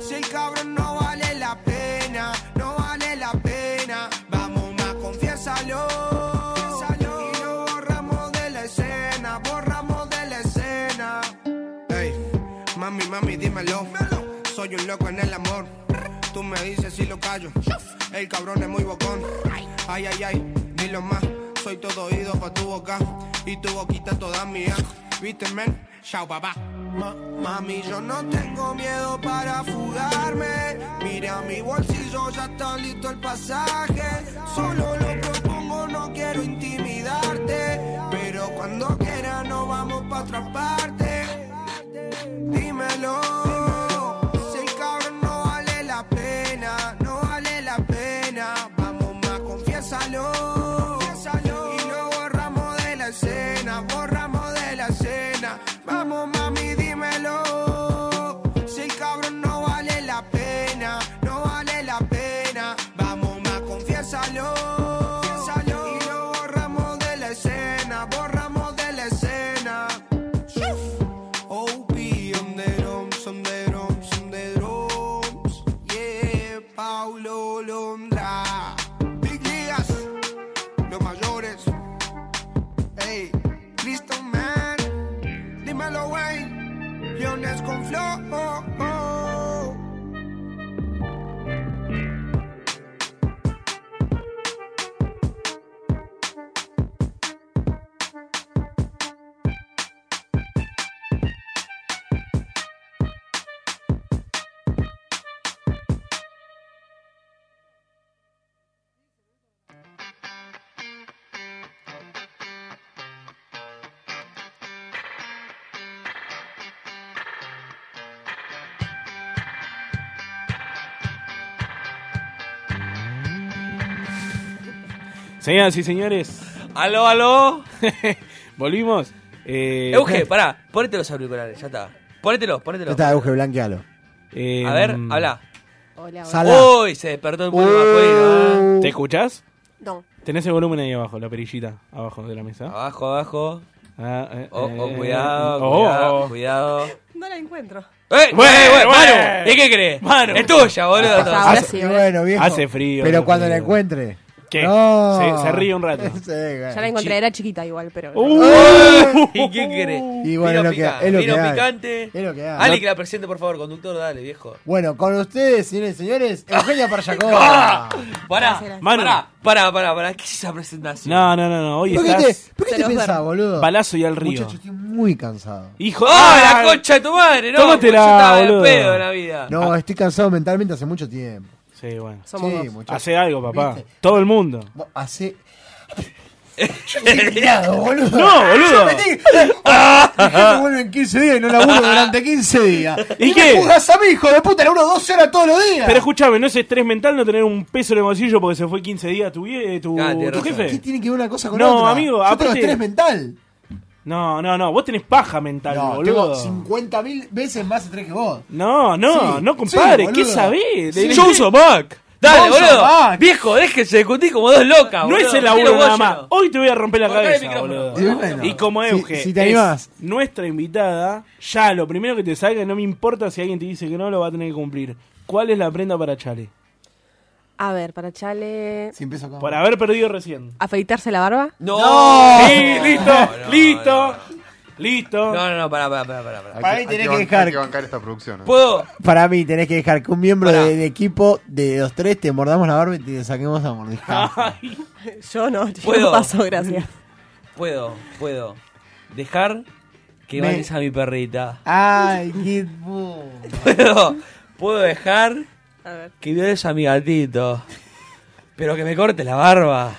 Speaker 12: Si el cabrón no vale la pena, no vale la pena. Vamos más, confiésalo. confiésalo. Y lo borramos de la escena, borramos de la escena. Ey, mami, mami, dímelo. Soy un loco en el amor. Tú me dices si lo callo. El cabrón es muy bocón. Ay, ay, ay, dilo más. Soy todo oído pa' tu boca. Y tu boquita toda mía. Viste, men, chao, papá. Ma- mami, yo no tengo miedo para fugarme. Mira mi bolsillo, ya está listo el pasaje. Solo lo propongo, no quiero intimidarte. Pero cuando quiera nos vamos pa' otra parte. Dímelo. si el cabrón no vale la pena, no vale la pena. Vamos más, confiésalo. Y lo borramos de la escena, borramos de la escena. Vamos, mami, dímelo. Si el cabrón no vale la pena, no vale la pena. Vamos, más, confiésalo. Y lo borramos de la escena, borramos de la escena. OP, on the drums, on the drums, on the drums. Yeah, Paulo Londra. Big Ligas, los mayores. Hey, Cristo Man, dímelo, güey. Leones con flow. oh, oh.
Speaker 5: Señoras y señores.
Speaker 4: Aló, aló.
Speaker 5: (laughs) Volvimos. Eh,
Speaker 4: Euge, pará, ponete los auriculares, ya está. Ponételos,
Speaker 3: Ya
Speaker 4: ponételos.
Speaker 3: está, Euge, blanquealo.
Speaker 5: Eh,
Speaker 4: A ver,
Speaker 5: mm,
Speaker 4: habla.
Speaker 8: Hola,
Speaker 3: Salá.
Speaker 4: Uy, se despertó el mundo afuera.
Speaker 5: ¿Te escuchás?
Speaker 8: No.
Speaker 5: Tenés el volumen ahí abajo, la perillita abajo de la mesa.
Speaker 4: Abajo, abajo.
Speaker 5: Ah, eh,
Speaker 4: Oh,
Speaker 5: eh,
Speaker 4: oh,
Speaker 5: eh,
Speaker 4: cuidado,
Speaker 5: oh,
Speaker 4: cuidado,
Speaker 5: oh.
Speaker 4: cuidado.
Speaker 8: No la encuentro.
Speaker 4: ¡Eh!
Speaker 5: Bueno,
Speaker 4: ¡Eh, bueno,
Speaker 5: bueno.
Speaker 4: Manu! ¿De qué crees?
Speaker 5: Manu.
Speaker 4: Es tuya,
Speaker 8: Ah,
Speaker 4: boludo.
Speaker 5: Hasta ahora
Speaker 4: entonces.
Speaker 3: Y bueno, viejo.
Speaker 5: Hace frío,
Speaker 3: Pero
Speaker 5: hace
Speaker 3: cuando
Speaker 5: frío.
Speaker 3: la encuentre.
Speaker 5: ¿Qué?
Speaker 3: No.
Speaker 5: Se, se ríe
Speaker 3: (laughs)
Speaker 5: un rato.
Speaker 8: Ya la encontré, era chiquita igual, pero.
Speaker 3: Uh.
Speaker 4: ¿Y qué querés?
Speaker 3: Y bueno,
Speaker 4: Vino
Speaker 3: lo que-
Speaker 4: picante,
Speaker 3: es lo
Speaker 4: vino
Speaker 3: que hay.
Speaker 4: picante.
Speaker 3: Es lo que hay.
Speaker 4: Ale,
Speaker 3: No-
Speaker 4: que la presente, por favor, conductor, dale, viejo.
Speaker 3: Bueno, con ustedes, señores y
Speaker 4: (laughs)
Speaker 3: señores, Eugenia
Speaker 8: Ah.
Speaker 3: Parracó.
Speaker 4: Pará,
Speaker 5: Manu.
Speaker 4: pará, pará, pará, pará. ¿Qué es esa presentación?
Speaker 5: No, no, no, no. Hoy
Speaker 3: ¿Por qué te,
Speaker 5: estás
Speaker 3: por qué te pensás, boludo?
Speaker 5: balazo y al río.
Speaker 3: Muchacho, estoy muy cansado.
Speaker 5: Hijo
Speaker 4: ¡Ah,
Speaker 5: ¡Ah!
Speaker 4: la concha de tu madre! No,
Speaker 5: Tómatela,
Speaker 4: Yo estaba de
Speaker 5: boludo. Ah.
Speaker 4: pedo en la vida.
Speaker 3: No, estoy cansado mentalmente hace mucho tiempo.
Speaker 5: Sí, bueno.
Speaker 3: Somos Sí, dos. muchacho.
Speaker 5: Hace algo, papá.
Speaker 3: ¿Viste?
Speaker 5: Todo el mundo.
Speaker 3: Vos Hace. Yo estoy indignado, boludo.
Speaker 5: (laughs) No, boludo.
Speaker 3: Yo me tengo-
Speaker 5: (laughs)
Speaker 3: Mi jefe vuelve en 15 días y no laburo durante 15 días.
Speaker 5: ¿Y
Speaker 3: me
Speaker 5: qué?
Speaker 3: juzgás a mi hijo de puta, laburo 12 horas todos los días.
Speaker 5: Pero escúchame, ¿no es estrés mental no tener un peso en el bolsillo porque se fue 15 días tu, vie- eh, tu,
Speaker 4: Ah, tenés
Speaker 5: tu
Speaker 4: razón.
Speaker 3: ¿Qué
Speaker 5: jefe?
Speaker 3: tiene que ver una cosa con
Speaker 5: No,
Speaker 3: otra?
Speaker 5: amigo,
Speaker 3: Yo tengo
Speaker 5: aparte-
Speaker 3: estrés mental.
Speaker 5: No, no, no. Vos tenés paja mental,
Speaker 3: No,
Speaker 5: boludo.
Speaker 3: tengo 50 mil veces más estrés que vos.
Speaker 5: No, no,
Speaker 3: Sí.
Speaker 5: no, compadre.
Speaker 3: Sí,
Speaker 5: ¿Qué
Speaker 3: boludo.
Speaker 5: sabés?
Speaker 3: Sí.
Speaker 5: De-
Speaker 4: Yo uso Mac. Dale,
Speaker 5: Vos
Speaker 4: boludo.
Speaker 5: sos Mac.
Speaker 4: Viejo, déjense discutir como dos locas,
Speaker 5: No
Speaker 4: Ah, boludo.
Speaker 5: es el
Speaker 4: Dilo
Speaker 5: laburo
Speaker 4: vos,
Speaker 5: nada
Speaker 4: yo
Speaker 5: más.
Speaker 4: no.
Speaker 5: Hoy te voy a romper la
Speaker 4: Cortale el
Speaker 5: cabeza,
Speaker 4: micrófono.
Speaker 5: boludo.
Speaker 3: Y bueno.
Speaker 5: Y como
Speaker 3: Si-
Speaker 5: Euge,
Speaker 3: si te
Speaker 5: es
Speaker 3: animás.
Speaker 5: nuestra invitada, ya lo primero que te salga, no me importa si alguien te dice que no, lo va a tener que cumplir. ¿Cuál es la prenda para Chale?
Speaker 8: A ver, para Chale.
Speaker 3: Si empiezo acá.
Speaker 5: Por haber perdido recién.
Speaker 8: ¿Afeitarse la barba?
Speaker 4: No.
Speaker 5: Sí, listo,
Speaker 4: No, no,
Speaker 5: listo,
Speaker 4: no,
Speaker 5: listo.
Speaker 4: No, no, no, pará, pará, pará, pará, pará.
Speaker 3: Para
Speaker 6: Hay
Speaker 3: mí
Speaker 6: que-
Speaker 3: tenés
Speaker 6: hay
Speaker 3: que
Speaker 6: que ban- hay
Speaker 3: dejar.
Speaker 6: que bancar esta producción. ¿eh?
Speaker 4: ¿Puedo?
Speaker 3: Para mí tenés que dejar que un miembro
Speaker 4: Pará.
Speaker 3: del equipo de los tres te mordamos la barba y te saquemos a
Speaker 4: Ah,
Speaker 3: mordiscar.
Speaker 8: Yo no, (laughs) yo
Speaker 4: Puedo.
Speaker 8: no paso, gracias.
Speaker 4: (laughs) Puedo, puedo. Dejar que
Speaker 3: Me-
Speaker 4: vayas a mi perrita.
Speaker 3: Ay, qué bo-
Speaker 4: Puedo, puedo dejar
Speaker 8: A ver.
Speaker 4: que violes a mi gatito. Pero que me cortes la barba.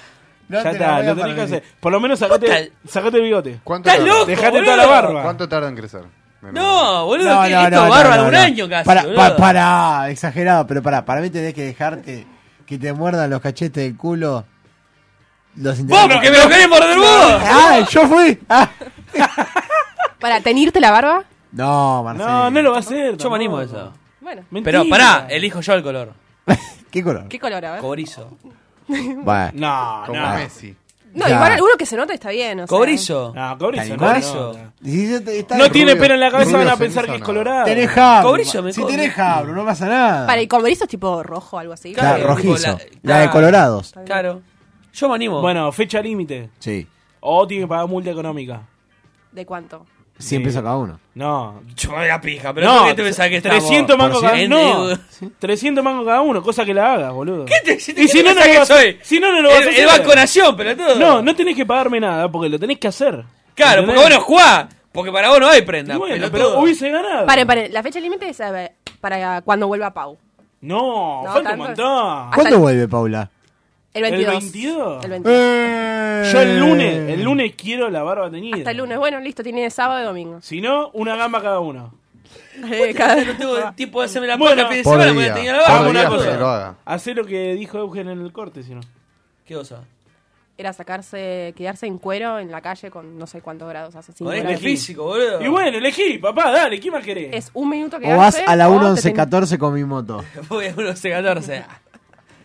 Speaker 3: No
Speaker 5: ya
Speaker 3: te la voy
Speaker 5: está,
Speaker 3: a
Speaker 5: lo tenés que
Speaker 3: permitir.
Speaker 5: hacer. Por lo menos sacate, sacate el bigote.
Speaker 6: ¿Cuánto
Speaker 4: ¡Estás
Speaker 6: tarda-
Speaker 4: loco!
Speaker 5: Dejate
Speaker 4: boludo!
Speaker 5: toda la barba.
Speaker 6: ¿Cuánto tarda en crecer? Menos-
Speaker 4: No, boludo,
Speaker 3: No,
Speaker 4: que
Speaker 3: no,
Speaker 4: esto
Speaker 3: no,
Speaker 4: barba
Speaker 3: no,
Speaker 4: de un
Speaker 3: no.
Speaker 4: año casi.
Speaker 3: Para,
Speaker 4: boludo.
Speaker 3: pa- para, exagerado, pero para, para mí tenés que dejarte que te muerdan los cachetes del culo. Los
Speaker 4: ¡Vos,
Speaker 3: integrantes.
Speaker 4: porque me lo querés morder vos!
Speaker 3: ¡Ah, yo fui! Ah.
Speaker 8: ¿Para tenirte la barba?
Speaker 3: No, Marcelo.
Speaker 5: No, no lo va a hacer.
Speaker 4: Yo me animo a
Speaker 5: tampoco.
Speaker 4: eso.
Speaker 8: Bueno.
Speaker 5: Mentira.
Speaker 4: Pero pará, elijo yo el color.
Speaker 3: (laughs) ¿Qué color?
Speaker 8: ¿Qué color? A ver.
Speaker 4: Cobrizo.
Speaker 3: (laughs) Bueno.
Speaker 5: No,
Speaker 6: Como
Speaker 5: no.
Speaker 6: Messi.
Speaker 8: No,
Speaker 3: Ya.
Speaker 8: igual alguno que se nota está bien. O sea.
Speaker 4: Cobrizo.
Speaker 5: No, cobrizo,
Speaker 3: ¿Te
Speaker 5: no,
Speaker 3: animás?
Speaker 5: no, no.
Speaker 3: Si se te- está-
Speaker 5: No tiene
Speaker 6: Rubio,
Speaker 5: pelo en la cabeza,
Speaker 6: rubio
Speaker 5: van a
Speaker 6: cenizo,
Speaker 5: pensar que es
Speaker 6: no.
Speaker 5: colorado.
Speaker 3: Tenés jabro.
Speaker 4: Cobrizo me
Speaker 3: si
Speaker 4: come.
Speaker 3: tenés jabro, no pasa nada.
Speaker 8: Para el cobrizo es tipo rojo o algo así.
Speaker 3: Claro,
Speaker 4: Claro,
Speaker 3: rojizo.
Speaker 4: tipo la-
Speaker 3: la de
Speaker 4: claro.
Speaker 3: colorados.
Speaker 4: Claro. Yo me animo.
Speaker 5: Bueno, fecha límite.
Speaker 3: Sí.
Speaker 5: O tiene que pagar multa económica.
Speaker 8: ¿De cuánto?
Speaker 3: Si empieza cada uno.
Speaker 5: No.
Speaker 4: yo me la pija, pero no,
Speaker 5: No,
Speaker 4: ¿qué te pensás que estamos?
Speaker 5: 300 mangos cada
Speaker 4: En-
Speaker 5: uno.
Speaker 4: en-
Speaker 5: No, 300 mangos cada uno, cosa que la hagas, boludo. ¿Qué
Speaker 4: te- si te-
Speaker 5: y si
Speaker 4: ¿qué
Speaker 5: no,
Speaker 4: te
Speaker 5: no
Speaker 4: pensás
Speaker 5: lo
Speaker 4: que
Speaker 5: vas a-
Speaker 4: soy?
Speaker 5: Si no, no lo vas
Speaker 4: El,
Speaker 5: a hacer.
Speaker 4: el Banco Nación, pero todo.
Speaker 5: No, no tenés que pagarme nada porque lo tenés que hacer.
Speaker 4: Claro, porque
Speaker 5: ¿Entendés?
Speaker 4: vos no jugás. Porque para vos no hay prenda.
Speaker 5: bueno,
Speaker 4: pelotudo.
Speaker 5: pero hubiese ganado.
Speaker 13: Paren, paren, la fecha límite es a ver, para cuando vuelva Pau.
Speaker 5: No,
Speaker 13: No,
Speaker 5: falta un
Speaker 13: tanto.
Speaker 5: montón.
Speaker 13: Hasta
Speaker 3: ¿Cuándo vuelve Paula?
Speaker 13: El 22.
Speaker 5: ¿El 22?
Speaker 13: El 22.
Speaker 3: Eh.
Speaker 5: Yo el lunes, el lunes quiero la barba teñida.
Speaker 13: Hasta el lunes. Bueno, listo, tiene sábado y
Speaker 4: (laughs)
Speaker 13: domingo.
Speaker 5: Si no, una gamba cada uno.
Speaker 13: Eh, cada-
Speaker 4: No
Speaker 13: (laughs)
Speaker 4: tengo tiempo de hacerme la
Speaker 5: Bueno,
Speaker 4: paja el fin de
Speaker 5: por
Speaker 4: semana,
Speaker 5: día,
Speaker 4: porque tenía la
Speaker 5: por
Speaker 4: barba.
Speaker 5: día,
Speaker 4: una
Speaker 5: pero
Speaker 4: cosa.
Speaker 5: lo Hacé lo que dijo Eugen en el corte, si no.
Speaker 4: ¿Qué cosa?
Speaker 13: Era sacarse, quedarse en cuero en la calle con no sé cuántos grados hace. Cinco
Speaker 4: Con este
Speaker 13: grados.
Speaker 4: físico, boludo. Eh,
Speaker 5: Y bueno, elegí, papá, dale, ¿qué más querés?
Speaker 13: Es un minuto que
Speaker 3: O vas a la 1.11.14 con mi moto.
Speaker 4: (laughs) Voy a 1.14.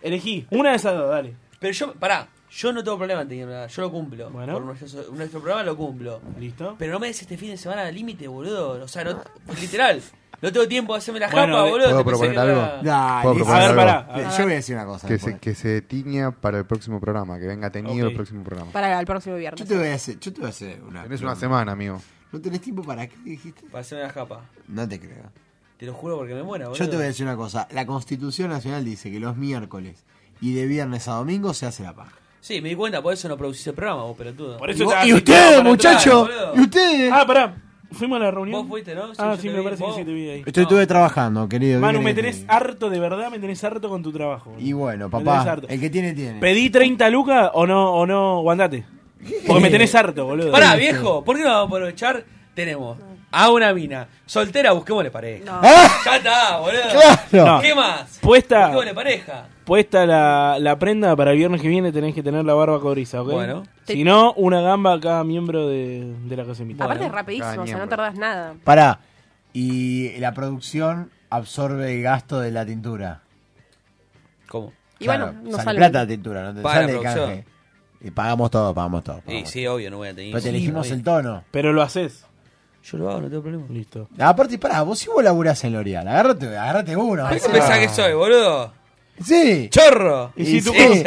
Speaker 5: Elegí, una de esas dos, dale.
Speaker 4: Pero yo, pará, yo no tengo problema en tener nada, yo lo cumplo. Por nuestro, nuestro programa lo cumplo.
Speaker 5: ¿Listo?
Speaker 4: Pero no me des este fin de semana al límite, boludo. O sea, no, literal, no tengo tiempo de hacerme la
Speaker 5: Bueno,
Speaker 4: japa,
Speaker 5: de-
Speaker 4: boludo.
Speaker 6: ¿Puedo
Speaker 4: te pensé
Speaker 6: proponer
Speaker 4: que
Speaker 6: algo?
Speaker 4: era-
Speaker 3: Dale,
Speaker 6: ¿Puedo
Speaker 3: sí.
Speaker 6: proponer
Speaker 3: A ver,
Speaker 6: algo?
Speaker 3: pará, a ver. Yo voy a decir una cosa
Speaker 6: Que se,
Speaker 3: después.
Speaker 6: que se tiña para el próximo programa, que venga teñido el próximo
Speaker 3: (laughs)
Speaker 6: programa.
Speaker 13: Para el próximo viernes.
Speaker 3: Yo te voy a hacer, yo te voy a hacer una.
Speaker 6: Tenés una semana, amigo.
Speaker 3: ¿No tenés tiempo para qué dijiste?
Speaker 4: Para hacerme la japa.
Speaker 3: No te creo.
Speaker 4: Te lo juro porque me muero, boludo.
Speaker 3: Yo te voy a decir una cosa. La Constitución Nacional dice que los miércoles y de viernes a domingo se hace la paja.
Speaker 4: Sí, me di cuenta, por eso no producís el programa, vos pelotudo.
Speaker 5: Por
Speaker 3: eso Y vos- te y ustedes, haces todo para muchacho, atrás, boludo. y ustedes.
Speaker 5: Ah, pará, fuimos a la reunión.
Speaker 4: Vos fuiste, ¿no? Sí,
Speaker 5: ah,
Speaker 4: yo
Speaker 5: sí,
Speaker 4: te
Speaker 5: me
Speaker 4: vi,
Speaker 5: parece
Speaker 4: vos.
Speaker 5: que sí te vi ahí.
Speaker 3: Yo estuve trabajando, querido.
Speaker 5: Manu,
Speaker 3: ¿qué
Speaker 5: me
Speaker 3: querés
Speaker 5: tenés harto, de verdad, me tenés harto con tu trabajo.
Speaker 3: que- Y bueno,
Speaker 5: Me tenés
Speaker 3: papá,
Speaker 5: harto.
Speaker 3: el que tiene, tiene.
Speaker 5: ¿Pedí 30 lucas o no, o no, o andate? Porque me tenés harto, boludo.
Speaker 4: Pará,
Speaker 3: (laughs)
Speaker 4: viejo, ¿por qué no vamos a aprovechar? Tenemos a una mina soltera, busquémosle pareja. Ya está, boludo.
Speaker 5: Claro.
Speaker 4: ¿Qué más?
Speaker 5: Puesta-
Speaker 4: Busquémosle pareja.
Speaker 5: Puesta la, la prenda para el viernes que viene tenés que tener la barba cobriza, ¿ok?
Speaker 4: Bueno.
Speaker 5: Si no, una gamba a cada miembro de, de la casa invitada.
Speaker 13: Aparte es rapidísimo, o sea, no tardás nada.
Speaker 3: Pará. Y la producción absorbe el gasto de la tintura.
Speaker 4: ¿Cómo?
Speaker 13: Y
Speaker 3: Claro,
Speaker 13: bueno, no
Speaker 3: sale
Speaker 13: sale.
Speaker 3: plata de tintura, no te
Speaker 4: Paga la
Speaker 3: sale
Speaker 4: producción.
Speaker 3: canje. Y pagamos todo, pagamos todo.
Speaker 4: Sí, sí, obvio, no voy a tener.
Speaker 3: Pero te elegimos
Speaker 4: Sí,
Speaker 3: el tono. Ah,
Speaker 5: Pero lo haces.
Speaker 4: Yo lo hago, no tengo problema.
Speaker 5: Listo.
Speaker 3: Aparte, pará, vos si vos laburás en L'Oreal, agárrate, agárrate uno.
Speaker 4: obvio.
Speaker 3: o
Speaker 4: ¿Qué
Speaker 3: sea.
Speaker 4: pensás que soy, boludo?
Speaker 3: Sí.
Speaker 4: ¡Chorro!
Speaker 5: Y si tú-
Speaker 4: sí, sí.
Speaker 5: (laughs)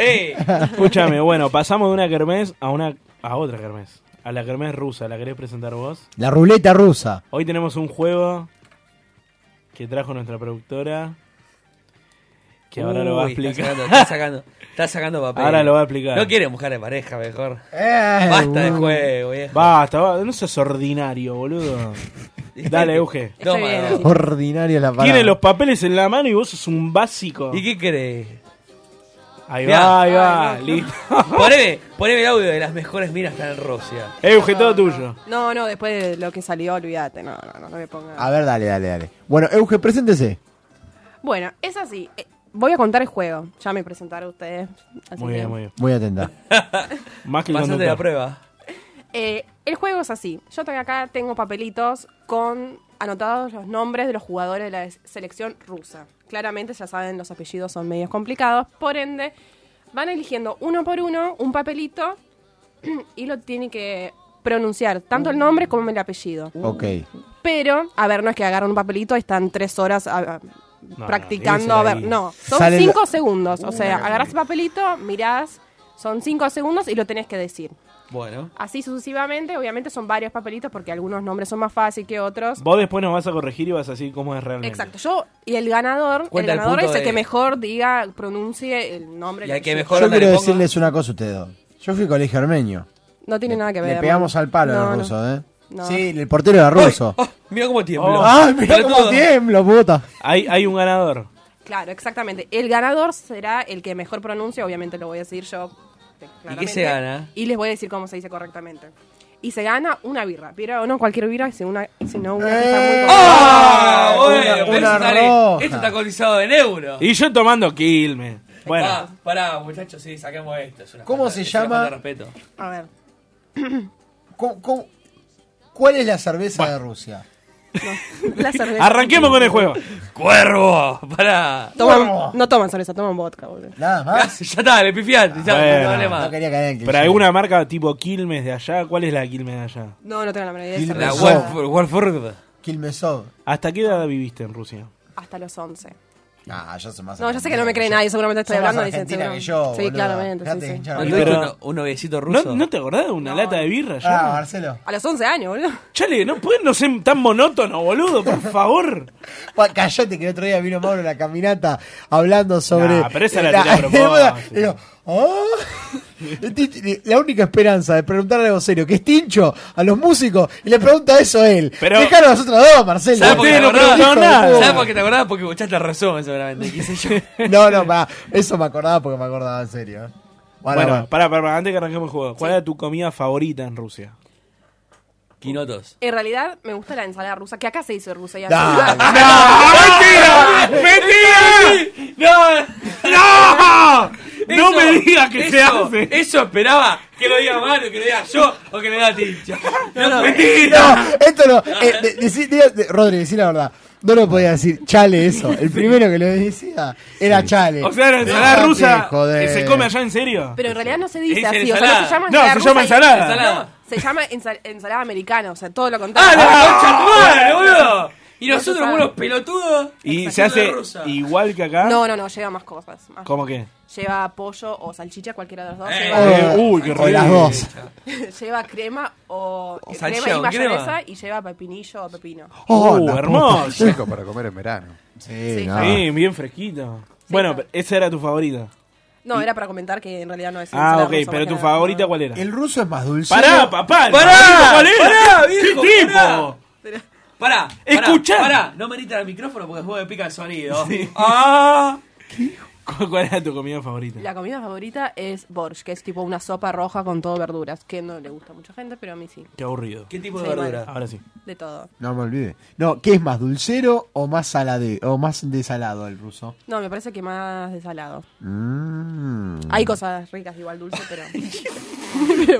Speaker 5: Escúchame, bueno, pasamos de una kermés a una a otra kermés. A la kermés rusa, ¿la querés presentar vos?
Speaker 3: La ruleta rusa.
Speaker 5: Hoy tenemos un juego que trajo nuestra productora. Que ahora lo va a
Speaker 4: Uy,
Speaker 5: explicar.
Speaker 4: Está sacando, está sacando, está sacando papel.
Speaker 5: Ahora lo va a explicar.
Speaker 4: No quiere mujer de pareja, mejor.
Speaker 3: Eh,
Speaker 4: Basta de
Speaker 3: bueno.
Speaker 4: juego, viejo.
Speaker 5: uh. Basta, basta, no seas ordinario,
Speaker 4: (laughs)
Speaker 5: boludo. Dale, Euge.
Speaker 4: Toma, no.
Speaker 3: Ordinaria la palabra.
Speaker 5: Tiene los papeles en la mano y vos sos un básico.
Speaker 4: ¿Y qué querés?
Speaker 5: Ahí
Speaker 4: Mirá.
Speaker 5: va, ahí va, listo.
Speaker 4: Poneme, poneme el audio de las mejores minas que están en Rusia.
Speaker 5: Euge, todo tuyo.
Speaker 13: No, no, después de lo que salió, olvídate. No, no, no, no me pongas.
Speaker 3: A ver, dale, dale, dale. Bueno, Euge, preséntese.
Speaker 13: Bueno, es así. Eh, Voy a contar el juego. Ya me presentaron ustedes. así
Speaker 5: Muy
Speaker 13: que-
Speaker 5: bien, muy bien.
Speaker 3: Muy
Speaker 4: (laughs)
Speaker 3: atenta.
Speaker 5: Más que el
Speaker 4: Pasate la
Speaker 5: conductor.
Speaker 4: prueba.
Speaker 13: Eh, el juego es así. Yo tengo acá tengo papelitos con anotados los nombres de los jugadores de la des- selección rusa. Claramente, ya saben, los apellidos son medios complicados. Por ende, van eligiendo uno por uno un papelito (clears throat) y lo tienen que pronunciar, tanto el nombre como el apellido.
Speaker 3: Uh. Ok.
Speaker 13: Pero, a ver, no es que agarran un papelito y están tres horas a- a-
Speaker 5: no,
Speaker 13: practicando.
Speaker 5: dísela
Speaker 13: a ver,
Speaker 5: ahí.
Speaker 13: no. Son
Speaker 3: Sale la-
Speaker 13: cinco segundos. O sea, agarras el papelito, mirás, son cinco segundos y lo tenés que decir.
Speaker 4: Bueno.
Speaker 13: Así sucesivamente, obviamente son varios papelitos porque algunos nombres son más fáciles que otros.
Speaker 5: Vos después nos vas a corregir y vas a decir cómo es realmente.
Speaker 13: Exacto, yo y el ganador, el
Speaker 4: Cuenta el
Speaker 13: ganador
Speaker 4: punto
Speaker 13: es el
Speaker 4: de-
Speaker 13: que mejor diga, pronuncie el nombre.
Speaker 4: Y al que
Speaker 13: del-
Speaker 4: mejor
Speaker 3: Yo
Speaker 4: onda le
Speaker 3: quiero
Speaker 4: ponga-
Speaker 3: decirles una cosa a ustedes dos. Yo fui colegio armenio.
Speaker 13: No tiene nada que ver.
Speaker 3: Le pegamos al palo
Speaker 13: No,
Speaker 3: a los
Speaker 13: no.
Speaker 3: rusos, ¿eh?
Speaker 13: No. oh.
Speaker 3: Sí, el portero era ruso.
Speaker 4: Ay, ah, mira cómo tiembla.
Speaker 3: ¡Ay, Ah, mirá cómo
Speaker 4: Pelotudo.
Speaker 3: tiemblo, puta!
Speaker 5: Oh. Hay, hay un ganador.
Speaker 13: Claro, exactamente. El ganador será el que mejor pronuncia, obviamente lo voy a decir yo. claramente.
Speaker 4: se gana?
Speaker 13: Y les voy a decir cómo se dice correctamente. Y se gana una birra, pero no cualquier birra, sino una, sino una que está muy
Speaker 4: Eh. ¡Ah!
Speaker 3: Una-
Speaker 4: Bueno, pero
Speaker 3: una
Speaker 4: eso sale-
Speaker 3: roja.
Speaker 4: Esto está cotizado en euro.
Speaker 5: Y yo tomando Quilmes. Bueno,
Speaker 4: Ah, pará, muchachos, sí, saquemos esto. es una
Speaker 3: ¿Cómo
Speaker 4: falta-
Speaker 3: se
Speaker 4: es una
Speaker 3: llama?
Speaker 4: falta de respeto.
Speaker 13: A ver,
Speaker 3: ¿Cómo- cómo- ¿Cuál es la cerveza de Rusia?
Speaker 13: la cerveza.
Speaker 5: arranquemos con el juego.
Speaker 4: ¡Cuervo! Pará.
Speaker 13: Toman- no toman cerveza, toman vodka, boludo.
Speaker 3: Nada
Speaker 4: ya
Speaker 13: (laughs)
Speaker 3: más.
Speaker 4: está, le pifiaste. Ya,
Speaker 5: Bueno.
Speaker 4: no hable
Speaker 3: No
Speaker 4: más.
Speaker 3: quería caer en el
Speaker 5: Eh, Pero
Speaker 3: cliché.
Speaker 5: alguna marca tipo Quilmes de allá, ¿cuál es la Quilmes de allá?
Speaker 13: No, no tengo la menor idea. de
Speaker 3: Quilmes.
Speaker 4: La
Speaker 13: cerveza.
Speaker 3: Eso.
Speaker 4: Wolf- Wolford.
Speaker 3: Kilmesov.
Speaker 5: ¿Hasta qué edad viviste en Rusia?
Speaker 13: Hasta los 11.
Speaker 3: Ah, yo soy más
Speaker 13: No, yo sé que no me cree
Speaker 3: creen
Speaker 13: nadie, seguramente estoy hablando.
Speaker 3: más
Speaker 13: dicen,
Speaker 3: argentina que
Speaker 13: seguro.
Speaker 3: yo,
Speaker 13: Sí,
Speaker 3: boluda.
Speaker 13: claramente, sí,
Speaker 3: Dejate de
Speaker 13: sí.
Speaker 3: hinchar
Speaker 4: ¿No
Speaker 3: la
Speaker 4: tuviste
Speaker 3: pelota.
Speaker 5: Pero-
Speaker 4: uno- un noviecito
Speaker 5: ¿No,
Speaker 4: ruso?
Speaker 5: ¿No te acordás de una lata de birra?
Speaker 3: Ah,
Speaker 5: ya?
Speaker 3: Marcelo.
Speaker 13: A los 11 años, boludo.
Speaker 5: Chale, no pueden no ser tan monótono,
Speaker 3: (laughs)
Speaker 5: boludo, por favor.
Speaker 3: Bueno, Callate que el otro día vino Mauro en la caminata hablando sobre. (laughs)
Speaker 5: Nah, pero esa la tiré a propósito.
Speaker 3: Y digo, "Oh". La única esperanza de preguntarle algo serio, que es Tincho, a los músicos, y le pregunta eso a él.
Speaker 4: Pero-
Speaker 3: Dejaron a los otros dos, Marcelo.
Speaker 4: ¿Sabes por qué te
Speaker 3: Hijo de
Speaker 4: acordás?
Speaker 3: puta.
Speaker 4: ¿Sabes por qué te acordás? Porque Bochá te rezó, seguramente. qué sé yo.
Speaker 3: (laughs) No, no, pará. Eso me acordaba porque me acordaba en serio. eh.
Speaker 5: Bueno,
Speaker 3: Bueno, bueno.
Speaker 5: Pará, pará, pará, antes que arranquemos el juego, ¿cuál era tu comida favorita en Rusia?
Speaker 4: Quinotos.
Speaker 13: En realidad me gusta la ensalada rusa, que acá se hizo rusa y (laughs)
Speaker 5: Dale.
Speaker 13: ¡Mentira!
Speaker 4: ¡Mentira! ¡No! ¡No!
Speaker 5: No me digas que se hace.
Speaker 4: Eso esperaba que lo diga Manu, que lo diga yo o que lo diga Tincho. No,
Speaker 3: No, esto no. Eh, de- decí- diga- de- Rodri, decí la verdad. No lo podía decir. Chale, eso. El primero que lo decía era Chale.
Speaker 5: O sea, era ensalada
Speaker 3: Dejate,
Speaker 5: rusa
Speaker 3: Eh, joder.
Speaker 5: que se come allá en serio.
Speaker 13: Pero en realidad no se
Speaker 5: Dice
Speaker 13: dice así, o sea, no se llama
Speaker 5: ensalada. No,
Speaker 13: ensalada.
Speaker 5: se llama
Speaker 13: rusa y-
Speaker 5: ensalada.
Speaker 4: Ensalada.
Speaker 13: No, se llama ensa- ensalada americana, o sea, todo lo contrario.
Speaker 4: ¡Ah, la concha de tu madre, boludo! Y
Speaker 13: No se
Speaker 4: nosotros,
Speaker 13: sabe.
Speaker 4: unos pelotudos.
Speaker 5: Y se hace
Speaker 4: rusa.
Speaker 5: igual que acá.
Speaker 13: No, no, no, lleva más cosas. más
Speaker 5: ¿Ah? ¿Cómo
Speaker 13: cosas.
Speaker 5: qué?
Speaker 13: Lleva pollo o salchicha, cualquiera de los dos.
Speaker 5: Eh,
Speaker 13: lleva,
Speaker 5: eh, uy, qué
Speaker 3: O las
Speaker 5: rico.
Speaker 3: dos.
Speaker 13: (laughs) lleva crema o,
Speaker 6: salchicha
Speaker 13: crema y
Speaker 6: con crema.
Speaker 13: mayonesa y lleva pepinillo o pepino.
Speaker 6: Oh,
Speaker 5: Uh,
Speaker 6: la
Speaker 5: hermoso.
Speaker 6: puta. Rico para comer en verano.
Speaker 3: Sí,
Speaker 13: Sí.
Speaker 6: no.
Speaker 5: Sí, bien fresquito. bueno, pero esa era tu favorita.
Speaker 13: No, era para comentar que en realidad no es
Speaker 5: Ah,
Speaker 13: ensalada
Speaker 5: ok,
Speaker 13: rusa,
Speaker 5: pero
Speaker 13: más
Speaker 5: tu
Speaker 13: que nada.
Speaker 5: favorita cuál era?
Speaker 3: El ruso es más dulce.
Speaker 5: Pará, papá.
Speaker 4: Pará,
Speaker 5: ¿favorita ¿Cuál era?
Speaker 4: pará, viejo,
Speaker 5: ¿Qué tipo?
Speaker 4: pará. Pará, pará,
Speaker 5: Escuchá.
Speaker 4: Pará, no me gritan el micrófono porque el juego me pica el sonido. (laughs) Ah.
Speaker 5: ¿Cu- ¿Cuál era tu comida favorita?
Speaker 13: La comida favorita es borsch, que es tipo una sopa roja con todo verduras, que no le gusta a mucha gente, pero a mí sí.
Speaker 5: Qué aburrido.
Speaker 4: ¿Qué tipo
Speaker 13: de Sí, verdura? bueno.
Speaker 5: Ahora sí.
Speaker 13: De todo.
Speaker 3: No me olvide. No, ¿qué es más dulcero o más salade o más desalado el ruso?
Speaker 13: No, me parece que más desalado.
Speaker 3: Mm.
Speaker 13: Hay
Speaker 3: (laughs)
Speaker 13: cosas ricas igual dulce, pero...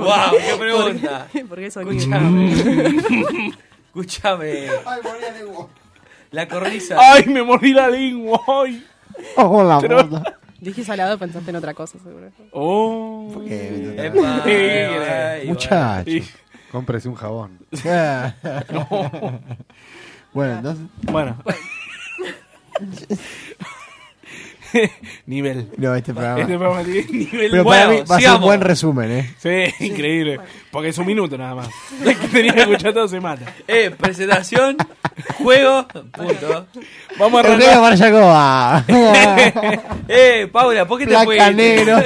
Speaker 4: Guau, qué pregunta.
Speaker 13: (laughs) ¿Por qué, por qué sonido?
Speaker 4: Escuchame. (laughs) Escuchame. La cornisa.
Speaker 5: Ay, me mordí la lengua. Ay.
Speaker 3: Oh, la
Speaker 5: Pero-
Speaker 3: gorda.
Speaker 13: (laughs) Dije salado, pensaste en otra cosa, seguro.
Speaker 5: Oh.
Speaker 13: Epa,
Speaker 5: Tigre.
Speaker 3: Muchacho.
Speaker 5: Y-
Speaker 6: Cómprese un jabón.
Speaker 3: Ah.
Speaker 5: No.
Speaker 3: Bueno, entonces.
Speaker 5: (laughs) Bueno. Nivel.
Speaker 3: No, este programa.
Speaker 5: Este programa tiene
Speaker 3: (laughs)
Speaker 5: nivel
Speaker 3: Pero para mí va
Speaker 5: bueno.
Speaker 3: a ser un
Speaker 5: sigamos.
Speaker 3: buen resumen, ¿eh?
Speaker 5: Sí, increíble. Porque es un minuto nada más. El que tenía que escuchar todo se mata.
Speaker 4: Eh, presentación, juego, punto.
Speaker 5: Vamos
Speaker 3: El rey de ah.
Speaker 5: (laughs)
Speaker 3: Marjacoba.
Speaker 4: (laughs) eh, Paula, ¿por qué te
Speaker 3: Placa
Speaker 4: fuiste?
Speaker 3: negro.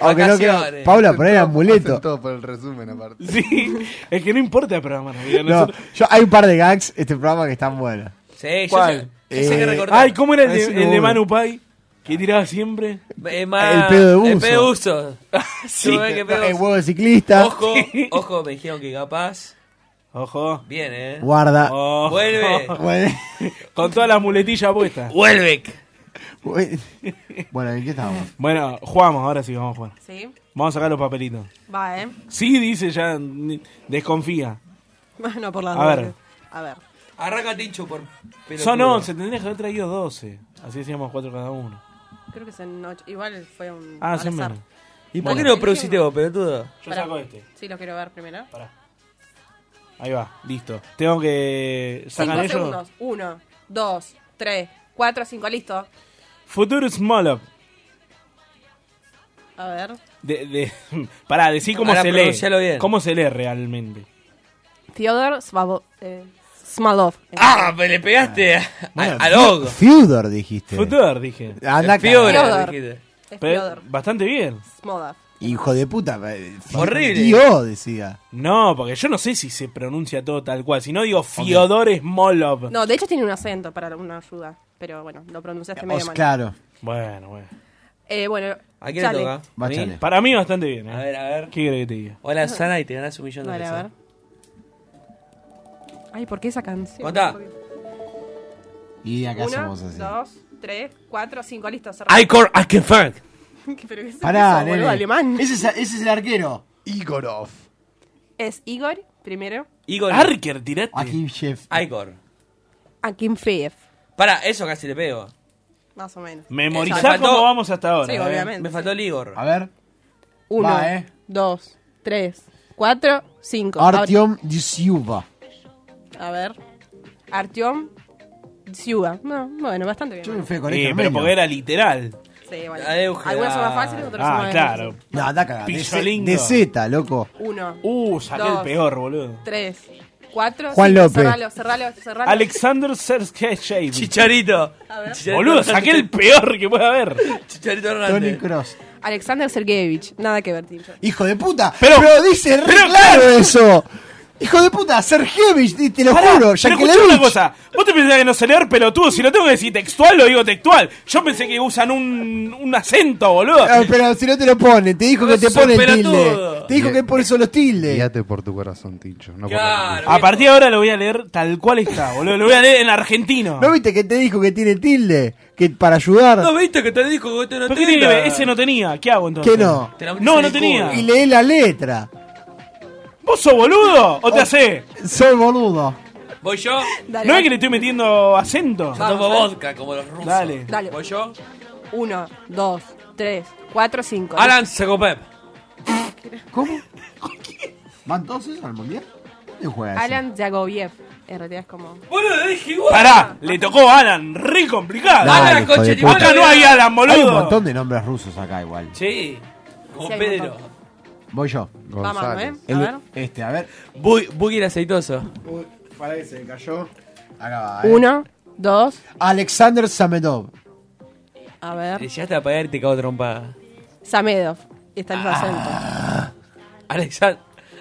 Speaker 3: Aunque no quiero-
Speaker 4: Vacaciones.
Speaker 3: Paula, poné el amuleto.
Speaker 6: Todo por el resumen, aparte.
Speaker 5: Sí, es que no importa el programa. en realidad.
Speaker 3: No,
Speaker 5: Nosotros-
Speaker 3: yo, hay un par de gags este programa que están buenos.
Speaker 4: Sí, yo
Speaker 5: ¿Cuál?
Speaker 4: sé, yo sé que
Speaker 3: Eh,
Speaker 4: recordar.
Speaker 5: Ay, ¿cómo era el
Speaker 3: Ese
Speaker 5: de, el
Speaker 3: no.
Speaker 5: de Manu Pai? ¿Que tiraba siempre?
Speaker 4: Eh, ma-
Speaker 3: el pedo de
Speaker 4: El
Speaker 3: buzo.
Speaker 4: pedo de buzo.
Speaker 5: (laughs) sí.
Speaker 4: Tuve que pedo
Speaker 3: el
Speaker 4: buzo.
Speaker 3: huevo de ciclista.
Speaker 4: Ojo, ojo, me dijeron que capaz.
Speaker 5: Ojo.
Speaker 4: Bien, eh.
Speaker 3: Guarda.
Speaker 5: Ojo.
Speaker 4: Vuelve.
Speaker 3: Bueno,
Speaker 5: (laughs) Con todas las muletillas puestas.
Speaker 4: Vuelve.
Speaker 3: bueno, ¿en qué estamos?
Speaker 5: Bueno, jugamos, ahora sí, vamos a jugar.
Speaker 13: Sí,
Speaker 5: Vamos a sacar los papelitos.
Speaker 13: va, ¿eh?
Speaker 5: Sí, dice ya, ni- desconfía.
Speaker 13: Bueno, por las
Speaker 5: A
Speaker 13: dudas.
Speaker 5: ver.
Speaker 13: A ver.
Speaker 4: Arranca Tincho por. pelotudo.
Speaker 5: Son 11, tendrías que haber traído 12. Así decíamos 4 cada uno.
Speaker 13: Creo que es en ocho. Igual fue un.
Speaker 5: Ah,
Speaker 13: al
Speaker 5: son
Speaker 13: azar.
Speaker 5: menos.
Speaker 4: ¿Y por
Speaker 5: Bueno.
Speaker 4: qué no produciste vos, pelotudo?
Speaker 5: Yo
Speaker 13: Pará.
Speaker 5: saco este.
Speaker 13: Sí, lo quiero ver primero.
Speaker 5: Ahí va, listo. Tengo que. ¿Sacan
Speaker 13: Cinco
Speaker 5: ellos?
Speaker 13: segundos. Uno, dos, tres, cuatro, cinco. Listo.
Speaker 5: Futuro Smolov.
Speaker 13: A ver.
Speaker 5: De, de, (laughs) pará, decí cómo
Speaker 4: Ahora
Speaker 5: se
Speaker 4: pronuncialo
Speaker 5: lee.
Speaker 4: bien.
Speaker 5: ¿Cómo se lee realmente?
Speaker 13: Theodor Svabo- eh, Smalov.
Speaker 4: Ah,
Speaker 5: pues
Speaker 4: me le pegaste a- a- al ogo.
Speaker 3: Fiudor dijiste.
Speaker 5: Futur, dije.
Speaker 3: Anda acá.
Speaker 4: Fiora,
Speaker 13: Fiodor.
Speaker 4: dijiste.
Speaker 13: Es
Speaker 5: Pero
Speaker 13: Theodor
Speaker 5: bastante bien.
Speaker 13: Smolov.
Speaker 3: Hijo de puta. eh, Fi-
Speaker 4: Horrible.
Speaker 3: Dio, decía.
Speaker 5: No, porque yo no sé si se pronuncia todo tal cual. Si no digo Fiodor Smolov.
Speaker 13: No, de hecho tiene un acento para una ayuda. Pero bueno, lo pronunciaste medio
Speaker 3: Os-
Speaker 13: mal.
Speaker 3: claro.
Speaker 5: Bueno, bueno.
Speaker 13: Eh, bueno,
Speaker 4: ¿A quién le
Speaker 13: Chale.
Speaker 4: toca?
Speaker 3: Va,
Speaker 4: ¿A mí?
Speaker 3: Chale.
Speaker 5: Para mí bastante bien. ¿eh?
Speaker 4: A ver, a ver.
Speaker 5: ¿Qué crees que te diga?
Speaker 4: (laughs) Hola, Sana, y te ganás un millón de
Speaker 13: Dale,
Speaker 4: pesos.
Speaker 13: a ver. Ay, ¿por qué esa canción?
Speaker 4: Contá.
Speaker 13: ¿Por qué?
Speaker 3: Y acá
Speaker 13: Uno,
Speaker 3: somos así.
Speaker 13: dos, tres, cuatro, cinco. Listo, cerramos.
Speaker 4: Icor Akenfang.
Speaker 13: Pero (laughs) ¿qué es
Speaker 3: Pará,
Speaker 13: eso, boludo,
Speaker 3: nene.
Speaker 13: alemán.
Speaker 3: Ese es, ese es el arquero.
Speaker 6: Igorov.
Speaker 13: Es Igor, primero.
Speaker 4: Igor.
Speaker 5: Arker, tirate.
Speaker 3: Aquí, chef.
Speaker 4: Igor.
Speaker 13: Akin Feev,
Speaker 4: Para, eso casi le pego.
Speaker 13: más o menos.
Speaker 5: Memorizá
Speaker 4: Exacto.
Speaker 5: cómo vamos hasta ahora.
Speaker 13: Sí,
Speaker 5: ¿eh?
Speaker 13: obviamente.
Speaker 4: Me faltó el Igor.
Speaker 3: A ver.
Speaker 13: Uno,
Speaker 3: Va, eh.
Speaker 13: dos, tres, cuatro, cinco. Ahora-
Speaker 3: Artyom Disiuba.
Speaker 13: A ver. Artyom Siuba. No, bueno, bastante
Speaker 3: Yo me
Speaker 13: bien.
Speaker 3: fui con
Speaker 14: este
Speaker 5: Eh, pero porque era literal.
Speaker 13: Sí, bueno.
Speaker 4: Adeuja.
Speaker 13: Algunas son más fáciles, otras son
Speaker 5: Ah,
Speaker 13: más
Speaker 5: claro.
Speaker 13: difíciles.
Speaker 3: No, anda cagada. De, Z-
Speaker 5: Picholingo.
Speaker 3: de Z, loco.
Speaker 13: Uno,
Speaker 5: Uh, saqué
Speaker 13: Dos.
Speaker 5: el peor, boludo.
Speaker 13: tres, cuatro,
Speaker 3: Juan
Speaker 13: cinco.
Speaker 3: López.
Speaker 13: Cerralo, cerralo, cerralo. (laughs)
Speaker 5: Alexander Sergei
Speaker 4: Chicharito.
Speaker 13: A ver.
Speaker 4: Chicharito
Speaker 5: Boludo,
Speaker 4: Hernández.
Speaker 5: saqué el peor que puede haber.
Speaker 4: Chicharito
Speaker 3: Tony
Speaker 4: Hernández.
Speaker 3: Cross.
Speaker 13: Alexander Sergeyevich. Nada que ver, Tincho.
Speaker 14: Hijo de puta. Pero, dice re claro eso. Hijo de puta, Sergevich, te lo
Speaker 5: Pará,
Speaker 14: juro.
Speaker 5: pero escuchame
Speaker 14: Yankelevich.
Speaker 5: una cosa. Vos te pensás que no sé leer pelotudo. Si lo tengo que decir textual, lo digo textual. Yo pensé que usan un, un acento, boludo.
Speaker 14: Ah, pero si no te lo pone, te dijo que te
Speaker 5: Sos
Speaker 14: pone el
Speaker 5: pelotudo.
Speaker 14: tilde. Te dijo que es por eso los tildes.
Speaker 6: Guíate Este por tu corazón, Tincho. No por la
Speaker 5: Claro, a partir de ahora lo voy a leer tal cual está, boludo. Lo voy a leer en argentino.
Speaker 14: ¿No viste que te dijo que tiene tilde? Que para ayudar.
Speaker 4: ¿No viste que te dijo que te no
Speaker 5: ¿Pero qué tiene que ver? Ese no tenía. ¿Qué hago entonces?
Speaker 14: ¿Qué no?
Speaker 4: Te la metiste
Speaker 5: No,
Speaker 4: en
Speaker 5: no
Speaker 4: el
Speaker 5: tenía.
Speaker 14: Y lee la letra.
Speaker 5: ¿Vos sos boludo
Speaker 3: Oh,
Speaker 5: o te hacés?
Speaker 14: Soy boludo.
Speaker 4: Voy yo.
Speaker 5: ¿No es que le estoy metiendo acento?
Speaker 4: Yo tomo vodka como los rusos.
Speaker 5: Dale.
Speaker 13: Dale.
Speaker 4: Voy yo.
Speaker 13: Uno, dos, tres, cuatro, cinco.
Speaker 4: Alan Segopep.
Speaker 14: ¿Cómo? ¿Van todos esos al mundial? ¿Qué juegas?
Speaker 13: Alan Yagoviev. En realidad es como.
Speaker 4: Bueno, le dije igual.
Speaker 5: Pará, le tocó a Alan, re complicado.
Speaker 3: Dale, Alan, hijo de conche, puta.
Speaker 5: Acá no hay Alan,
Speaker 3: Hay un
Speaker 5: boludo.
Speaker 3: montón de nombres rusos acá igual.
Speaker 4: Sí. Como
Speaker 13: Sí, hay un
Speaker 4: Pedro.
Speaker 3: Voy yo.
Speaker 13: Vamos, ¿eh?
Speaker 3: El-
Speaker 13: A ver.
Speaker 3: Este, a ver.
Speaker 4: Bu- Buggy el aceitoso.
Speaker 3: Para que se cayó. Acá va. eh.
Speaker 13: Uno, dos,
Speaker 14: Alexander Samedov.
Speaker 13: a ver.
Speaker 4: Llegaste a pagar y te cago trompada.
Speaker 13: Samedov. Y está el
Speaker 4: Ah,
Speaker 13: mismo
Speaker 4: Alexan-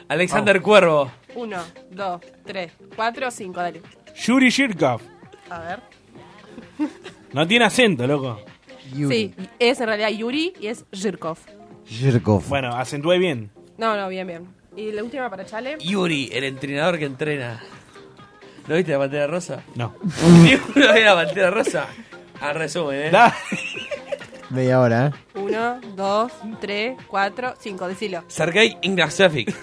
Speaker 4: Alexander Cuervo.
Speaker 13: acento. Uno, dos, tres, cuatro, cinco. Dale.
Speaker 5: Yuri Shirkov.
Speaker 13: A ver.
Speaker 5: No tiene acento, loco.
Speaker 13: Sí, es en realidad Yuri y es Zhirkov.
Speaker 3: Shirkov.
Speaker 5: Bueno, acentué bien.
Speaker 13: No, no, bien, bien. Y la última para Chale.
Speaker 4: Yuri, el entrenador que entrena. ¿No viste la pantera rosa? (laughs)
Speaker 5: No.
Speaker 4: ¿No viste la pantera rosa? Al resumen, ¿eh?
Speaker 14: Media hora, ¿eh?
Speaker 13: Uno, dos, tres, cuatro, cinco. Decilo. (laughs)
Speaker 4: Sergei Ignacevic.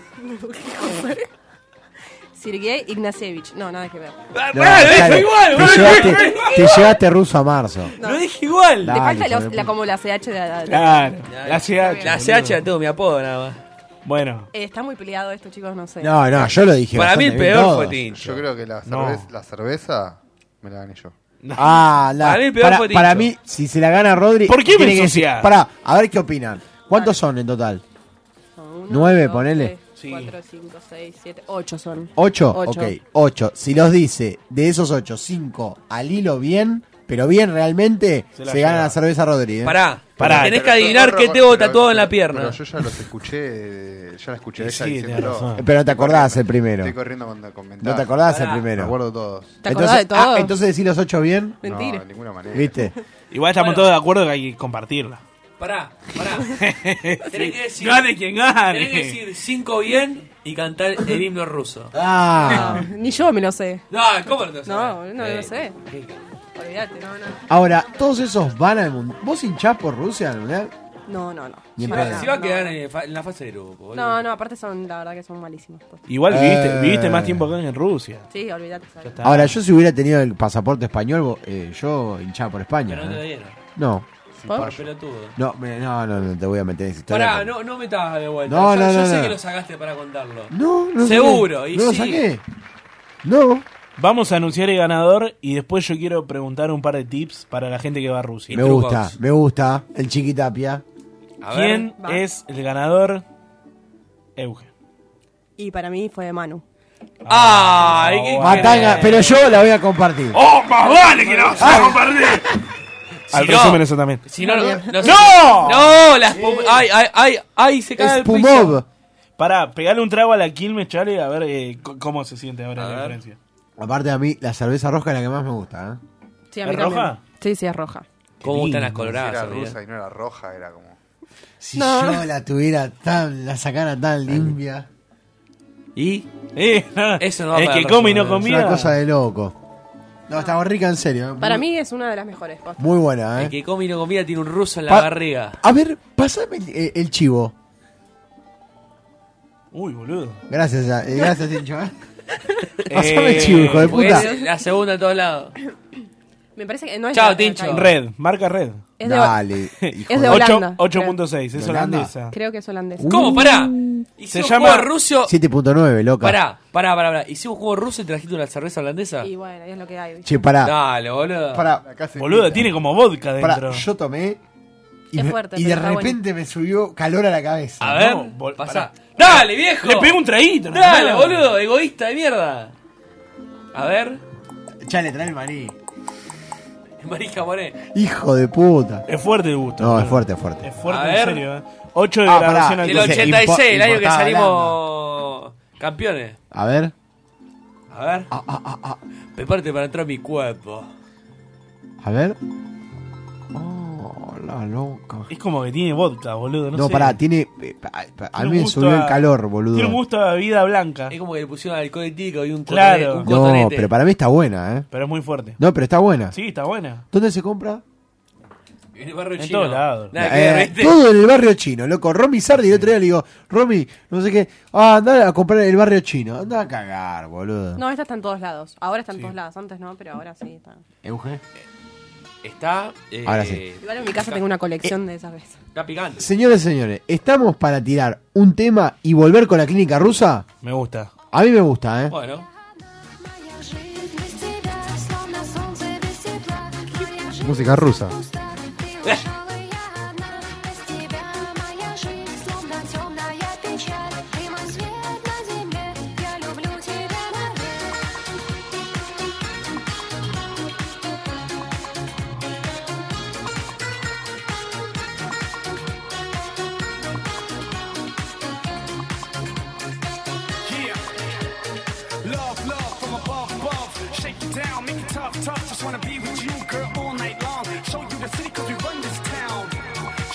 Speaker 13: Sergei Ignacevich. No, nada que ver.
Speaker 3: No,
Speaker 4: Ah, lo
Speaker 3: claro,
Speaker 4: dije (laughs) igual,
Speaker 3: te,
Speaker 4: boludo.
Speaker 3: llevaste, te
Speaker 13: igual.
Speaker 3: llevaste ruso a marzo.
Speaker 13: No.
Speaker 4: Lo dije igual.
Speaker 13: Te falta
Speaker 3: hijo
Speaker 13: la,
Speaker 3: de puta.
Speaker 13: la- como la CH de la. de-
Speaker 5: La CH.
Speaker 4: La CH la tengo mi apodo nada más.
Speaker 5: Bueno.
Speaker 13: Eh, está muy peleado esto, chicos, no sé.
Speaker 3: No, no, yo lo dije.
Speaker 4: Para mí el
Speaker 3: bastante bien
Speaker 4: peor
Speaker 3: todo.
Speaker 4: fue Tincho.
Speaker 6: Yo creo que la
Speaker 3: No.
Speaker 6: cerveza, la cerveza me la gané yo.
Speaker 3: Ah, la-
Speaker 4: Para mí el peor
Speaker 3: para,
Speaker 4: fue Tincho.
Speaker 3: para mí, si se la gana Rodri.
Speaker 5: ¿Por qué me
Speaker 3: tiene que decir-
Speaker 5: ensuciás?
Speaker 3: Pará, a ver qué opinan. ¿Cuántos son en total? Nueve, ponele.
Speaker 13: Tres, Cuatro, cinco, seis, siete, ocho son.
Speaker 3: ¿Ocho?
Speaker 13: Ocho.
Speaker 3: Ok, ocho. Si los dice de esos ocho, cinco al hilo bien, pero bien realmente, se,
Speaker 5: Se la
Speaker 3: gana
Speaker 5: lleva.
Speaker 3: la cerveza Rodríguez. ¿eh?
Speaker 4: Pará.
Speaker 5: Pará.
Speaker 4: Tenés que
Speaker 6: Ah, Pero
Speaker 4: adivinar
Speaker 6: yo-
Speaker 4: qué
Speaker 6: pero-
Speaker 4: tengo
Speaker 6: pero-
Speaker 4: tatuado en la
Speaker 6: pero-
Speaker 4: pierna.
Speaker 6: Pero yo ya los escuché, ya la escuché
Speaker 5: Y
Speaker 6: ella
Speaker 5: sí, tenés
Speaker 6: diciéndolo.
Speaker 5: razón.
Speaker 3: Eh, Pero no te acordás el primero.
Speaker 6: Estoy corriendo con comentarios.
Speaker 3: No te acordás
Speaker 4: Pará.
Speaker 3: el
Speaker 6: Me
Speaker 3: primero.
Speaker 6: acuerdo todos.
Speaker 13: ¿Te acordás de
Speaker 3: ah,
Speaker 13: todo?
Speaker 3: entonces decís los ocho bien,
Speaker 13: Mentira.
Speaker 6: No, de ninguna manera.
Speaker 3: ¿viste?
Speaker 5: Igual estamos
Speaker 4: Bueno.
Speaker 5: todos de acuerdo que hay que compartirla.
Speaker 4: Pará,
Speaker 5: (laughs)
Speaker 4: pará. Tenés que decir.
Speaker 5: Gane quien
Speaker 4: Tenés que
Speaker 5: gane.
Speaker 4: decir cinco bien y cantar el himno ruso.
Speaker 3: Ah.
Speaker 13: No, ni yo me lo sé.
Speaker 4: No, ¿cómo no te
Speaker 13: No,
Speaker 4: sabes?
Speaker 13: no
Speaker 4: Eh,
Speaker 13: lo sé.
Speaker 4: ¿qué?
Speaker 13: Olvídate, no, no.
Speaker 3: Ahora, todos esos van al mundo. ¿Vos hinchás por Rusia al mundial?
Speaker 13: No, no, no.
Speaker 3: Ni en
Speaker 13: Para
Speaker 3: pedo.
Speaker 13: nada,
Speaker 4: Si va a
Speaker 13: no.
Speaker 4: quedar en, fa- en la fase de grupo. boludo.
Speaker 13: No, no, aparte son, la verdad que son malísimos. pues.
Speaker 5: Igual viviste,
Speaker 3: Eh.
Speaker 5: viviste más tiempo acá que en Rusia.
Speaker 13: Sí, olvídate. ¿sabes?
Speaker 5: está.
Speaker 3: Ahora, yo si hubiera tenido el pasaporte español, vo- eh, yo hinchaba por España.
Speaker 4: Pero no te lo
Speaker 3: ¿eh?
Speaker 4: dieron.
Speaker 3: No,
Speaker 4: Por pelotudo.
Speaker 3: no, me- no, no, no te voy a meter en esa historia.
Speaker 4: Pará,
Speaker 3: porque-
Speaker 4: no, no metabas de vuelta.
Speaker 3: No,
Speaker 4: yo
Speaker 3: no,
Speaker 4: yo
Speaker 3: no,
Speaker 4: sé
Speaker 3: no.
Speaker 4: que lo sacaste para contarlo.
Speaker 3: No, no lo
Speaker 4: Seguro,
Speaker 3: saqué.
Speaker 4: y
Speaker 3: No lo
Speaker 4: sí.
Speaker 3: saqué. No.
Speaker 5: Vamos a anunciar el ganador y después yo quiero preguntar un par de tips para la gente que va a Rusia.
Speaker 3: Me
Speaker 4: trucos.
Speaker 3: gusta, me gusta. El chiquitapia.
Speaker 4: A ver.
Speaker 5: ¿Quién
Speaker 13: Va.
Speaker 5: es el ganador? Euge.
Speaker 13: Y para mí fue Manu.
Speaker 4: ¡Ay! qué
Speaker 3: Matanga, pero yo la voy a compartir.
Speaker 5: ¡Oh, más vale que la vas a compartir!
Speaker 4: Si
Speaker 5: Al
Speaker 4: no-
Speaker 5: resumen eso también.
Speaker 4: Si no, no, no,
Speaker 5: ¡No!
Speaker 4: ¡No! La espuma- ¡Ay, ay, ay! ¡Ay! Se cae el piso.
Speaker 3: Spumov.
Speaker 5: Pará, pegale un trago a la Quilmes, chale, a ver eh, c- cómo se siente ahora
Speaker 4: A
Speaker 5: la
Speaker 4: ver.
Speaker 5: diferencia.
Speaker 3: Aparte a mí, la cerveza roja es la que más me gusta. ¿eh?
Speaker 13: Sí, a
Speaker 5: ¿Es
Speaker 13: mí también.
Speaker 5: roja?
Speaker 13: Sí, sí, es roja.
Speaker 4: ¿Cómo
Speaker 5: Qué lindo,
Speaker 4: gustan las
Speaker 6: Era
Speaker 4: coloradas? amigo?
Speaker 6: rusa y no era roja, era como.
Speaker 3: Si
Speaker 13: No.
Speaker 3: yo la tuviera tan, la sacara tan limpia.
Speaker 4: ¿Y?
Speaker 5: Eh, no,
Speaker 4: Eso no va
Speaker 5: el
Speaker 4: para
Speaker 5: que
Speaker 4: el
Speaker 5: come y no
Speaker 4: resumen,
Speaker 3: Es
Speaker 5: comía.
Speaker 3: una cosa de loco. No, está rica en serio. ¿eh? Muy-
Speaker 13: Para mí es una de las mejores. posta.
Speaker 3: Muy buena,
Speaker 4: El
Speaker 3: ¿eh?
Speaker 4: que come y no comía tiene un ruso en la
Speaker 3: Pa-
Speaker 4: barriga.
Speaker 3: A ver, pasame el, eh, el chivo.
Speaker 5: Uy, boludo.
Speaker 3: Gracias, eh, gracias, Tincho. ¿eh? Pasame el chivo, hijo de
Speaker 4: Porque
Speaker 5: pues,
Speaker 3: puta.
Speaker 4: es la segunda de todos lados.
Speaker 13: Me parece que no es
Speaker 4: Chao,
Speaker 13: de acá,
Speaker 4: Tincho.
Speaker 13: es de-
Speaker 5: Red, marca red.
Speaker 13: Es de,
Speaker 3: Dale. hijo
Speaker 13: es de
Speaker 3: de-
Speaker 5: Ocho-
Speaker 13: Holanda.
Speaker 5: 8.6, es
Speaker 3: ¿De Holanda?
Speaker 5: holandesa.
Speaker 13: Creo que es holandesa.
Speaker 4: ¿Cómo? Pará.
Speaker 3: Uh.
Speaker 5: ah, Se
Speaker 4: Hice un
Speaker 5: llama-
Speaker 4: juego ruso.
Speaker 3: 7.9, loca.
Speaker 4: Pará, pará, pará, pará. Hice un juego ruso y trajiste una cerveza holandesa.
Speaker 13: Y bueno, es lo que hay.
Speaker 3: Che, pará.
Speaker 4: Dale, boludo.
Speaker 3: Pará,
Speaker 6: Acá se
Speaker 5: Boludo,
Speaker 6: grita.
Speaker 5: tiene como vodka
Speaker 3: pará,
Speaker 5: dentro.
Speaker 3: Yo tomé. Y,
Speaker 13: Es
Speaker 3: me-
Speaker 13: fuerte,
Speaker 3: y de
Speaker 13: pero está
Speaker 3: repente me subió calor a la cabeza.
Speaker 4: A ver,
Speaker 5: No, bol- pará.
Speaker 4: pasá. Dale, viejo.
Speaker 5: Le pego un traguito. no,
Speaker 4: Dale,
Speaker 5: no.
Speaker 4: boludo, egoísta de mierda. A ver.
Speaker 3: Chale, trae el maní.
Speaker 4: Marija Moré.
Speaker 3: Hijo de puta.
Speaker 5: Es fuerte el gusto.
Speaker 3: No, es fuerte, es fuerte.
Speaker 5: Es fuerte,
Speaker 4: A
Speaker 5: en
Speaker 4: ver.
Speaker 5: serio. ¿eh? 8 de
Speaker 4: Ah,
Speaker 5: grabación
Speaker 4: pará.
Speaker 5: al
Speaker 4: Del
Speaker 5: colegio.
Speaker 4: 86, el año que
Speaker 5: Importaba
Speaker 4: salimos campeones.
Speaker 15: A ver.
Speaker 4: A ver.
Speaker 3: Ah,
Speaker 4: Prepárate para entrar a mi cuerpo.
Speaker 15: A ver. Oh, la loca.
Speaker 5: Es como que tiene vodka, boludo. No,
Speaker 15: No,
Speaker 5: sé.
Speaker 15: pará, tiene. eh, pa- pa- A mí
Speaker 5: Tiene un
Speaker 15: me
Speaker 5: gusto
Speaker 15: subió el
Speaker 5: a-
Speaker 15: calor,
Speaker 5: Tiene un
Speaker 15: boludo.
Speaker 5: gusto a vida blanca.
Speaker 4: Es como que le pusieron alcohol etílico y un
Speaker 5: Claro.
Speaker 4: cotonete. un
Speaker 15: No,
Speaker 4: cotonete.
Speaker 15: pero para mí está buena, ¿eh?
Speaker 5: Pero es muy fuerte.
Speaker 15: No, pero está buena.
Speaker 5: Sí, está buena.
Speaker 15: ¿Dónde se compra?
Speaker 4: En el barrio
Speaker 5: En
Speaker 4: chino.
Speaker 5: todos lados.
Speaker 4: Nada que
Speaker 15: Eh,
Speaker 4: ver, ¿viste?
Speaker 15: todo en el barrio chino, loco. Romy Sardi, el otro día le digo, Romy, no sé qué. Ah, anda a comprar en el barrio chino. Anda a cagar, boludo.
Speaker 13: No, esta está en todos lados. Ahora está en todos lados. Antes no, pero ahora sí está.
Speaker 15: Euge.
Speaker 4: Está. eh,
Speaker 15: Ahora sí.
Speaker 13: Igual en mi casa tengo una colección de esas veces.
Speaker 4: Está picante.
Speaker 15: Señores, señores, ¿estamos para tirar un tema y volver con la clínica rusa?
Speaker 5: Me gusta.
Speaker 15: A mí me gusta, ¿eh?
Speaker 4: Bueno.
Speaker 6: Música rusa.
Speaker 16: Yeah. Love, love from above, above. Shake you down, make it tough, tough. Just wanna be with you, girl, all night long. Show you the city, cause we run this town.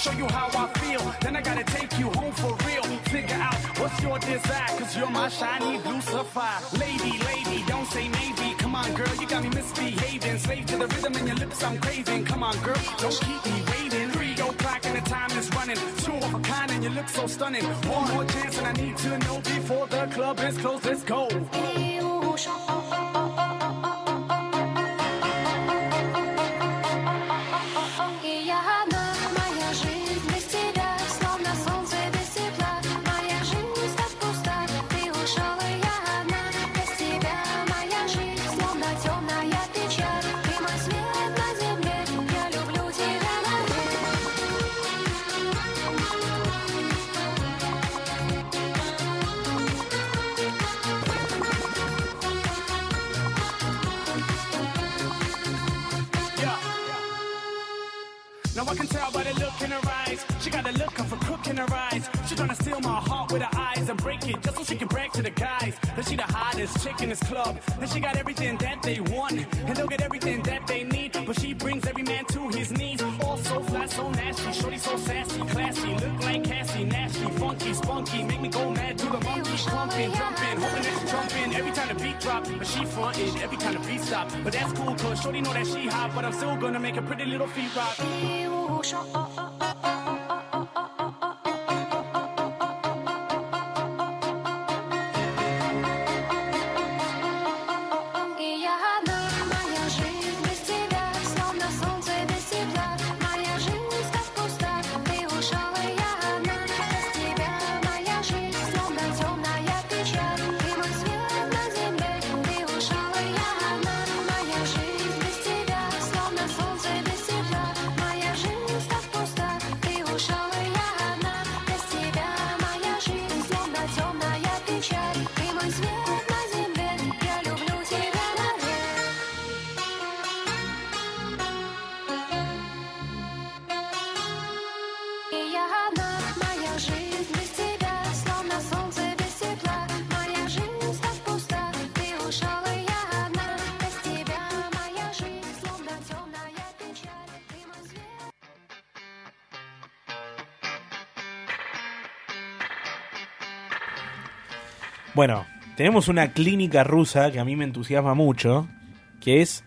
Speaker 16: Show you how I feel, then I gotta take you home for real. Figure out what's your desire, cause you're my shiny blue sapphire. Lady, lady, don't say maybe. Come on, girl, you got me misbehaving. Slave to the rhythm in your lips, I'm craving. Come on, girl, don't keep me waiting. Three o'clock and the time is running. Two of a kind and you look so stunning. One more chance and I need to know before the club is closed. Let's go.
Speaker 11: И я одна, моя жизнь без тебя, словно солнце без тепла. Моя жизнь так пуста, ты ушел, и я одна. Без тебя моя жизнь, словно темная печаль. Ты мой свет на земле, я люблю тебя
Speaker 16: Now I can tell by the look in her eyes. She got a look of a crook in her eyes. She tryna steal my heart with her eyes and break it just so she can brag to the guys that she the hottest chick in this club. And she got everything that they want and they'll get everything that they need. But she brings every man to his knees. All so fly, so nasty, shorty so sassy, classy. Look like Cassie, nasty, funky, spunky. Make me go mad to the monkey, clumping, jumping, hoping that she trumping. Every time the beat drop, but she fronted every time the beat stop. But that's cool, cause shorty know that she hot, but I'm still gonna make her pretty little feet rock.
Speaker 11: И я одна, моя жизнь без тебя, словно солнце без тепла. Моя жизнь так пуста, ты ушел, и я одна. Без тебя моя жизнь, словно темная печаль. Ты мой свет на земле, ты ушел, и я одна. Моя жизнь без тебя, словно солнце без тепла. Моя жизнь так пуста, ты ушел, и я одна. Без тебя моя жизнь, словно темная печаль. Ты мой свет на земле, я люблю тебя навек. И я одна, моя жизнь без тебя, словно солнце без тепла. Моя жизнь так пуста, ты ушел, и я одна. Без тебя моя жизнь, словно темная печаль. Ты мой свет.
Speaker 5: Bueno, tenemos una clínica rusa que a mí me entusiasma mucho, que es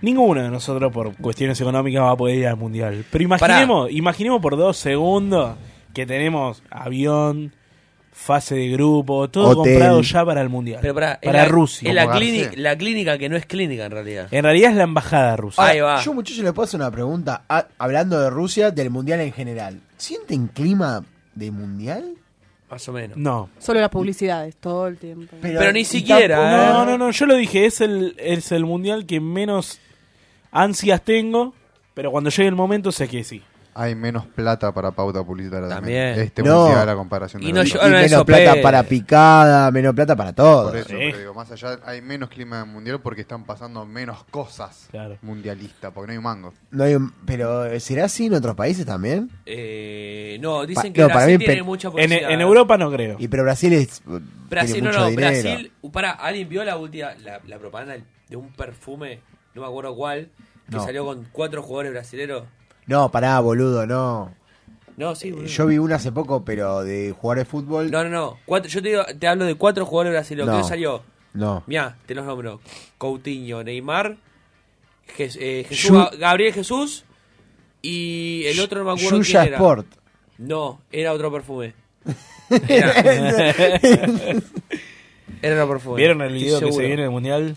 Speaker 5: ninguno de nosotros por cuestiones económicas va a poder ir al mundial. Pero imaginemos, imaginemos por dos segundos que tenemos avión, fase de grupo, todo
Speaker 4: Hotel.
Speaker 5: comprado ya para el mundial.
Speaker 4: Pero pará, es
Speaker 5: para
Speaker 4: la-
Speaker 5: Rusia. Eh,
Speaker 4: Es la, clínica, la clínica que no es clínica en realidad.
Speaker 5: En realidad es la embajada rusa.
Speaker 4: Ahí va.
Speaker 15: Yo, muchachos, les puedo hacer una pregunta. Ah, hablando de Rusia, del mundial en general. ¿Sienten clima de mundial?
Speaker 4: Más o menos.
Speaker 5: No.
Speaker 13: Solo las publicidades, todo el tiempo.
Speaker 4: Pero ni
Speaker 5: Y
Speaker 4: siquiera,
Speaker 5: tampoco-
Speaker 4: ¿eh?
Speaker 5: No, no, no, yo lo dije, es el, es el mundial que menos ansias tengo, pero cuando llegue el momento sé que sí.
Speaker 6: hay menos plata para pauta publicitaria también.
Speaker 4: También.
Speaker 6: Este
Speaker 3: No.
Speaker 6: publicidad la comparación. de
Speaker 4: Y
Speaker 6: la
Speaker 4: no
Speaker 6: otra.
Speaker 4: lloran
Speaker 3: menos
Speaker 4: esos
Speaker 3: plata
Speaker 4: pibes.
Speaker 3: para picada, menos plata para todo.
Speaker 6: Por eso, pero digo, más allá hay menos clima mundial porque están pasando menos cosas mundialistas, porque no hay mango.
Speaker 3: No hay un- pero ¿será así en otros países también?
Speaker 4: Eh, no,
Speaker 3: Pa-
Speaker 4: dicen que
Speaker 3: no, para
Speaker 4: Brasil
Speaker 3: mí,
Speaker 4: tiene
Speaker 3: pe-
Speaker 4: mucha
Speaker 5: En,
Speaker 4: publicidad. eh.
Speaker 5: en Europa no creo.
Speaker 3: Y pero Brasil es
Speaker 4: Brasil,
Speaker 3: tiene
Speaker 4: no,
Speaker 3: mucho
Speaker 4: no,
Speaker 3: dinero.
Speaker 4: Brasil. uh, Pará, ¿alguien vio la última, la, la propaganda del- de un perfume, no me acuerdo cuál, que
Speaker 3: No.
Speaker 4: salió con cuatro jugadores brasileños? Eh,
Speaker 3: No, pará, boludo, no.
Speaker 4: No, sí, boludo.
Speaker 3: Yo vi una hace poco, pero de jugar de fútbol.
Speaker 4: No, no, no. Cuatro- yo te, digo- te hablo de cuatro jugadores brasileños.
Speaker 3: No.
Speaker 4: ¿Quién salió?
Speaker 3: No.
Speaker 4: Mirá, te los nombro. Coutinho, Neymar, Je- eh, Jesús,
Speaker 3: Yu-
Speaker 4: Gabriel Jesús y el otro no me acuerdo
Speaker 3: Yuya
Speaker 4: quién era.
Speaker 3: Sport.
Speaker 4: No, era
Speaker 3: (laughs)
Speaker 4: otro perfume. Era, (laughs) era otro perfume.
Speaker 5: ¿Vieron el
Speaker 4: Estoy
Speaker 5: video que se
Speaker 4: seguro.
Speaker 5: viene del mundial?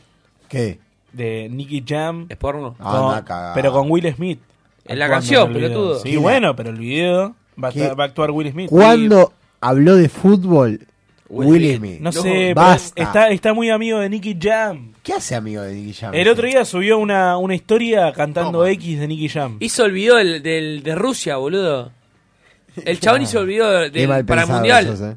Speaker 3: ¿Qué?
Speaker 5: De Nicky Jam.
Speaker 4: ¿Es porno?
Speaker 3: Ah,
Speaker 5: No,
Speaker 3: anda a cagar.
Speaker 5: pero con Will Smith.
Speaker 4: En la
Speaker 5: Actuando
Speaker 4: canción,
Speaker 5: el video.
Speaker 4: pelotudo.
Speaker 5: Sí,
Speaker 4: ¿Qué?
Speaker 5: bueno, pero el video va a,
Speaker 3: ¿Qué?
Speaker 5: estar- va a actuar Will Smith.
Speaker 3: ¿Cuándo habló de fútbol
Speaker 4: Will
Speaker 3: Will
Speaker 4: Smith.
Speaker 3: Smith?
Speaker 5: No sé, pero
Speaker 3: basta.
Speaker 5: está, está muy amigo de Nicky Jam.
Speaker 3: ¿Qué hace amigo de Nicky Jam?
Speaker 5: El otro día subió una, una historia cantando X de Nicky Jam.
Speaker 4: Hizo el video del, del- de Rusia, boludo.
Speaker 3: (laughs)
Speaker 4: El chabón hizo el video del,
Speaker 3: Qué mal
Speaker 4: para el
Speaker 3: pensado
Speaker 4: mundial.
Speaker 3: sos, eh.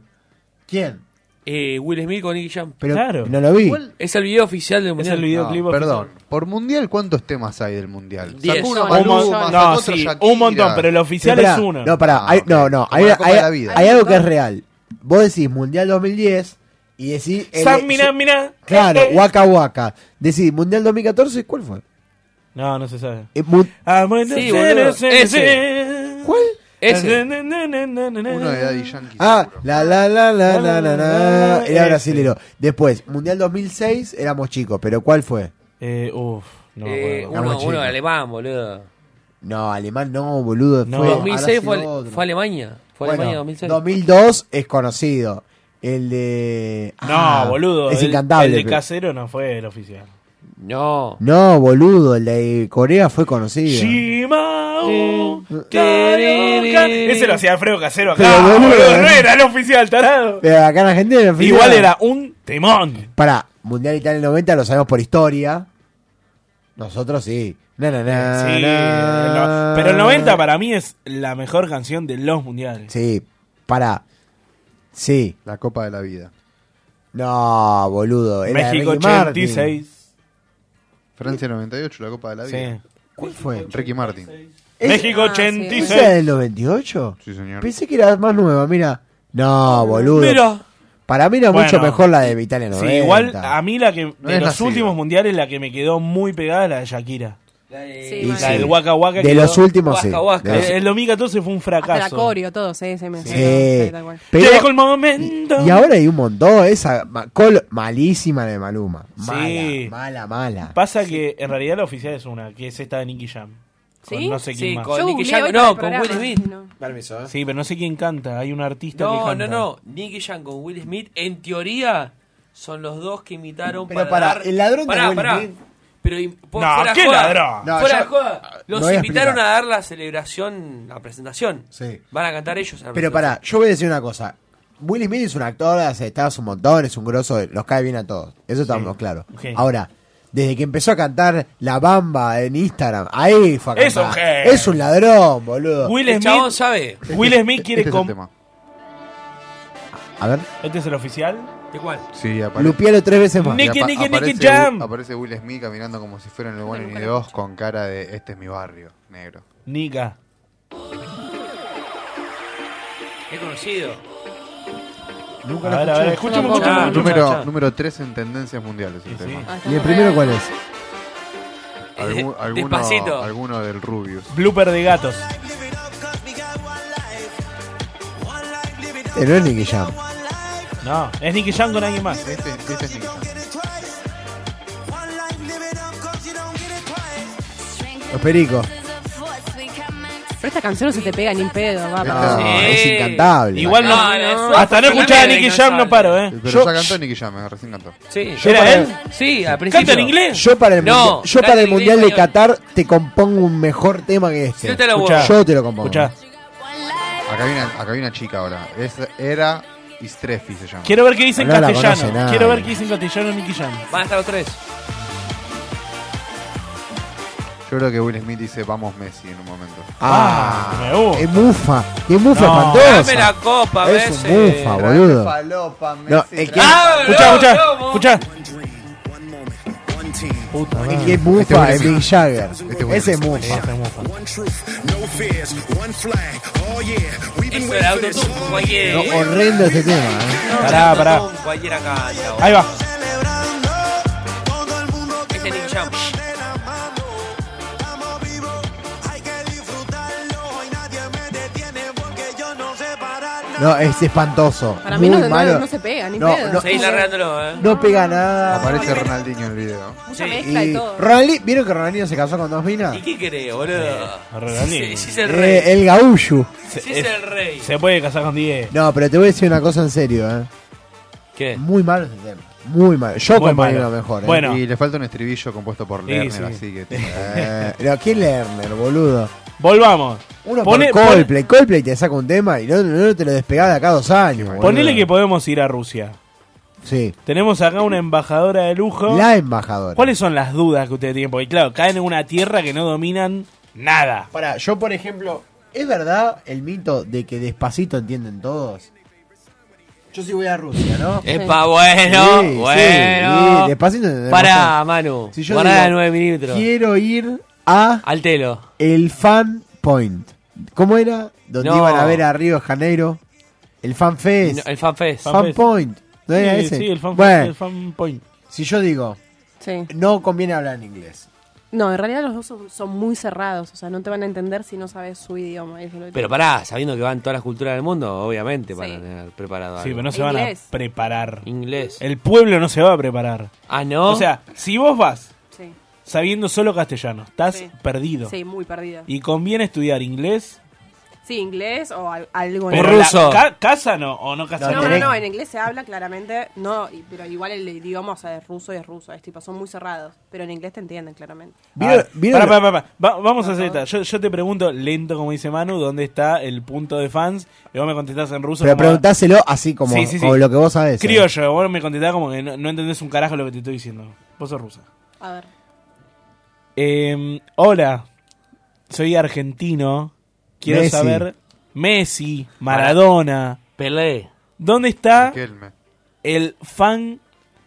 Speaker 3: ¿Quién?
Speaker 4: Eh, Will Smith con Nicky Jam.
Speaker 3: Pero no lo vi.
Speaker 4: Es el video oficial del mundial.
Speaker 6: No, Perdón, por mundial, ¿cuántos temas hay del mundial?
Speaker 4: Diez.
Speaker 6: Sacó una
Speaker 4: Un
Speaker 6: Maluma,
Speaker 4: montón.
Speaker 6: sacó
Speaker 4: No,
Speaker 6: otra
Speaker 4: sí,
Speaker 6: Shakira.
Speaker 4: un montón, pero el oficial
Speaker 3: Pero pará, No, pará, hay- no, no, hay,
Speaker 6: Ah, la Copa
Speaker 3: hay-
Speaker 6: de la vida.
Speaker 3: hay algo que es real. Vos decís Mundial 2010 y decís... el- eh,
Speaker 5: Sam, mirá,
Speaker 3: su-
Speaker 5: mirá.
Speaker 3: Claro,
Speaker 5: Eh, eh.
Speaker 3: Waka Waka. Decís Mundial 2014, ¿cuál fue?
Speaker 5: No, no se sabe.
Speaker 3: Eh, mu-
Speaker 5: Ah, bueno,
Speaker 4: Sí, boludo, ese.
Speaker 3: ¿Cuál?
Speaker 4: Ese.
Speaker 6: Uno de Daddy Yankee.
Speaker 3: Ah, la la la la la la
Speaker 5: Este.
Speaker 3: la. Era brasilero. Después, Mundial 2006, éramos chicos, pero ¿cuál fue?
Speaker 5: Eh, uf, no me
Speaker 4: Eh,
Speaker 5: acuerdo.
Speaker 4: uno, uno alemán, boludo.
Speaker 3: No, alemán no, boludo.
Speaker 5: No.
Speaker 3: fue,
Speaker 4: 2006
Speaker 3: habrá
Speaker 4: fue,
Speaker 3: sido otro.
Speaker 4: fue Alemania. Fue
Speaker 3: Bueno,
Speaker 4: Alemania 2006.
Speaker 3: 2002 es conocido. El de.
Speaker 5: No,
Speaker 3: ah,
Speaker 5: boludo.
Speaker 3: Es
Speaker 5: el-
Speaker 3: incantable.
Speaker 5: El de
Speaker 3: pero-
Speaker 5: casero no fue el oficial.
Speaker 4: No.
Speaker 3: No, boludo, el de Corea fue conocido.
Speaker 5: Shimao, Karoka. Ese lo hacía Alfredo Casero acá.
Speaker 3: Pero, boludo,
Speaker 5: boludo, no
Speaker 3: eh.
Speaker 5: era el oficial, tarado.
Speaker 3: Pero acá en Argentina. en fin,
Speaker 5: Igual era un temón.
Speaker 3: Pará, Mundial Italia 90 lo sabemos por historia. Nosotros sí. Na, na, na,
Speaker 5: Sí,
Speaker 3: na.
Speaker 5: no. pero el 90 para mí es la mejor canción de los mundiales.
Speaker 3: Sí, pará. Sí.
Speaker 6: La Copa de la Vida.
Speaker 3: No, boludo. Era de
Speaker 5: México
Speaker 3: Ricky Martin.
Speaker 5: 86.
Speaker 6: Francia 98, la Copa de la Vida.
Speaker 3: ¿Cuál fue?
Speaker 6: Ricky Martin.
Speaker 3: ¿Es-
Speaker 5: México
Speaker 3: Ah,
Speaker 5: 86.
Speaker 3: ¿Esa era del 98?
Speaker 6: Sí, señor.
Speaker 3: Pensé que era más nueva, mira. No, boludo.
Speaker 5: Mira.
Speaker 3: Para mí era mucho
Speaker 5: Bueno.
Speaker 3: mejor la de Italia 90.
Speaker 5: Sí, igual a mí la que de
Speaker 6: es
Speaker 5: los
Speaker 6: nacido.
Speaker 5: últimos mundiales la que me quedó muy pegada es la de Shakira.
Speaker 13: Sí,
Speaker 3: Y
Speaker 13: mal.
Speaker 5: La
Speaker 3: sí.
Speaker 5: del Waka Waka.
Speaker 3: De
Speaker 5: quedó-
Speaker 3: los últimos, sí.
Speaker 4: Waka Waka.
Speaker 3: De los-
Speaker 5: El, el 2014 fue un
Speaker 13: Hasta la
Speaker 5: fracaso.
Speaker 13: coreo, todo, sí, sí, me
Speaker 3: Sí.
Speaker 13: sí, tal cual.
Speaker 3: Pero-
Speaker 5: Llegó el momento.
Speaker 3: Y ahora hay un montón. Esa ma- col- malísima de Maluma. Mala,
Speaker 5: Sí.
Speaker 3: mala, mala.
Speaker 5: Pasa que en realidad la oficial es una, que es esta de Nicky Jam. Con
Speaker 13: ¿Sí?
Speaker 5: No sé quién
Speaker 4: Sí,
Speaker 5: más.
Speaker 4: con
Speaker 13: Yo
Speaker 4: Nicky
Speaker 13: googleé
Speaker 4: Jam,
Speaker 13: hoy
Speaker 4: no,
Speaker 13: para el
Speaker 4: con
Speaker 13: programa,
Speaker 4: Will Smith.
Speaker 13: y no.
Speaker 15: Permiso, ¿eh?
Speaker 5: Sí, pero no sé quién canta. Hay un artista que
Speaker 4: No,
Speaker 5: canta.
Speaker 4: no, no. Nicky Jam con Will Smith, en teoría, son los dos que imitaron
Speaker 3: Pero
Speaker 4: para,
Speaker 3: pará,
Speaker 4: dar-
Speaker 3: el ladrón de
Speaker 4: Pará,
Speaker 3: Will
Speaker 4: pará.
Speaker 3: Smith.
Speaker 4: Pero im- po-
Speaker 5: No,
Speaker 4: fuera de
Speaker 5: ¿qué
Speaker 4: joda.
Speaker 5: ladrón?
Speaker 3: No,
Speaker 4: fuera
Speaker 3: ya-
Speaker 4: de joda.
Speaker 3: lo
Speaker 4: Los
Speaker 3: voy a
Speaker 4: invitaron
Speaker 3: explicar.
Speaker 4: a dar la celebración, la presentación.
Speaker 3: Sí.
Speaker 4: Van a cantar ellos. a la
Speaker 3: Pero pará, yo voy a decir una cosa. Will Smith es un actor, hace estados un montón, es un grosso, los cae bien a todos. Eso estamos claros.
Speaker 5: Sí.
Speaker 3: Ahora, desde que empezó a cantar La Bamba en Instagram, ahí fue a
Speaker 5: Es
Speaker 3: cantar.
Speaker 5: un genio.
Speaker 3: Es un ladrón, boludo.
Speaker 5: Will
Speaker 4: presentación. El chabón
Speaker 5: Smith,
Speaker 4: sabe.
Speaker 5: Will Smith quiere...
Speaker 6: Este es el
Speaker 5: com-
Speaker 6: tema.
Speaker 3: A ver,
Speaker 5: ¿Este es el oficial?
Speaker 4: ¿De cuál?
Speaker 6: Sí, aparece.
Speaker 3: lupialo tres veces más.
Speaker 5: Nick-
Speaker 6: Y apa-
Speaker 5: Nicky,
Speaker 6: aparece
Speaker 5: Nicky Jam.
Speaker 6: Will- Aparece Will Smith caminando como si fuera en el bueno ni de Oz con cara de este es mi barrio, negro.
Speaker 5: Nika.
Speaker 4: Es conocido.
Speaker 5: A ver, a ver, escuchame,
Speaker 13: Tampoco.
Speaker 5: escuchame,
Speaker 4: Ah,
Speaker 5: escuchame.
Speaker 4: chao, chao.
Speaker 6: Número, número 3 en tendencias mundiales el
Speaker 5: Sí,
Speaker 6: tema.
Speaker 13: Ah, está
Speaker 3: ¿Y el
Speaker 13: muy
Speaker 3: primero
Speaker 13: bien.
Speaker 3: cuál es?
Speaker 6: Algu- alguno,
Speaker 4: Eh, Despacito.
Speaker 6: alguno del Rubius.
Speaker 5: Blooper de gatos.
Speaker 3: Eh, no es Nicky Jam.
Speaker 5: No, es Nicky Jam con alguien más.
Speaker 6: Este, este es Nicky Jam.
Speaker 3: Los pericos.
Speaker 13: Pero esta canción no se te pega ni en pedo, va.
Speaker 3: No,
Speaker 6: Sí.
Speaker 3: Ah, es incantable.
Speaker 5: Ah, Eh, Igual no,
Speaker 4: No, no, eso-
Speaker 5: hasta no escuchar a
Speaker 4: Dame,
Speaker 5: Nicky
Speaker 4: no
Speaker 5: Jam no
Speaker 4: sale.
Speaker 5: paro, eh.
Speaker 6: Pero
Speaker 3: Yo-
Speaker 6: ya cantó Nicky Jam, eh, recién cantó.
Speaker 4: Sí.
Speaker 3: Yo para-
Speaker 4: Sí, al principio.
Speaker 5: Canta en inglés.
Speaker 3: Yo para el,
Speaker 4: No,
Speaker 3: mundial- yo
Speaker 4: dale,
Speaker 3: para el
Speaker 4: dile,
Speaker 3: Mundial de
Speaker 4: español.
Speaker 3: Qatar te compongo un mejor tema que este.
Speaker 4: Yo te lo
Speaker 5: Escuchá.
Speaker 4: voy.
Speaker 3: Yo te lo compongo.
Speaker 5: Escuchá,
Speaker 6: Acá viene, acá viene una chica ahora. Es, era Istrefi se llama.
Speaker 5: quiero ver qué dice en
Speaker 3: No la conoce eh.
Speaker 5: castellano.
Speaker 3: nadie.
Speaker 5: Quiero ver qué dice en castellano Nicky Jam.
Speaker 4: Van a estar los tres.
Speaker 6: Yo creo que Will Smith dice vamos Messi en un momento.
Speaker 3: Ah, es mufa. Es mufa espantosa.
Speaker 4: dame la copa,
Speaker 3: Es un
Speaker 4: Messi.
Speaker 3: mufa, boludo.
Speaker 6: falopa,
Speaker 3: No,
Speaker 6: Messi,
Speaker 3: el que.
Speaker 4: Ah,
Speaker 3: Escucha, escucha,
Speaker 4: loco.
Speaker 3: escucha.
Speaker 15: Puta,
Speaker 3: El que es mufa, Este es Mick Jagger. Ese es mufa.
Speaker 16: oh
Speaker 4: Eso era autotune,
Speaker 3: No,
Speaker 4: cualquiera.
Speaker 3: horrendo este tema. ¿eh?
Speaker 4: Pará, pará. Cualquiera canta.
Speaker 5: Ahí va.
Speaker 4: Este es Nick Champ.
Speaker 3: No, es espantoso.
Speaker 13: Para mí
Speaker 3: Muy
Speaker 13: no, no-
Speaker 3: malo.
Speaker 13: no se pega, ni
Speaker 3: No,
Speaker 13: pedo.
Speaker 3: no.
Speaker 4: Seguís largándolo, eh.
Speaker 3: No pega nada.
Speaker 6: Aparece Ronaldinho en el video.
Speaker 13: Mucha
Speaker 4: Sí.
Speaker 13: mezcla y
Speaker 3: Y
Speaker 13: todo.
Speaker 3: Ronaldinho, ¿vieron que Ronaldinho se casó con dos minas?
Speaker 4: ¿Y qué querés, boludo?
Speaker 5: Ronaldinho.
Speaker 4: Si si es el
Speaker 3: Eh,
Speaker 4: rey.
Speaker 3: el gaullu.
Speaker 4: Si es el rey.
Speaker 5: Se puede casar con 10.
Speaker 3: No, pero te voy a decir una cosa en serio, ¿eh?
Speaker 4: ¿Qué?
Speaker 3: Muy malo este tema. Muy malo. Yo
Speaker 5: Muy
Speaker 3: acompañé
Speaker 5: malo.
Speaker 3: lo mejor. ¿eh?
Speaker 5: Bueno.
Speaker 6: Y le falta un estribillo compuesto por
Speaker 5: Sí,
Speaker 6: Lerner,
Speaker 5: sí.
Speaker 6: así
Speaker 5: (laughs)
Speaker 6: que.
Speaker 3: Eh, pero ¿quién Lerner, boludo?
Speaker 5: Volvamos.
Speaker 3: Uno
Speaker 5: Pone-
Speaker 3: por Coldplay. Coldplay te saca un tema y no, no te lo despegás de acá dos años. boludo.
Speaker 5: Ponele que podemos ir a Rusia.
Speaker 3: Sí.
Speaker 5: Tenemos acá una embajadora de lujo.
Speaker 3: La embajadora.
Speaker 5: ¿Cuáles son las dudas que ustedes tienen? Porque claro, caen en una tierra que no dominan nada.
Speaker 3: Para, yo por ejemplo, ¿es verdad el mito de que despacito entienden todos? Yo sí voy a Rusia, ¿no?
Speaker 4: Epa, bueno,
Speaker 3: Sí, sí,
Speaker 4: bueno.
Speaker 3: sí, despacito entendemos
Speaker 4: Pará,
Speaker 3: todo.
Speaker 4: Manu.
Speaker 3: Si yo
Speaker 4: guardá
Speaker 3: digo,
Speaker 4: la 9 milímetros.
Speaker 3: Quiero ir a
Speaker 4: Al telo.
Speaker 3: el Fan Point. ¿Cómo era? Donde
Speaker 4: No.
Speaker 3: iban a ver a Río de Janeiro. El Fan Fest.
Speaker 4: No, el fanfest.
Speaker 3: fan, Point. ¿No era
Speaker 5: Sí,
Speaker 3: ese?
Speaker 5: sí, el fan,
Speaker 3: Bueno,
Speaker 5: el fan point.
Speaker 3: si yo digo,
Speaker 13: Sí.
Speaker 3: no conviene hablar en inglés.
Speaker 13: No, en realidad los dos son, son muy cerrados. O sea, no te van a entender si no sabes su idioma. eso es lo que-
Speaker 4: Pero pará, sabiendo que van todas las culturas del mundo, obviamente van a tener preparado
Speaker 5: Sí,
Speaker 4: algo.
Speaker 5: pero no se van a
Speaker 13: Inglés.
Speaker 5: preparar.
Speaker 4: Inglés.
Speaker 5: El pueblo no se va a preparar.
Speaker 4: Ah, ¿no?
Speaker 5: O sea, si vos vas
Speaker 13: Sí,
Speaker 5: sabiendo solo castellano, estás
Speaker 13: Sí.
Speaker 5: perdido.
Speaker 13: sí, muy perdida.
Speaker 5: Y conviene estudiar inglés.
Speaker 13: Sí, inglés o al- algo
Speaker 5: Pero
Speaker 13: en
Speaker 5: la- ca- ¿Casa no? ¿O no casa?
Speaker 13: No, no, no, en inglés se habla claramente, no, y- pero igual el idioma, o sea, es ruso y es ruso, es tipo, son muy cerrados, pero en inglés te entienden claramente.
Speaker 3: Vieron-
Speaker 5: Ah,
Speaker 3: vieron
Speaker 5: pará,
Speaker 3: lo-
Speaker 5: pará, pará. Va- vamos a hacer esta. Yo, yo te pregunto, lento como dice Manu, ¿dónde está el punto de fans? Y vos me contestás en ruso.
Speaker 3: Pero
Speaker 5: como-
Speaker 3: preguntáselo así como,
Speaker 5: Sí, sí, sí.
Speaker 3: como lo que vos sabés. ¿eh?
Speaker 5: Criollo, vos me contestás como que no, no entendés un carajo lo que te estoy diciendo. Vos sos rusa.
Speaker 13: A ver.
Speaker 5: Eh, hola, soy argentino. Quiero
Speaker 3: Messi.
Speaker 5: saber Messi, Maradona.
Speaker 4: Pelé.
Speaker 5: ¿Dónde está
Speaker 6: Riquelme.
Speaker 5: el fan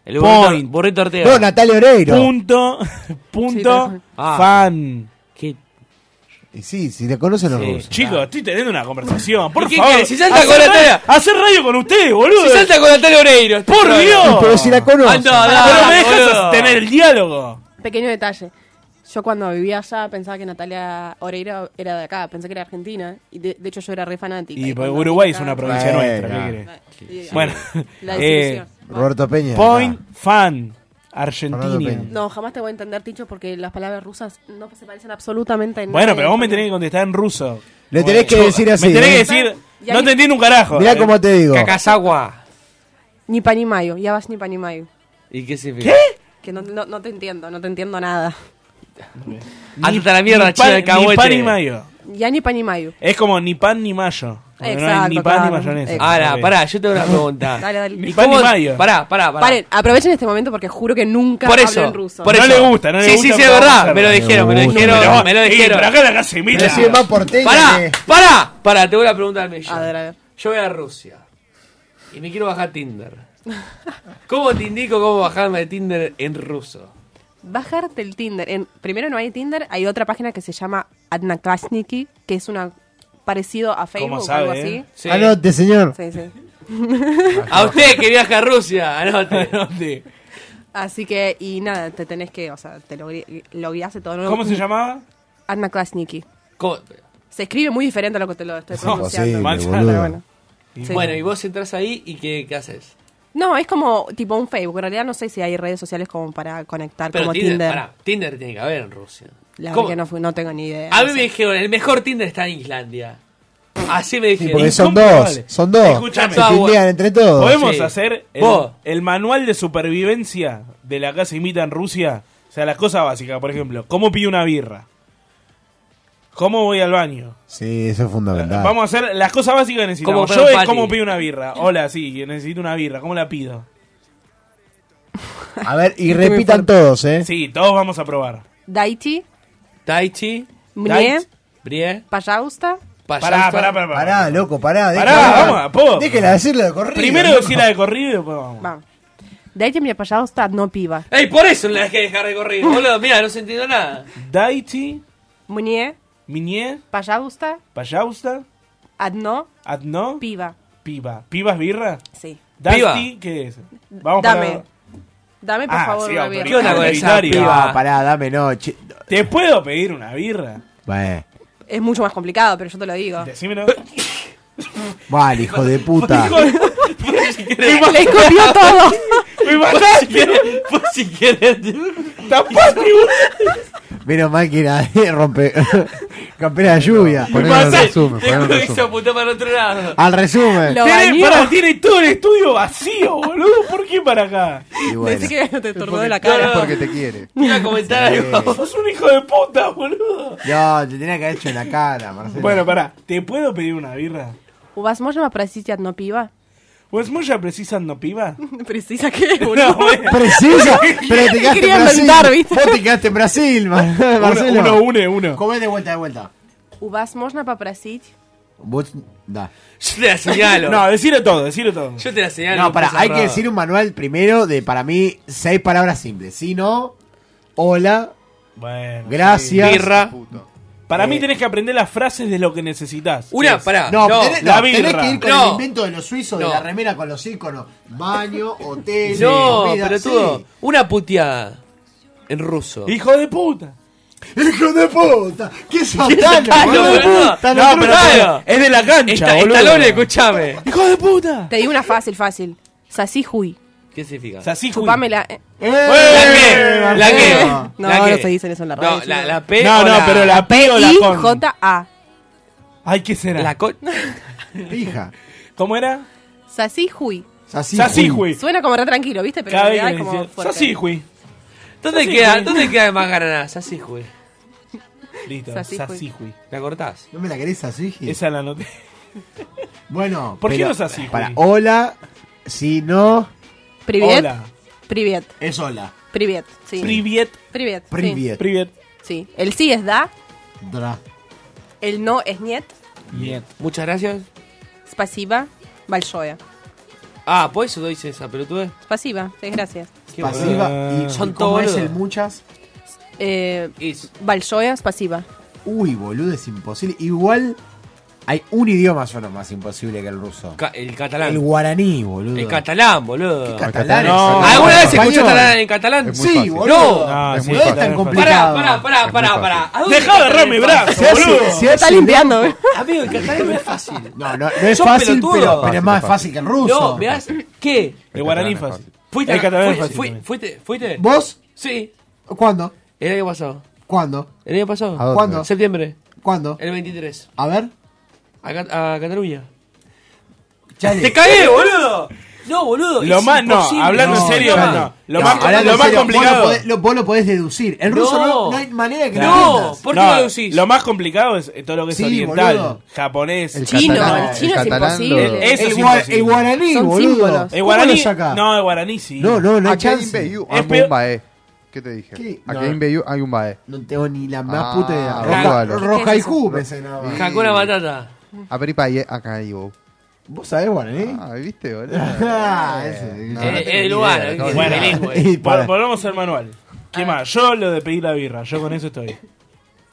Speaker 4: El burrito,
Speaker 5: point?
Speaker 4: burrito Ortega.
Speaker 3: No, Natalia Oreiro.
Speaker 5: Punto,
Speaker 13: Sí, tal
Speaker 5: punto,
Speaker 13: cual.
Speaker 4: Ah.
Speaker 5: fan.
Speaker 4: ¿Qué?
Speaker 3: Y sí, si te conocen los
Speaker 4: Sí.
Speaker 3: rusos.
Speaker 5: Chicos, estoy teniendo una conversación. Por
Speaker 4: Ah, ¿Y qué
Speaker 5: favor,
Speaker 4: querés? Si salta
Speaker 5: Hacer
Speaker 4: con la
Speaker 5: radio-
Speaker 4: tela.
Speaker 5: hacer radio con usted, boludo.
Speaker 4: Si salta con Natalia Oreiro.
Speaker 5: Por
Speaker 4: Pero-
Speaker 5: Dios.
Speaker 3: Y Pero si la conocen.
Speaker 4: Anda, dale,
Speaker 5: Pero me dejas
Speaker 4: boludo.
Speaker 5: tener el diálogo.
Speaker 13: Pequeño detalle. Yo cuando vivía allá pensaba que Natalia Oreiro era de acá, pensé que era argentina, y de, de hecho yo era re fanática.
Speaker 5: Y
Speaker 13: cuando
Speaker 5: Uruguay
Speaker 13: vine
Speaker 5: es
Speaker 13: acá-
Speaker 5: una provincia
Speaker 3: Bueno.
Speaker 5: nuestra, ¿qué querés?
Speaker 13: Y-
Speaker 5: Bueno,
Speaker 13: La
Speaker 5: eh,
Speaker 13: desilusión.
Speaker 3: Roberto Peña.
Speaker 5: Point fan
Speaker 3: Fernando
Speaker 5: Argentina.
Speaker 3: Peña.
Speaker 13: No, jamás te voy a entender, Ticho, porque las palabras rusas no se parecen absolutamente en nada.
Speaker 5: Bueno, pero vos me tenés que contestar en ruso.
Speaker 3: Le tenés que
Speaker 5: Yo-
Speaker 3: decir así,
Speaker 5: Me tenés
Speaker 3: ¿eh?
Speaker 5: que decir.
Speaker 13: Y ahí-
Speaker 5: No te entiendo un carajo.
Speaker 3: Mirá cómo te digo.
Speaker 4: Cacasawa.
Speaker 13: Ni pan ni mayo, ya vas ni pan ni mayo.
Speaker 4: ¿Y qué se ¿Qué?
Speaker 13: Que no, no, no te entiendo, no te entiendo nada.
Speaker 4: Hasta la mierda,
Speaker 5: Ni
Speaker 4: chica
Speaker 5: pan-
Speaker 4: de
Speaker 5: Ni pan ni
Speaker 4: cahuete.
Speaker 5: mayo.
Speaker 13: Ya ni pan ni mayo.
Speaker 5: Es como ni pan ni mayo. Porque no hay ni
Speaker 13: Exacto,
Speaker 5: pan ni
Speaker 13: claro.
Speaker 5: mayonesa.
Speaker 13: Eh,
Speaker 4: Ahora,
Speaker 5: Ok.
Speaker 4: pará, yo tengo una pregunta.
Speaker 13: Dale, dale.
Speaker 4: ¿Y
Speaker 5: Ni pan ni
Speaker 4: cómo-
Speaker 5: mayo.
Speaker 4: Pará, Ah, pará, pará.
Speaker 13: Paren, aprovechen este momento porque juro que nunca
Speaker 4: Por
Speaker 13: hablo
Speaker 4: eso,
Speaker 13: en ruso.
Speaker 4: por
Speaker 5: No
Speaker 4: eso.
Speaker 5: le gusta, no le
Speaker 4: sí, Sí,
Speaker 5: gusta,
Speaker 4: sí, es
Speaker 5: pero vamos
Speaker 4: verdad.
Speaker 5: a
Speaker 4: Me lo
Speaker 5: hacerlo.
Speaker 4: dijeron, me lo
Speaker 3: Me gusta.
Speaker 4: dijeron,
Speaker 5: Pero-
Speaker 4: me lo
Speaker 5: eh,
Speaker 4: dijeron.
Speaker 5: Pero acá la casa imita.
Speaker 3: Pero si es más eh. porteño
Speaker 4: Pará,
Speaker 3: que-
Speaker 4: pará, pará, te voy a preguntar al millón.
Speaker 13: A ver, a ver.
Speaker 4: Yo voy a Rusia y me quiero bajar Tinder.
Speaker 13: (laughs)
Speaker 4: ¿Cómo te indico cómo bajarme de Tinder en ruso?
Speaker 13: Bajarte el Tinder. En, primero no hay Tinder, hay otra página que se llama Adnaklassniki, que es una parecido a Facebook o algo
Speaker 5: sabe,
Speaker 13: así.
Speaker 5: eh?
Speaker 4: Sí.
Speaker 3: Anote, señor.
Speaker 13: Sí, sí.
Speaker 4: A usted que viaja a Rusia,
Speaker 5: (laughs)
Speaker 4: anote.
Speaker 5: ¿Dónde?
Speaker 13: (laughs) Así que, y nada, te tenés que, o sea, te lo, lo guiaste todo. ¿no?
Speaker 5: ¿Cómo se llamaba?
Speaker 13: Adnaklassniki.
Speaker 4: ¿Cómo?
Speaker 13: Se escribe muy diferente a lo que te lo estoy pronunciando.
Speaker 3: Imposible,
Speaker 5: Manzana,
Speaker 3: boludo.
Speaker 13: bueno. Sí.
Speaker 4: Bueno, y vos entras ahí y ¿qué, qué haces?
Speaker 13: No, es como tipo un Facebook. En realidad no sé si hay redes sociales como para conectar
Speaker 4: Pero
Speaker 13: como
Speaker 4: Tinder,
Speaker 13: Tinder.
Speaker 4: pará, Tinder tiene que haber en Rusia.
Speaker 13: La
Speaker 4: ¿Cómo?
Speaker 13: verdad que no, fui- no tengo ni idea.
Speaker 4: A
Speaker 13: no
Speaker 4: mí
Speaker 13: sé.
Speaker 4: me dijeron, el mejor Tinder está en Islandia. Así me dijeron.
Speaker 3: Porque son
Speaker 5: Incomprobable.
Speaker 3: dos. Son dos.
Speaker 5: Escuchame.
Speaker 3: Se tildean entre todos.
Speaker 5: ¿Podemos
Speaker 4: Sí.
Speaker 5: hacer el,
Speaker 4: Vos.
Speaker 5: el manual de supervivencia de la casa imita en Rusia? O sea, las cosas básicas, por ejemplo, ¿cómo pido una birra? ¿Cómo voy al baño?
Speaker 3: Sí, eso es fundamental.
Speaker 5: Vamos a hacer las cosas básicas que necesitamos.
Speaker 4: Como
Speaker 5: Yo es
Speaker 4: Pati.
Speaker 5: cómo pido una birra. Hola, sí, necesito una birra. ¿Cómo la pido?
Speaker 3: A ver, y repitan todos, ¿eh?
Speaker 5: Sí, todos vamos a probar.
Speaker 13: Daiti,
Speaker 4: Taichi.
Speaker 13: Mrie.
Speaker 4: Tait- Brie.
Speaker 13: Payausta.
Speaker 4: Payausta.
Speaker 3: Pará, loco, pará.
Speaker 4: Pará,
Speaker 3: déjala-
Speaker 4: vamos a poco.
Speaker 3: Déjela decirla de corrido.
Speaker 4: Primero
Speaker 3: loco.
Speaker 4: decirla de corrido y
Speaker 5: pues.
Speaker 4: después vamos.
Speaker 13: Vamos. Date mi Payausta, no piba.
Speaker 4: ¡Ey, por eso la dejé dejar de correr, boludo! Mira, no se entiende nada.
Speaker 5: Daiti,
Speaker 13: Muñe.
Speaker 5: Miñé,
Speaker 13: Payausta.
Speaker 5: Payausta,
Speaker 13: Adno.
Speaker 5: Adno,
Speaker 13: Piba.
Speaker 5: Piba. ¿Pibas birra?
Speaker 13: Sí.
Speaker 5: Daiti, ¿qué es? Vamos
Speaker 13: Dame.
Speaker 5: para-
Speaker 13: Dame, por
Speaker 5: Ah,
Speaker 13: favor,
Speaker 5: sí,
Speaker 13: una
Speaker 5: autoritario.
Speaker 13: birra.
Speaker 5: ¿Qué onda con esa
Speaker 3: Ah,
Speaker 5: piba?
Speaker 3: pará, dame noche.
Speaker 5: ¿Te puedo pedir una birra?
Speaker 3: Bueno,
Speaker 13: Es mucho más complicado, pero yo te lo digo.
Speaker 5: Decímelo.
Speaker 3: vale, hijo de
Speaker 5: (laughs)
Speaker 3: puta.
Speaker 13: Le escupió todo.
Speaker 5: ¡Me
Speaker 4: mataste! Por si quieres. (laughs) ¡Tapaste,
Speaker 3: Menos mal que era de (laughs) rompe. Campera de lluvia.
Speaker 6: Ponelo en resumen, ponelo en
Speaker 4: Se apuntó para el otro lado.
Speaker 3: Al resumen.
Speaker 5: Tiene, pará, tiene todo el
Speaker 13: (laughs)
Speaker 5: estudio vacío, boludo. ¿Por qué para acá?
Speaker 3: Y bueno. Decí
Speaker 13: que te
Speaker 5: tornó
Speaker 13: de la
Speaker 3: cara. porque te quiere.
Speaker 4: Mira, comentar algo.
Speaker 5: Sos un hijo de puta, boludo. (laughs)
Speaker 3: No, Ah, te tenía que haber hecho en la cara, Marcelo.
Speaker 5: Bueno, pará. ¿Te puedo pedir una birra?
Speaker 13: ¿O vas más a presidir Adno piba?
Speaker 5: ¿Vos ya precisan no piba?
Speaker 13: ¿Precisa qué,
Speaker 5: No,
Speaker 13: boludo?
Speaker 5: bueno.
Speaker 3: Precisa, pero te quedaste
Speaker 13: Quería
Speaker 3: en Brasil.
Speaker 13: inventar, ¿viste?
Speaker 3: Vos te quedaste en Brasil, Mar- Marcelo.
Speaker 5: uno une, uno.
Speaker 3: Comé de vuelta, de vuelta.
Speaker 13: ¿O vas más a presidir?
Speaker 3: Vos, da.
Speaker 4: Yo te la señalo.
Speaker 5: No, decilo todo, decilo todo.
Speaker 4: Yo te la señalo.
Speaker 3: No, para,
Speaker 4: Puse
Speaker 3: hay que
Speaker 4: cerrado.
Speaker 3: decir un manual primero de, para mí, seis palabras simples. Si no, hola,
Speaker 5: Bueno.
Speaker 3: gracias.
Speaker 4: Birra.
Speaker 5: Para mí tenés que aprender las frases de lo que necesitas.
Speaker 4: Una, pará.
Speaker 3: Eh. No, tenés, no,
Speaker 5: la
Speaker 3: tenés
Speaker 5: birra.
Speaker 3: que ir con el
Speaker 4: No.
Speaker 3: invento de los suizos,
Speaker 4: No.
Speaker 3: de la remera con los íconos.
Speaker 4: (laughs)
Speaker 3: Baño, hotel,
Speaker 4: No,
Speaker 3: comida,
Speaker 4: pero
Speaker 3: sí.
Speaker 4: tú. Una puteada. En ruso.
Speaker 5: ¡Hijo de
Speaker 3: (laughs)
Speaker 5: puta!
Speaker 3: ¡Hijo de puta! ¡Qué
Speaker 4: Satano,
Speaker 3: satana,
Speaker 4: boludo.
Speaker 3: boludo!
Speaker 4: No, pero
Speaker 5: Claro, Es de la cancha,
Speaker 4: Esta,
Speaker 5: boludo.
Speaker 4: Estalone, escúchame.
Speaker 5: ¡Hijo de puta!
Speaker 13: Te digo una fácil, fácil. Sasí hui.
Speaker 4: ¿Qué significa?
Speaker 5: Sasí hui.
Speaker 13: Chupámela. eh.
Speaker 4: La que. La que.
Speaker 13: No,
Speaker 4: la
Speaker 13: no
Speaker 4: que.
Speaker 13: se dicen eso en la radio.
Speaker 4: No, la, la P.
Speaker 5: No,
Speaker 4: o
Speaker 5: no,
Speaker 4: la-
Speaker 5: pero la P o la
Speaker 13: I,
Speaker 5: con.
Speaker 13: J, A.
Speaker 5: Ay, ¿qué será?
Speaker 4: La con.
Speaker 3: Hija.
Speaker 5: ¿Cómo era?
Speaker 13: Sasí hui.
Speaker 5: Sasijui.
Speaker 13: Suena como re tranquilo, ¿viste? Pero en
Speaker 5: Cada vez
Speaker 13: realidad
Speaker 5: que
Speaker 13: es
Speaker 5: me
Speaker 13: como
Speaker 5: decía.
Speaker 13: fuerte.
Speaker 5: Sasijui.
Speaker 4: ¿Dónde
Speaker 5: Sasí,
Speaker 4: queda?
Speaker 5: güey.
Speaker 4: ¿Dónde queda más ganas? Así, güey.
Speaker 5: (laughs) Listo,
Speaker 13: Sasijui.
Speaker 5: Sasijui.
Speaker 4: ¿La cortás?
Speaker 3: ¿No me la querés así, Gil?
Speaker 5: Esa la noté.
Speaker 3: Bueno.
Speaker 5: ¿Por qué
Speaker 3: pero-
Speaker 5: no es así, Juli?
Speaker 3: Para, hola, si no,
Speaker 13: Privet.
Speaker 5: Hola.
Speaker 13: Privet.
Speaker 3: es hola.
Speaker 13: Privet. Sí.
Speaker 5: Privet.
Speaker 13: Privet. sí.
Speaker 3: Privet.
Speaker 5: Privet.
Speaker 13: Sí. El sí es da.
Speaker 3: Dra.
Speaker 13: El no es niet.
Speaker 5: Niet.
Speaker 4: Muchas gracias.
Speaker 13: Spasiba. Balshoya.
Speaker 4: Ah, por eso lo hice esa pelotude.
Speaker 13: Spasiba. Sí, gracias.
Speaker 4: Qué
Speaker 3: Pasiva.
Speaker 5: boludo.
Speaker 3: ¿Y
Speaker 4: Son
Speaker 3: cómo
Speaker 4: todos
Speaker 3: es
Speaker 4: boludos.
Speaker 3: el muchas?
Speaker 13: Eh,
Speaker 4: Is.
Speaker 13: Balshoya, Spasiba.
Speaker 3: Uy, boludo, es imposible. Igual hay un idioma solo más imposible que el ruso.
Speaker 4: Ca- el catalán.
Speaker 3: El
Speaker 4: El,
Speaker 3: guaraní, boludo.
Speaker 4: catalán, boludo.
Speaker 3: ¿Qué catalán es?
Speaker 5: No.
Speaker 4: ¿Alguna vez escuchaste
Speaker 3: Español.
Speaker 4: hablar en catalán?
Speaker 6: Es muy
Speaker 3: Sí,
Speaker 6: fácil.
Speaker 3: boludo.
Speaker 5: No,
Speaker 6: es
Speaker 5: sí,
Speaker 6: muy
Speaker 3: No
Speaker 6: fácil.
Speaker 3: es tan
Speaker 4: Pará,
Speaker 3: complicado.
Speaker 4: pará, pará,
Speaker 6: Es
Speaker 4: pará,
Speaker 6: muy
Speaker 4: pará. ¿A dónde
Speaker 5: Dejá de
Speaker 4: el
Speaker 5: agarrar mi
Speaker 4: catalán?
Speaker 5: brazo,
Speaker 3: Se hace-
Speaker 5: boludo.
Speaker 3: se hace-
Speaker 13: Está limpiando, ¿eh?
Speaker 4: Amigo, el catalán no es fácil.
Speaker 3: No, no, no es
Speaker 4: Sos
Speaker 3: fácil,
Speaker 4: pelotudo.
Speaker 3: pero, pero
Speaker 6: Fácil,
Speaker 3: es más
Speaker 6: fácil.
Speaker 3: fácil que el ruso.
Speaker 4: No, veas. ¿Qué?
Speaker 5: El guaraní
Speaker 6: catalán es
Speaker 5: fácil.
Speaker 4: ¿Fuiste?
Speaker 5: El catalán es
Speaker 4: fui-
Speaker 5: fácil
Speaker 4: fui-
Speaker 5: también.
Speaker 4: fuiste, fuiste.
Speaker 3: ¿Vos?
Speaker 4: Sí.
Speaker 3: ¿Cuándo?
Speaker 4: El año pasado.
Speaker 3: ¿Cuándo?
Speaker 4: El año pasado.
Speaker 6: ¿A dónde?
Speaker 3: ¿Cuándo?
Speaker 4: Septiembre.
Speaker 3: ¿Cuándo?
Speaker 4: El 23.
Speaker 3: A ver.
Speaker 4: A, Cat- a Cataluña.
Speaker 3: Chale.
Speaker 4: ¡Te cagué, boludo! No, boludo.
Speaker 5: Lo
Speaker 4: es
Speaker 5: más, no,
Speaker 4: imposible.
Speaker 5: hablando en
Speaker 4: No,
Speaker 5: serio,
Speaker 4: no.
Speaker 5: no. Lo
Speaker 3: No,
Speaker 5: más,
Speaker 3: hablando
Speaker 5: lo
Speaker 3: en
Speaker 5: más
Speaker 3: serio, Vos
Speaker 5: complicado.
Speaker 3: lo, podés, lo- vos lo podés deducir. El
Speaker 4: No.
Speaker 3: ruso no, no hay manera que
Speaker 4: No.
Speaker 3: lo entiendas.
Speaker 4: ¿Por qué lo decís?
Speaker 5: Lo más complicado es eh, todo lo que es
Speaker 3: Sí,
Speaker 5: oriental,
Speaker 3: boludo.
Speaker 5: japonés.
Speaker 6: El
Speaker 13: Chino.
Speaker 6: catalán-
Speaker 13: el chino es
Speaker 6: catalán lo-
Speaker 13: imposible.
Speaker 5: Eso
Speaker 3: El,
Speaker 5: es
Speaker 3: gua-
Speaker 5: imposible.
Speaker 3: el guaraní,
Speaker 13: Son
Speaker 3: boludo.
Speaker 13: símbolos.
Speaker 5: El
Speaker 3: ¿Cómo
Speaker 5: guaraní.
Speaker 3: lo saca?
Speaker 5: No, el guaraní sí.
Speaker 3: no, no, no hay
Speaker 6: Aquí hay un
Speaker 3: chance.
Speaker 6: Bayou,
Speaker 5: Es
Speaker 6: hay
Speaker 5: peor-
Speaker 6: un bae. ¿Qué te dije?
Speaker 3: ¿Qué?
Speaker 6: Aquí
Speaker 3: No.
Speaker 6: hay un Bayou, hay un bae.
Speaker 3: No tengo ni la más
Speaker 6: Ah,
Speaker 3: puta idea.
Speaker 6: roja-
Speaker 3: Roja,
Speaker 6: ¿Qué es
Speaker 3: roja y
Speaker 13: eso?
Speaker 3: Ju, pensé nada más.
Speaker 4: Hakuna Matata.
Speaker 6: A ver, y pa' ahí, acá hay Bow.
Speaker 3: ¿Vos sabés guaraní?
Speaker 6: Ah,
Speaker 3: (laughs)
Speaker 6: ¿viste, boludo?
Speaker 3: Ah, ese.
Speaker 6: No,
Speaker 4: Eh,
Speaker 6: no
Speaker 4: eh,
Speaker 6: tengo ni
Speaker 4: lugar,
Speaker 6: idea,
Speaker 4: eh,
Speaker 6: no,
Speaker 4: que-
Speaker 6: no.
Speaker 5: Bueno,
Speaker 4: Bilingüe.
Speaker 3: (laughs)
Speaker 4: Ah.
Speaker 3: Y
Speaker 5: Vol-
Speaker 3: para-
Speaker 5: volvamos al manual. ¿Qué más? Yo lo de pedir la birra, yo con eso estoy.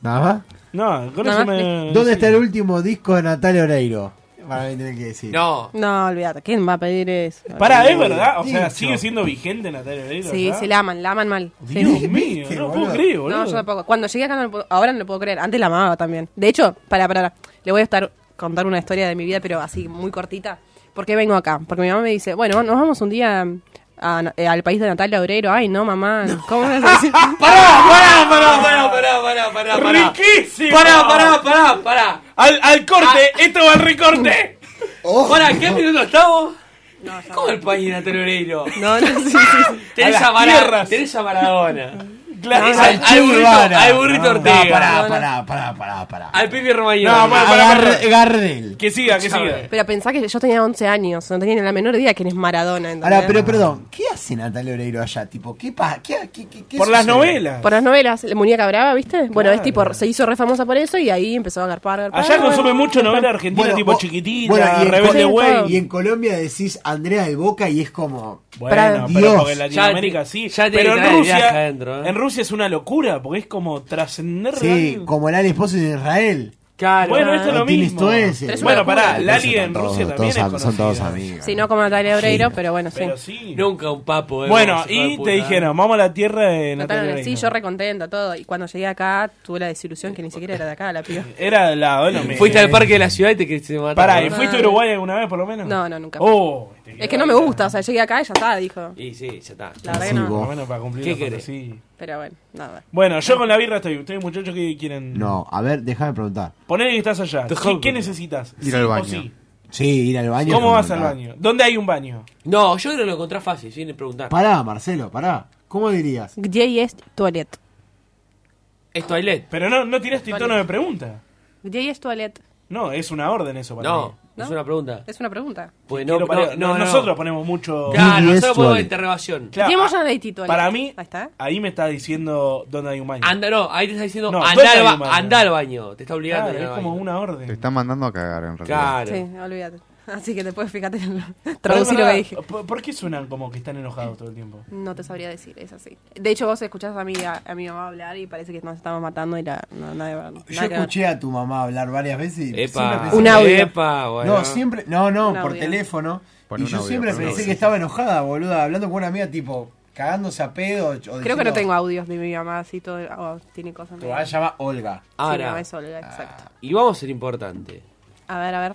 Speaker 3: ¿Nada más?
Speaker 5: No, con
Speaker 13: Nada
Speaker 5: eso
Speaker 13: más
Speaker 5: me.
Speaker 3: ¿Dónde
Speaker 5: sí.
Speaker 3: está el último disco de Natalia Oreiro? Para mí tenés que decir.
Speaker 4: No.
Speaker 13: No, olvídate. ¿Quién va a pedir eso?
Speaker 5: Pará, es verdad. O sea,
Speaker 3: Dicho.
Speaker 5: sigue siendo vigente Natalia Oreiro.
Speaker 13: Sí,
Speaker 5: acá?
Speaker 13: se la aman, la aman mal. Sí,
Speaker 5: Dios
Speaker 13: sí.
Speaker 5: mío,
Speaker 13: (laughs)
Speaker 3: Viste,
Speaker 5: no puedo
Speaker 3: boludo.
Speaker 5: creer, boludo.
Speaker 13: No, yo tampoco. Cuando llegué acá, no lo puedo- ahora no lo puedo creer. Antes la amaba también. De hecho, para, para, le voy a estar contar una historia de mi vida, pero así, muy cortita. ¿Por qué vengo acá? Porque mi mamá me dice, bueno, nos vamos un día a- eh, al país de Natalia Obrero. Ay, no, mamá. ¿Cómo vas a
Speaker 5: (laughs)
Speaker 13: decir?
Speaker 4: Pará, pará, pará, pará, pará, pará, pará, pará.
Speaker 5: ¡Riquísimo!
Speaker 4: Pará, pará, pará, pará.
Speaker 5: Al, al corte, este- esto va
Speaker 3: (laughs)
Speaker 5: al recorte.
Speaker 3: Oh.
Speaker 4: Pará, ¿qué minuto estamos? ¿Cómo el país de Natalia Oreiro?
Speaker 13: No, no, sí, sí, sí.
Speaker 4: (laughs) Tenés
Speaker 5: las
Speaker 4: a, Mara-
Speaker 5: tierras.
Speaker 4: tenés a Maradona. Claro,
Speaker 3: No,
Speaker 4: es al-
Speaker 3: no,
Speaker 4: al burrito-
Speaker 3: Chiribana.
Speaker 4: al burrito
Speaker 3: No,
Speaker 4: Ortega.
Speaker 3: No, pará, pará, pará, pará, pará.
Speaker 4: Al pibe Romagnoli.
Speaker 3: No, pará, pará, pará. Gar- Gardel.
Speaker 4: Que siga, que siga.
Speaker 13: Pero pensá que yo tenía 11 años, no tenía ni la menor idea quién es Maradona. ¿entendés?
Speaker 3: Ahora, pero perdón, ¿qué hace Natalia Oreiro allá? Tipo, ¿qué pasa? ¿Qué, qué, qué, qué sucede?
Speaker 13: Por las novelas, la muñeca brava, ¿viste? Bueno, es tipo, se hizo re famosa por eso y ahí empezó a garpar, garpar.
Speaker 5: Allá
Speaker 13: bueno.
Speaker 5: consume mucho novela argentina,
Speaker 3: Bueno,
Speaker 5: tipo
Speaker 3: vos-
Speaker 5: chiquitita,
Speaker 3: Bueno, y en,
Speaker 5: rebelde
Speaker 3: Col-
Speaker 5: güey.
Speaker 3: y en Colombia decís Andrea del Boca y es como.
Speaker 5: Bueno, pero
Speaker 3: Dios.
Speaker 5: porque en Latinoamérica sí.
Speaker 4: ya te
Speaker 5: pero
Speaker 4: trae
Speaker 5: en
Speaker 4: el
Speaker 5: Rusia,
Speaker 4: viaje adentro, ¿eh?
Speaker 5: en Rusia es una locura, porque es como trascender.
Speaker 3: Sí, como el Alex Pozzi de Israel.
Speaker 4: Claro.
Speaker 5: Bueno, esto es lo
Speaker 3: Tiene
Speaker 5: mismo.
Speaker 3: esto,
Speaker 5: Pero
Speaker 3: ese.
Speaker 5: es Bueno, una pará, locura. Lali
Speaker 3: Están
Speaker 5: en
Speaker 3: todos-
Speaker 5: Rusia también
Speaker 3: todos
Speaker 5: es
Speaker 3: am- Son todos amigos.
Speaker 13: Sí, no como Natalia Oreiro, pero bueno, sí.
Speaker 4: Nunca un papo, eh.
Speaker 5: Bueno,
Speaker 4: vos, hijo de
Speaker 5: y
Speaker 4: puta.
Speaker 5: te dijeron, vamos a la tierra
Speaker 13: Totalmente,
Speaker 5: de Natalia
Speaker 13: sí,
Speaker 5: Oreiro.
Speaker 13: yo recontenta, todo. Y cuando llegué acá, tuve la desilusión que ni siquiera era de acá la piba.
Speaker 5: Era la. Bueno, me-
Speaker 4: Fuiste al parque de la ciudad y te quisiste matar.
Speaker 5: Pará, ¿y
Speaker 4: ¿no?
Speaker 5: fuiste a Uruguay alguna vez por lo menos?
Speaker 13: No, no, nunca.
Speaker 5: Oh,
Speaker 13: es que no me gusta, o sea, llegué acá y ya está, dijo.
Speaker 4: Y sí, ya está.
Speaker 13: La verdad que no.
Speaker 5: Bueno, para cumplir
Speaker 4: ¿Qué
Speaker 5: la
Speaker 4: querés?
Speaker 5: fantasía.
Speaker 13: Pero bueno, nada.
Speaker 5: Bueno, yo con la birra estoy. Ustedes, muchachos, ¿qué quieren?
Speaker 3: No, a ver, déjame preguntar.
Speaker 5: Poner que estás allá.
Speaker 4: Te
Speaker 5: ¿Qué-
Speaker 4: jodo.
Speaker 5: ¿Qué necesitas?
Speaker 3: Ir
Speaker 5: ¿Sí
Speaker 3: al
Speaker 5: o
Speaker 3: baño.
Speaker 5: sí?
Speaker 3: Sí, ir al baño.
Speaker 5: ¿Cómo
Speaker 3: es
Speaker 5: vas al
Speaker 3: fundamental.
Speaker 5: baño? ¿Dónde hay un baño?
Speaker 4: No, yo no lo encontré fácil, sin preguntar.
Speaker 3: Pará, Marcelo, pará. ¿Cómo dirías?
Speaker 13: Gdje es toilet?
Speaker 4: Es toilet.
Speaker 5: Pero no, no tiraste el tono de pregunta.
Speaker 13: Gdje es toilet?
Speaker 5: No, es una orden eso para
Speaker 4: No,
Speaker 5: mí.
Speaker 4: es una
Speaker 5: Ah.
Speaker 4: pregunta.
Speaker 13: Es una pregunta.
Speaker 4: Pues
Speaker 5: Quiero
Speaker 4: no,
Speaker 5: parar-
Speaker 4: no, no,
Speaker 5: nosotros ponemos mucho.
Speaker 4: Claro,
Speaker 5: DDS
Speaker 4: nosotros ponemos
Speaker 5: toilet.
Speaker 4: interrogación.
Speaker 5: Claro,
Speaker 13: Tenemos
Speaker 5: ah,
Speaker 13: ya Lady Toilet.
Speaker 5: para mí,
Speaker 13: Ahí está.
Speaker 5: ahí me está diciendo dónde hay un baño.
Speaker 4: Anda, no, ahí te está diciendo
Speaker 5: No,
Speaker 4: andá,
Speaker 5: ¿dónde
Speaker 4: al
Speaker 5: hay
Speaker 4: ba-
Speaker 5: un baño?
Speaker 4: andá al baño. Te está obligando.
Speaker 5: Claro,
Speaker 4: a ir
Speaker 5: es
Speaker 4: al
Speaker 5: como
Speaker 4: baño.
Speaker 5: una orden.
Speaker 6: Te están mandando a cagar en realidad.
Speaker 4: Claro.
Speaker 13: Sí, olvídate. Así que después fíjate en lo-
Speaker 5: Pero
Speaker 13: traducir
Speaker 5: de
Speaker 13: lo que
Speaker 5: verdad,
Speaker 13: dije.
Speaker 5: ¿por- ¿Por qué suenan como que están enojados todo el tiempo?
Speaker 13: No te sabría decir, es así. De hecho, vos escuchás a mi, a, a mi mamá hablar y parece que nos estamos matando y la, no, nada de verdad.
Speaker 3: Yo escuché a tu mamá hablar varias veces. y
Speaker 4: Epa.
Speaker 3: siempre pensé-
Speaker 4: Un audio. Epa, bueno.
Speaker 3: No, siempre. No, no,
Speaker 13: Un
Speaker 3: por
Speaker 13: audio.
Speaker 3: teléfono.
Speaker 6: Pon
Speaker 3: y
Speaker 6: un
Speaker 3: yo
Speaker 6: audio,
Speaker 3: siempre
Speaker 6: pon un
Speaker 3: pensé
Speaker 6: audio.
Speaker 3: que estaba enojada, boluda, hablando con una amiga, tipo, cagándose a pedo. o
Speaker 13: Creo
Speaker 3: diciendo-
Speaker 13: que no tengo audios de mi mamá, así todo. oh, tiene cosas.
Speaker 3: Tu mamá se llama Olga.
Speaker 13: Ahora. Sí,
Speaker 4: Ahora.
Speaker 13: mi mamá es Olga,
Speaker 4: Ah.
Speaker 13: exacto.
Speaker 4: Y vamos a ser importante.
Speaker 13: A ver, a ver.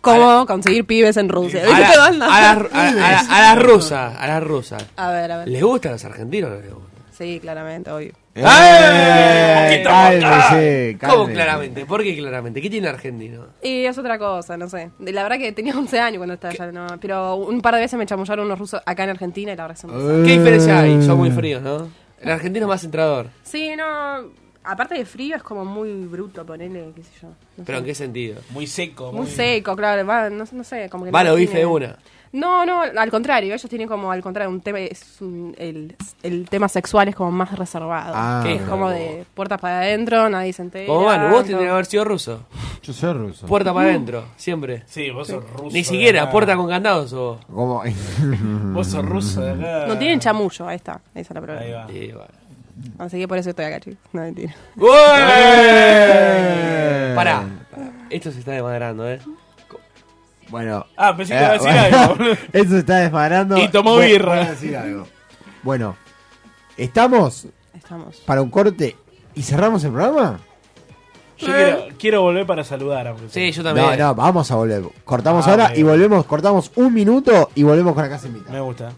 Speaker 13: ¿Cómo conseguir pibes en Rusia? (laughs)
Speaker 4: A, la-
Speaker 13: ¿Viste, banda?
Speaker 4: a las- a- a- a las rusas, a las rusas.
Speaker 13: A ver, a ver.
Speaker 4: ¿Les gustan los argentinos? o no les gusta?
Speaker 13: Sí, claramente, obvio.
Speaker 4: ¡Eh!
Speaker 3: Eh, cálmese,
Speaker 4: ¿Cómo
Speaker 3: cálmese.
Speaker 4: claramente? ¿Por qué claramente? ¿Qué tiene argentino?
Speaker 13: Y es otra cosa, no sé. De- La verdad que tenía 11 años cuando estaba allá, ¿no? pero un par de veces me chamullaron unos rusos acá en Argentina y la verdad son
Speaker 4: ¿Qué diferencia hay? Son muy fríos, ¿no? El argentino es más entrador.
Speaker 13: Sí, no. Aparte de frío, es como muy bruto ponerle, qué sé yo. no
Speaker 4: ¿Pero
Speaker 13: sé.
Speaker 4: en qué sentido?
Speaker 5: Muy seco.
Speaker 13: Muy seco, claro. Va, no, no sé, como que.
Speaker 4: Va,
Speaker 13: no
Speaker 4: lo bife de
Speaker 13: tienen-
Speaker 4: una.
Speaker 13: No, no, al contrario. Ellos tienen como, al contrario, un tema. Es un- el, el tema sexual es como más reservado.
Speaker 3: Ah.
Speaker 13: es
Speaker 3: Qué
Speaker 13: como
Speaker 3: joder.
Speaker 13: de puertas para adentro, nadie se entera.
Speaker 4: Como Manu, vos
Speaker 13: no.
Speaker 4: tendrías que haber sido ruso.
Speaker 3: Yo soy ruso.
Speaker 4: Puerta para adentro, siempre.
Speaker 5: Sí, vos sos ruso.
Speaker 4: Ni siquiera,
Speaker 5: de
Speaker 4: puerta
Speaker 5: acá.
Speaker 4: con candados o.
Speaker 3: (laughs) ¿Cómo?
Speaker 5: Vos sos ruso de acá.
Speaker 13: No tienen chamullo, ahí está. Esa es la prueba.
Speaker 5: Ahí va.
Speaker 13: Así que por eso estoy acá, chicos. No mentira.
Speaker 4: ¡Ué! Pará, pará. esto se está desmadrando, ¿eh?
Speaker 3: Bueno.
Speaker 5: Ah, pensé que iba a decir algo, boludo.
Speaker 3: (laughs) Eso se está desmadrando.
Speaker 5: Y tomó
Speaker 3: Voy-
Speaker 5: birra.
Speaker 3: voy a decir algo. Bueno, ¿estamos
Speaker 13: Estamos.
Speaker 3: para un corte y cerramos el programa?
Speaker 5: Yo quiero, quiero volver para saludar. Aunque sí,
Speaker 4: yo
Speaker 3: No, no, vamos a volver. Cortamos
Speaker 5: Ah,
Speaker 3: ahora
Speaker 5: ok.
Speaker 3: y volvemos, cortamos un minuto y volvemos con la casa invitada.
Speaker 5: Me gusta.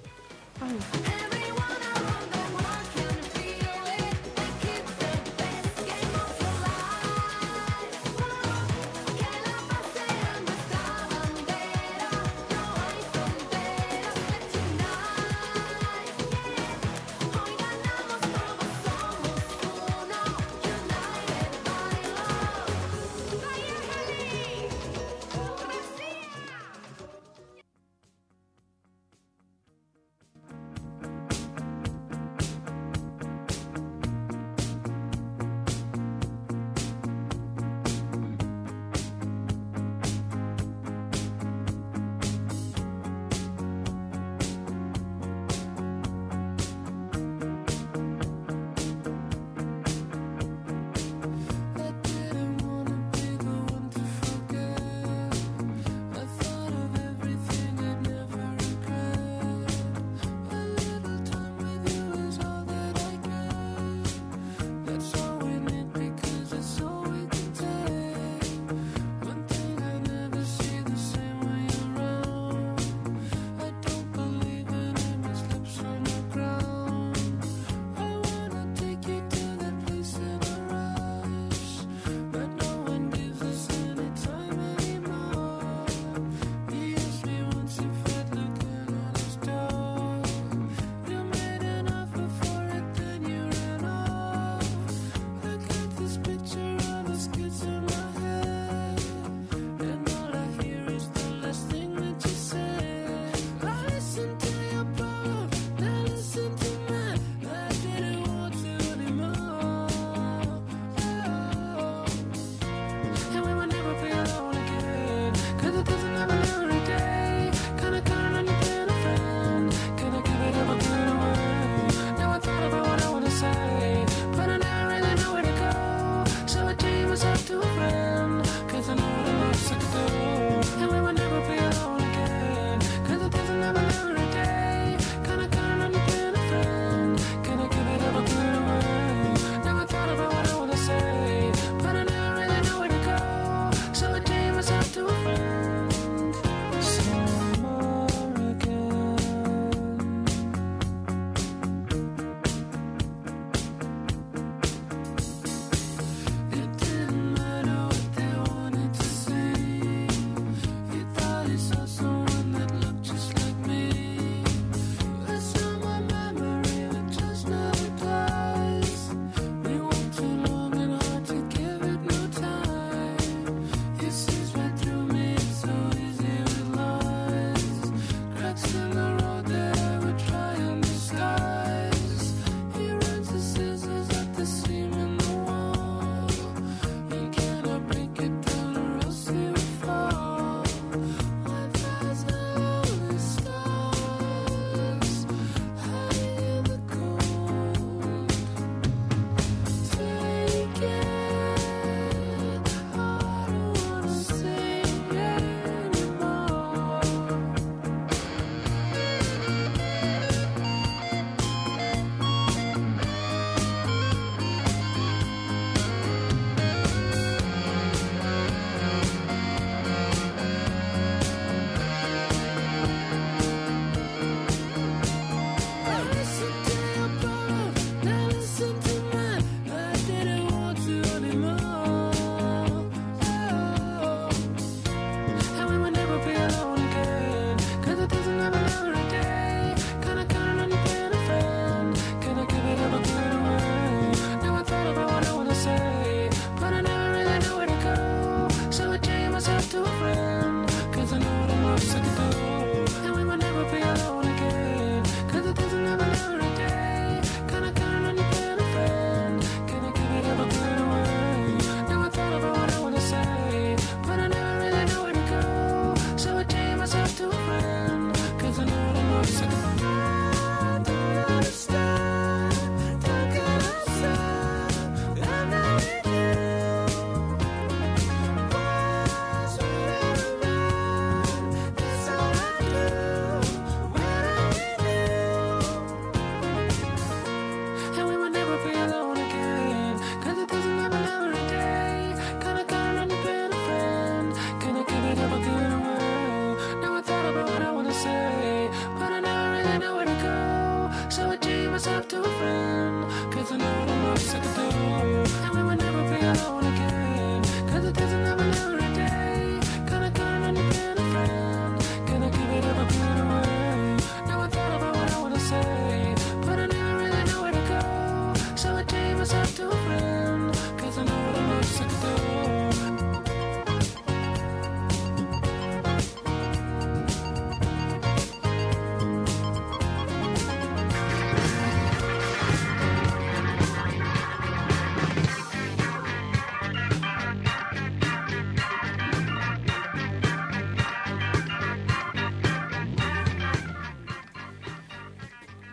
Speaker 11: Oh. cause I'm too friend, cause I know what I'm sick of doing.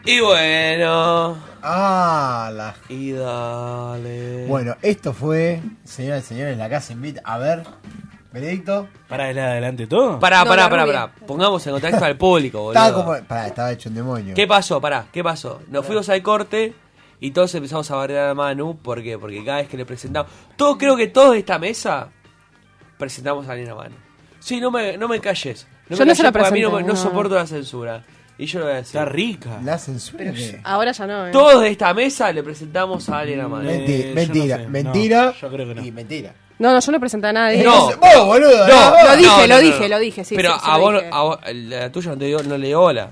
Speaker 4: Y bueno.
Speaker 3: Ah, la.
Speaker 4: Y dale.
Speaker 3: Eh. Bueno, esto fue, señoras y señores, la casa invita. A ver, veredicto.
Speaker 5: ¿Para adelante todo?
Speaker 4: Pará,
Speaker 3: No,
Speaker 4: pará,
Speaker 3: la
Speaker 4: pará,
Speaker 3: rubia.
Speaker 4: pará. Pongamos en contacto al público, boludo.
Speaker 3: Estaba como. Pará, estaba hecho un demonio.
Speaker 4: ¿Qué pasó? Pará, ¿qué pasó? Nos fuimos al corte y todos empezamos a bardear a Manu. ¿Por qué? Porque cada vez que le presentamos. Todos, creo que todos de esta mesa presentamos a alguien a Manu. Sí, no me, no me calles. No
Speaker 13: Yo
Speaker 4: me
Speaker 13: no se la
Speaker 4: porque a mí no,
Speaker 13: presenté,
Speaker 4: me- no
Speaker 13: no.
Speaker 4: soporto la censura. Y yo lo voy a decir. Está
Speaker 5: rica.
Speaker 3: La censura.
Speaker 13: Ahora ya no. ¿eh?
Speaker 4: Todos de esta mesa le presentamos a alguien a Manu.
Speaker 3: Menti- mentira, mentira. Y mentira.
Speaker 13: No, no, yo no presenté a nadie.
Speaker 4: No.
Speaker 3: Vos, boludo. ¿eh?
Speaker 13: No,
Speaker 3: vos.
Speaker 13: lo dije,
Speaker 4: no,
Speaker 13: lo
Speaker 4: no,
Speaker 13: dije,
Speaker 4: no.
Speaker 13: lo dije, sí.
Speaker 4: Pero
Speaker 13: sí, sí,
Speaker 4: a,
Speaker 13: lo
Speaker 4: vos,
Speaker 13: dije.
Speaker 4: a vos- la tuya no, te dio, no le dio hola.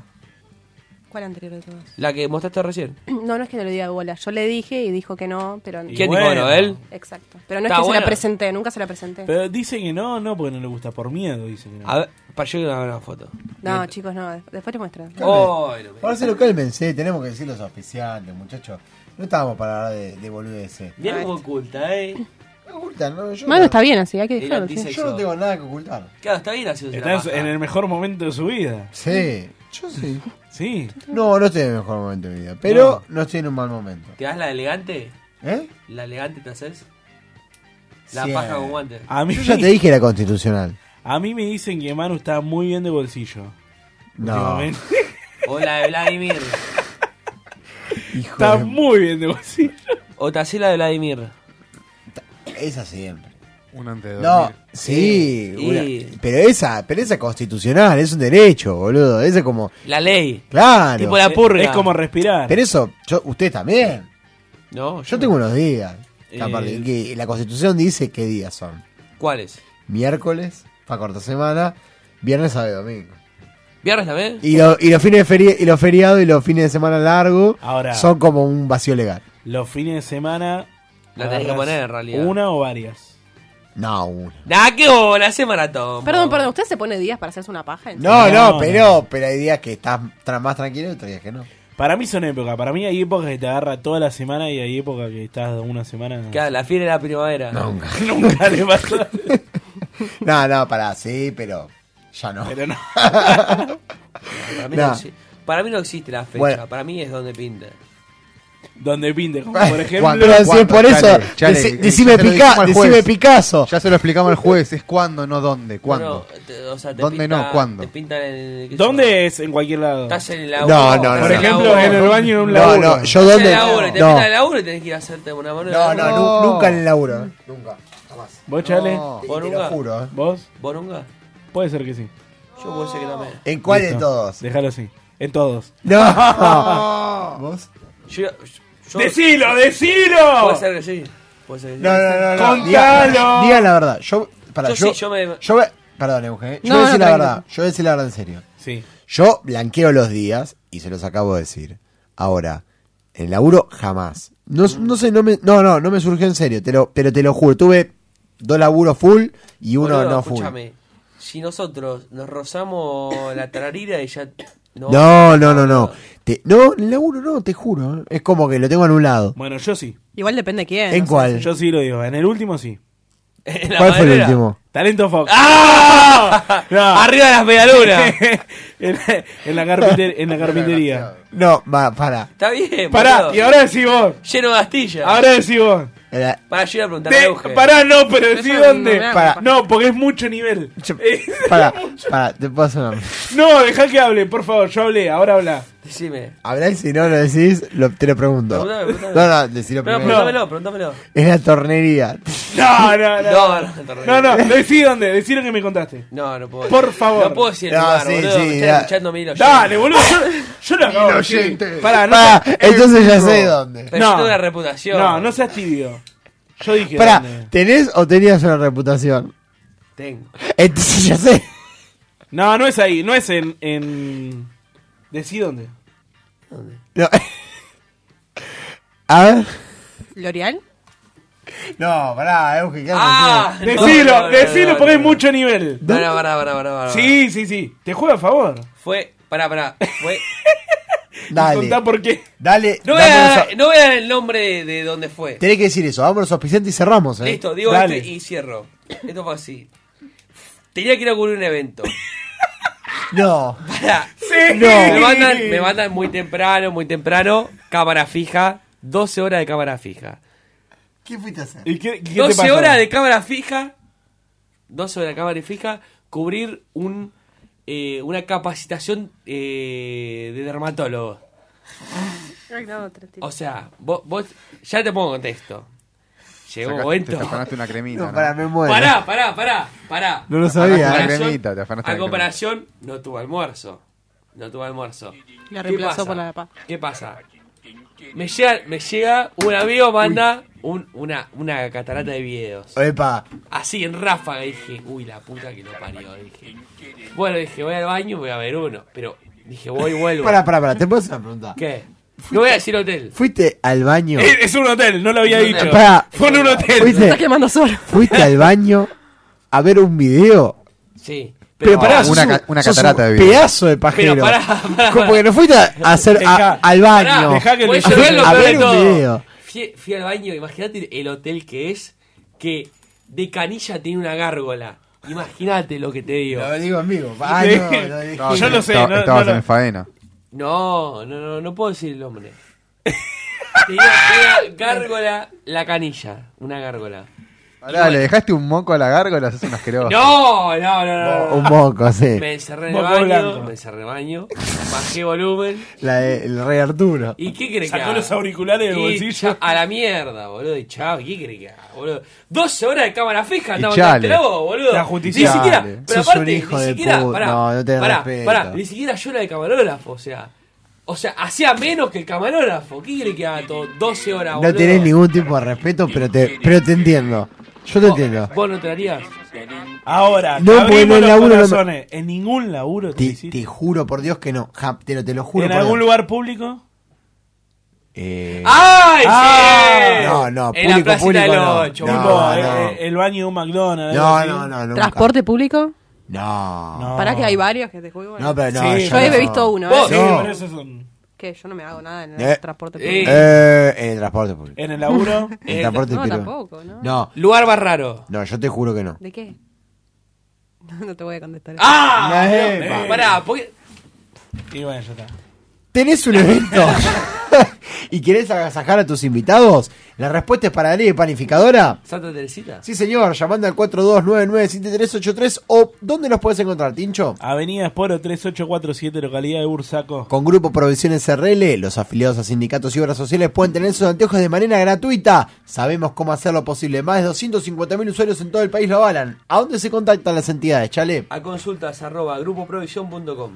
Speaker 13: ¿Cuál anterior de todas?
Speaker 4: La que mostraste recién.
Speaker 13: No, no es que no le diga bola. Yo le dije y dijo que no, pero...
Speaker 4: ¿Quién dijo bueno, él?
Speaker 13: Exacto. Pero no es
Speaker 4: Está
Speaker 13: que se
Speaker 4: bueno.
Speaker 13: la presenté, nunca se la presenté.
Speaker 5: Pero dice que no, no, porque no le gusta, por miedo, dice que no.
Speaker 4: A ver, para yo voy a una foto.
Speaker 13: No, chicos, no. de- Después te muestro.
Speaker 3: Ahora se lo cálmense, tenemos que decir los auspiciantes, muchachos. No estábamos para hablar de, de boludeces.
Speaker 4: Bien como oculta, eh.
Speaker 3: Oculta, no, yo
Speaker 13: Mano,
Speaker 3: no-
Speaker 13: está bien así, hay que
Speaker 4: El
Speaker 13: dejarlo.
Speaker 4: antisexo.
Speaker 13: ¿sí?
Speaker 3: Yo no tengo nada que ocultar.
Speaker 4: Claro, está bien haciendo
Speaker 5: Está en su- en el mejor momento de su vida.
Speaker 3: Sí, yo sí.
Speaker 5: Sí.
Speaker 3: No, no estoy en el mejor momento de mi vida, pero no, estoy en un mal momento.
Speaker 4: ¿Te das la elegante?
Speaker 3: ¿Eh?
Speaker 4: ¿La elegante te haces? La
Speaker 5: Sí.
Speaker 4: paja con guantes.
Speaker 5: A mí,
Speaker 3: Yo ya te dije la constitucional.
Speaker 5: a mí me dicen que Manu está muy bien de bolsillo.
Speaker 3: No.
Speaker 4: (laughs)
Speaker 5: Últimamente.
Speaker 4: O la de Vladimir.
Speaker 5: (laughs) está muy bien de bolsillo.
Speaker 4: O te haces la de Vladimir.
Speaker 3: Esa siempre.
Speaker 6: Un antes de
Speaker 3: No,
Speaker 6: dormir.
Speaker 3: sí,
Speaker 4: Sí.
Speaker 3: una-
Speaker 4: Sí.
Speaker 3: pero esa, pero esa constitucional, es un derecho, boludo. Esa es como,
Speaker 4: La ley.
Speaker 3: claro.
Speaker 4: Tipo la purga.
Speaker 5: Eh, respirar.
Speaker 3: Pero eso, yo, usted también.
Speaker 4: No,
Speaker 3: Yo tengo unos días.
Speaker 4: Eh.
Speaker 3: capaz de que- la constitución dice qué días son.
Speaker 4: ¿Cuáles?
Speaker 3: Miércoles, para corta semana, viernes, sábado y domingo.
Speaker 4: ¿Viernes también?
Speaker 3: Y, lo- y los fines de feri- y los feriados y los fines de semana largo
Speaker 5: Ahora.
Speaker 3: son como un vacío legal.
Speaker 5: Los fines de semana.
Speaker 4: La tenés que
Speaker 5: agarrás
Speaker 4: poner, en realidad.
Speaker 5: ¿Una o varias?
Speaker 3: No, Ah, una.
Speaker 4: Nah, qué bola, hace maratón.
Speaker 13: Perdón, perdón, ¿usted se pone días para hacerse una paja? ¿En
Speaker 3: No,
Speaker 13: serio?
Speaker 3: no, pero, pero hay días que estás tra- más tranquilo y otros días que no.
Speaker 5: Para mí son épocas. Para mí hay épocas que te agarra toda la semana y hay épocas que estás una semana.
Speaker 4: Claro, la fiera de la primavera.
Speaker 3: Nunca.
Speaker 5: (laughs) Nunca le pasó.
Speaker 4: (laughs)
Speaker 3: No, no, pará, sí, pero ya no. (laughs)
Speaker 5: Pero no.
Speaker 4: Para mí,
Speaker 3: Nah.
Speaker 4: no, exi- para mí no existe la fecha.
Speaker 3: Bueno.
Speaker 4: Para mí es donde pinta.
Speaker 5: Donde pinte, como por ejemplo.
Speaker 3: Cuando- Pero si es
Speaker 6: ¿Cuándo?
Speaker 3: por eso, deci-
Speaker 6: ya
Speaker 3: decime
Speaker 6: se lo
Speaker 3: Pica-
Speaker 6: dijimos al juez.
Speaker 3: decime Picasso.
Speaker 6: Ya se lo explicamos el juez, es cuándo, no dónde, cuándo.
Speaker 4: No, te- o sea, te
Speaker 6: ¿Dónde
Speaker 4: pinta-
Speaker 6: no? ¿Cuándo?
Speaker 4: Te pintan en el-
Speaker 5: ¿Dónde es? En cualquier lado.
Speaker 4: Estás en el
Speaker 3: No,
Speaker 4: laburo.
Speaker 3: no, no.
Speaker 4: estás
Speaker 3: Por
Speaker 4: en el
Speaker 3: ejemplo,
Speaker 4: laburo.
Speaker 3: en el baño en un
Speaker 4: No,
Speaker 3: laburo.
Speaker 4: No,
Speaker 3: yo
Speaker 4: Estás en
Speaker 3: dónde-
Speaker 4: el laburo, y te
Speaker 3: no.
Speaker 4: pintan el laburo y tenés que ir a hacerte una mano.
Speaker 3: No, no, nu- nunca en el laburo. eh. Nunca.
Speaker 5: ¿Vos, Chale?
Speaker 3: No,
Speaker 4: ¿Vos
Speaker 3: te
Speaker 4: nunca?
Speaker 3: lo juro. eh.
Speaker 5: ¿Vos?
Speaker 4: ¿Vos nunca?
Speaker 5: Puede ser que sí.
Speaker 4: Yo puedo ser que también.
Speaker 3: ¿En cuál de
Speaker 5: Listo.
Speaker 3: todos?
Speaker 5: Déjalo así. En todos.
Speaker 3: (laughs) No. ¿Vos?
Speaker 4: Yo, yo-
Speaker 5: ¡Decilo, decilo!
Speaker 4: Puede ser que sí. Puede ser que sí.
Speaker 3: No, no, no. no.
Speaker 5: Contalo.
Speaker 3: Diga, diga la verdad. Yo, para,
Speaker 4: Yo
Speaker 3: yo,
Speaker 4: sí, yo me-
Speaker 3: yo Perdón, Eugen. eh. Yo
Speaker 4: No,
Speaker 3: voy a
Speaker 4: no,
Speaker 3: decir la
Speaker 4: tranquilo.
Speaker 3: verdad. Yo voy a decir la verdad en serio.
Speaker 5: (laughs) Sí.
Speaker 3: Yo blanqueo los días y se los acabo de decir. Ahora, en laburo jamás. No, no sé, no me, no, no, no me surgió en serio, te lo- pero te lo juro. Tuve dos laburos full y uno
Speaker 4: Boludo,
Speaker 3: no full.
Speaker 4: escúchame. Si nosotros nos rozamos la tararira y ya. No.
Speaker 3: No, no, no, no. Te- no, en el laburo no, te juro. eh. Es como que lo tengo anulado.
Speaker 5: Bueno, yo sí.
Speaker 13: Igual depende de quién.
Speaker 3: ¿En
Speaker 13: o sea,
Speaker 3: cuál?
Speaker 5: Yo sí lo digo. En el último sí.
Speaker 4: (laughs) En la
Speaker 3: ¿Cuál fue el
Speaker 4: madera.
Speaker 3: último?
Speaker 5: Talento Fox.
Speaker 4: ¡Ah!
Speaker 5: (laughs) No.
Speaker 4: Arriba de las medialunas.
Speaker 5: (laughs) en, la- en la carpinter-
Speaker 3: (laughs)
Speaker 5: en la carpintería.
Speaker 3: No, va, para.
Speaker 4: Está bien.
Speaker 5: Pará,
Speaker 4: boludo.
Speaker 5: y ahora decís vos.
Speaker 4: Lleno de astillas.
Speaker 5: Ahora decís vos.
Speaker 3: Era-
Speaker 4: Para, yo iba a preguntar a
Speaker 5: De-
Speaker 4: Euge.
Speaker 5: pará, no, pero decí
Speaker 4: Eso
Speaker 5: dónde.
Speaker 4: no me da
Speaker 3: Pará.
Speaker 5: No, porque es mucho nivel. Eh, (laughs)
Speaker 3: Para, para, te paso una.
Speaker 5: no, dejá que hable, por favor. Yo hablé, ahora habla.
Speaker 4: Decime.
Speaker 3: Habrá y si no lo decís, lo- te lo pregunto.
Speaker 4: Preguntame, preguntame.
Speaker 3: No, no, decilo
Speaker 4: No,
Speaker 3: primero.
Speaker 4: preguntámelo, preguntámelo.
Speaker 3: Es la tornería.
Speaker 5: No, no, no.
Speaker 4: (laughs) No, no, terrible.
Speaker 5: No, no, decí dónde, decí lo que me contaste.
Speaker 4: No, no puedo.
Speaker 5: Por favor.
Speaker 4: No puedo decir el
Speaker 3: No,
Speaker 4: lugar,
Speaker 3: sí,
Speaker 4: boludo.
Speaker 3: sí,
Speaker 4: me
Speaker 3: da-
Speaker 4: están escuchando mil oyentes.
Speaker 5: Dale, boludo. Yo, yo lo acabo de decir.
Speaker 6: oyentes.
Speaker 5: Pará, no.
Speaker 3: Pará,
Speaker 5: seas-
Speaker 3: entonces ya sé dónde.
Speaker 4: Pero yo tengo una reputación.
Speaker 5: No, no seas tibio. Yo dije
Speaker 3: Pará,
Speaker 5: dónde.
Speaker 3: ¿tenés o tenías una reputación?
Speaker 4: Tengo.
Speaker 3: Entonces ya sé.
Speaker 5: No, no es ahí, no es en. en... Decí dónde.
Speaker 3: No. (laughs) A ver.
Speaker 13: ¿L'Oreal?
Speaker 3: Ah. No, pará, Euge, ¿qué
Speaker 4: Ah,
Speaker 3: haces?
Speaker 4: no,
Speaker 5: Decilo,
Speaker 4: no, no,
Speaker 5: decilo
Speaker 4: no,
Speaker 5: porque
Speaker 4: no,
Speaker 5: hay mucho nivel.
Speaker 4: Pará, pará, pará, pará, pará.
Speaker 5: Sí, sí, sí. Te juega a favor.
Speaker 4: Fue. Pará, pará. Fue.
Speaker 3: (laughs) Dale.
Speaker 5: Contá por qué.
Speaker 3: Dale.
Speaker 4: No voy,
Speaker 3: dame
Speaker 4: a,
Speaker 3: los-
Speaker 4: no voy a dar el nombre de dónde fue.
Speaker 3: Tenés que decir eso. Vámonos a auspiciante y cerramos, ¿eh?
Speaker 4: Listo, digo este- esto
Speaker 3: Dale.
Speaker 4: y cierro. Esto fue así. Tenía que ir a cubrir un evento.
Speaker 3: No.
Speaker 4: (laughs) Pará.
Speaker 3: Sí. No.
Speaker 4: (laughs) Me, mandan, me mandan muy temprano, muy temprano. Cámara fija. 12 horas de cámara fija.
Speaker 3: ¿Qué fuiste a hacer?
Speaker 5: ¿Y qué, qué te
Speaker 4: 12
Speaker 5: pasó?
Speaker 4: horas de cámara fija. 12 horas de cámara fija. Cubrir un, eh, una capacitación eh, de dermatólogo. O sea, vos, vos- ya te pongo contexto. Llegó un
Speaker 6: Sacaste-
Speaker 4: momento.
Speaker 6: Te afanaste una cremita.
Speaker 3: No, pará, me muero.
Speaker 4: Pará, pará, pará, pará.
Speaker 3: No lo
Speaker 4: A comparación-
Speaker 3: sabía.
Speaker 6: Te afanaste una cremita, te afanaste
Speaker 4: A
Speaker 6: una
Speaker 4: comparación, no tuve almuerzo. No tuve almuerzo.
Speaker 13: La
Speaker 4: ¿Qué
Speaker 13: reemplazó
Speaker 4: pasa?
Speaker 13: por la de papa.
Speaker 4: ¿Qué pasa? Me llega, me llega un amigo, manda un- una, una catarata de videos.
Speaker 3: Epa.
Speaker 4: Así en ráfaga dije, uy, la puta que lo parió. Dije. Bueno, dije, voy al baño y voy a ver uno. Pero dije, voy y
Speaker 6: (laughs)
Speaker 4: vuelvo.
Speaker 3: Pará, pará, pará. ¿Te puedo hacer una pregunta?
Speaker 4: ¿Qué? No voy a decir hotel.
Speaker 3: ¿Fuiste al baño?
Speaker 5: Es, es un hotel, no lo había
Speaker 4: Es un
Speaker 5: dicho.
Speaker 4: hotel.
Speaker 3: Pará.
Speaker 5: Fue en un hotel.
Speaker 3: ¿Fuiste, ¿Fuiste al baño a ver un video?
Speaker 4: Sí.
Speaker 3: Pero, pará,
Speaker 6: una,
Speaker 3: sos
Speaker 6: ca-
Speaker 3: un-
Speaker 6: una
Speaker 3: sos
Speaker 6: catarata
Speaker 3: un
Speaker 6: de vida.
Speaker 3: pedazo de pajero.
Speaker 6: Pero pará,
Speaker 3: Como Porque no fuiste a hacer a-
Speaker 6: Dejá.
Speaker 3: al baño.
Speaker 6: Pará, dejá que
Speaker 4: Voy a
Speaker 3: a
Speaker 4: llorar
Speaker 3: ver,
Speaker 4: lo
Speaker 3: a
Speaker 4: peor de
Speaker 3: ver un
Speaker 4: todo.
Speaker 3: video.
Speaker 4: Fui, fui al baño, imagínate el hotel que es, que de canilla tiene una gárgola. Imagínate lo que te digo.
Speaker 3: Lo digo amigo.
Speaker 6: Ah, no, lo dije. Yo lo sé, Estaba- no- estabas no lo- en faena.
Speaker 4: No, no, no, no puedo decir
Speaker 5: (laughs)
Speaker 4: el nombre. tenía, tenía gárgola la canilla, una gárgola.
Speaker 6: Pará, le dejaste un moco a la gárgola, es un asqueroso.
Speaker 4: No, no, no, no, no.
Speaker 3: Un moco, sí.
Speaker 4: Me encerré en el
Speaker 3: Moco
Speaker 4: baño,
Speaker 3: blanco.
Speaker 4: me encerré en el baño, bajé volumen.
Speaker 3: La de- el rey Arturo.
Speaker 4: ¿Y qué crees que
Speaker 5: Sacó
Speaker 4: haga?
Speaker 5: los auriculares del
Speaker 4: Y
Speaker 5: bolsillo.
Speaker 4: cha- A la mierda, boludo. Y chao, ¿qué crees que haga, boludo? 12 horas de cámara fija andaba
Speaker 3: chale.
Speaker 4: atrás vos, boludo.
Speaker 3: La justicia.
Speaker 4: Ni siquiera,
Speaker 3: Chale.
Speaker 4: pero
Speaker 3: Sos
Speaker 4: aparte,
Speaker 3: un hijo
Speaker 4: ni
Speaker 3: de
Speaker 4: siquiera,
Speaker 3: puta.
Speaker 4: pará,
Speaker 3: No, no tenés
Speaker 4: pará,
Speaker 3: respeto.
Speaker 4: pará, ni siquiera yo era de camarógrafo, o sea. O sea, hacía menos que el camarógrafo. ¿Qué crees que haga todo? 12 horas,
Speaker 3: No
Speaker 4: boludo.
Speaker 3: tenés ningún tipo de respeto, pero te, pero te entiendo. Yo te entiendo.
Speaker 4: ¿Vos no te la harías?
Speaker 5: Ahora,
Speaker 3: No,
Speaker 5: te
Speaker 3: porque
Speaker 5: abrimos
Speaker 3: en el
Speaker 5: los
Speaker 3: laburo no me-
Speaker 5: corazones. En ningún laburo te
Speaker 3: Te,
Speaker 5: hiciste.
Speaker 3: te juro por Dios que no. Ja, te, lo, te lo juro.
Speaker 5: ¿En
Speaker 3: por
Speaker 5: algún
Speaker 3: Dios.
Speaker 5: lugar público?
Speaker 3: Eh,
Speaker 4: ¡Ay,
Speaker 3: sí! Ah, No, no,
Speaker 5: En la
Speaker 3: público,
Speaker 5: placita
Speaker 3: público
Speaker 5: del
Speaker 3: no.
Speaker 5: ocho,
Speaker 3: No,
Speaker 5: tipo,
Speaker 3: no.
Speaker 5: eh, El baño de un McDonald's.
Speaker 3: No,
Speaker 5: algo
Speaker 3: no,
Speaker 5: así.
Speaker 3: no, nunca.
Speaker 13: ¿Transporte público?
Speaker 3: No.
Speaker 13: Pará que hay varios que te juegan.
Speaker 3: No, pero no.
Speaker 13: Sí,
Speaker 3: yo
Speaker 13: yo he
Speaker 3: no.
Speaker 13: visto uno, ¿eh?
Speaker 3: Vos,
Speaker 13: Sí,
Speaker 3: no.
Speaker 13: pero esos Que yo no me hago nada en el
Speaker 3: Eh,
Speaker 13: transporte
Speaker 3: eh,
Speaker 13: público. Eh,
Speaker 3: eh, en el transporte público.
Speaker 5: ¿En el laburo?
Speaker 3: (laughs) En el transporte
Speaker 13: No,
Speaker 3: público.
Speaker 13: tampoco, ¿no?
Speaker 4: Lugar más raro.
Speaker 3: No, yo te juro que no.
Speaker 13: ¿De qué? (laughs) No, no te voy a contestar.
Speaker 4: ¡Ah!
Speaker 3: La
Speaker 4: Dios,
Speaker 3: epa.
Speaker 4: Pará, porque.
Speaker 5: Y bueno, ya está.
Speaker 3: ¿Tenés un evento (laughs) y querés agasajar a tus invitados? La respuesta es para y Panificadora.
Speaker 4: ¿Santa Teresita?
Speaker 3: Sí, señor, llamando al 4299-7383 o ¿dónde los puedes encontrar, Tincho?
Speaker 5: Avenida Esporo 3847, localidad de Bursaco.
Speaker 3: Con Grupo Provisiones RL, los afiliados a sindicatos y obras sociales pueden tener sus anteojos de manera gratuita. Sabemos cómo hacerlo posible. Más de 250.000 usuarios en todo el país lo avalan. ¿A dónde se contactan las entidades, Chale?
Speaker 4: A consultas arroba grupoprovision.com.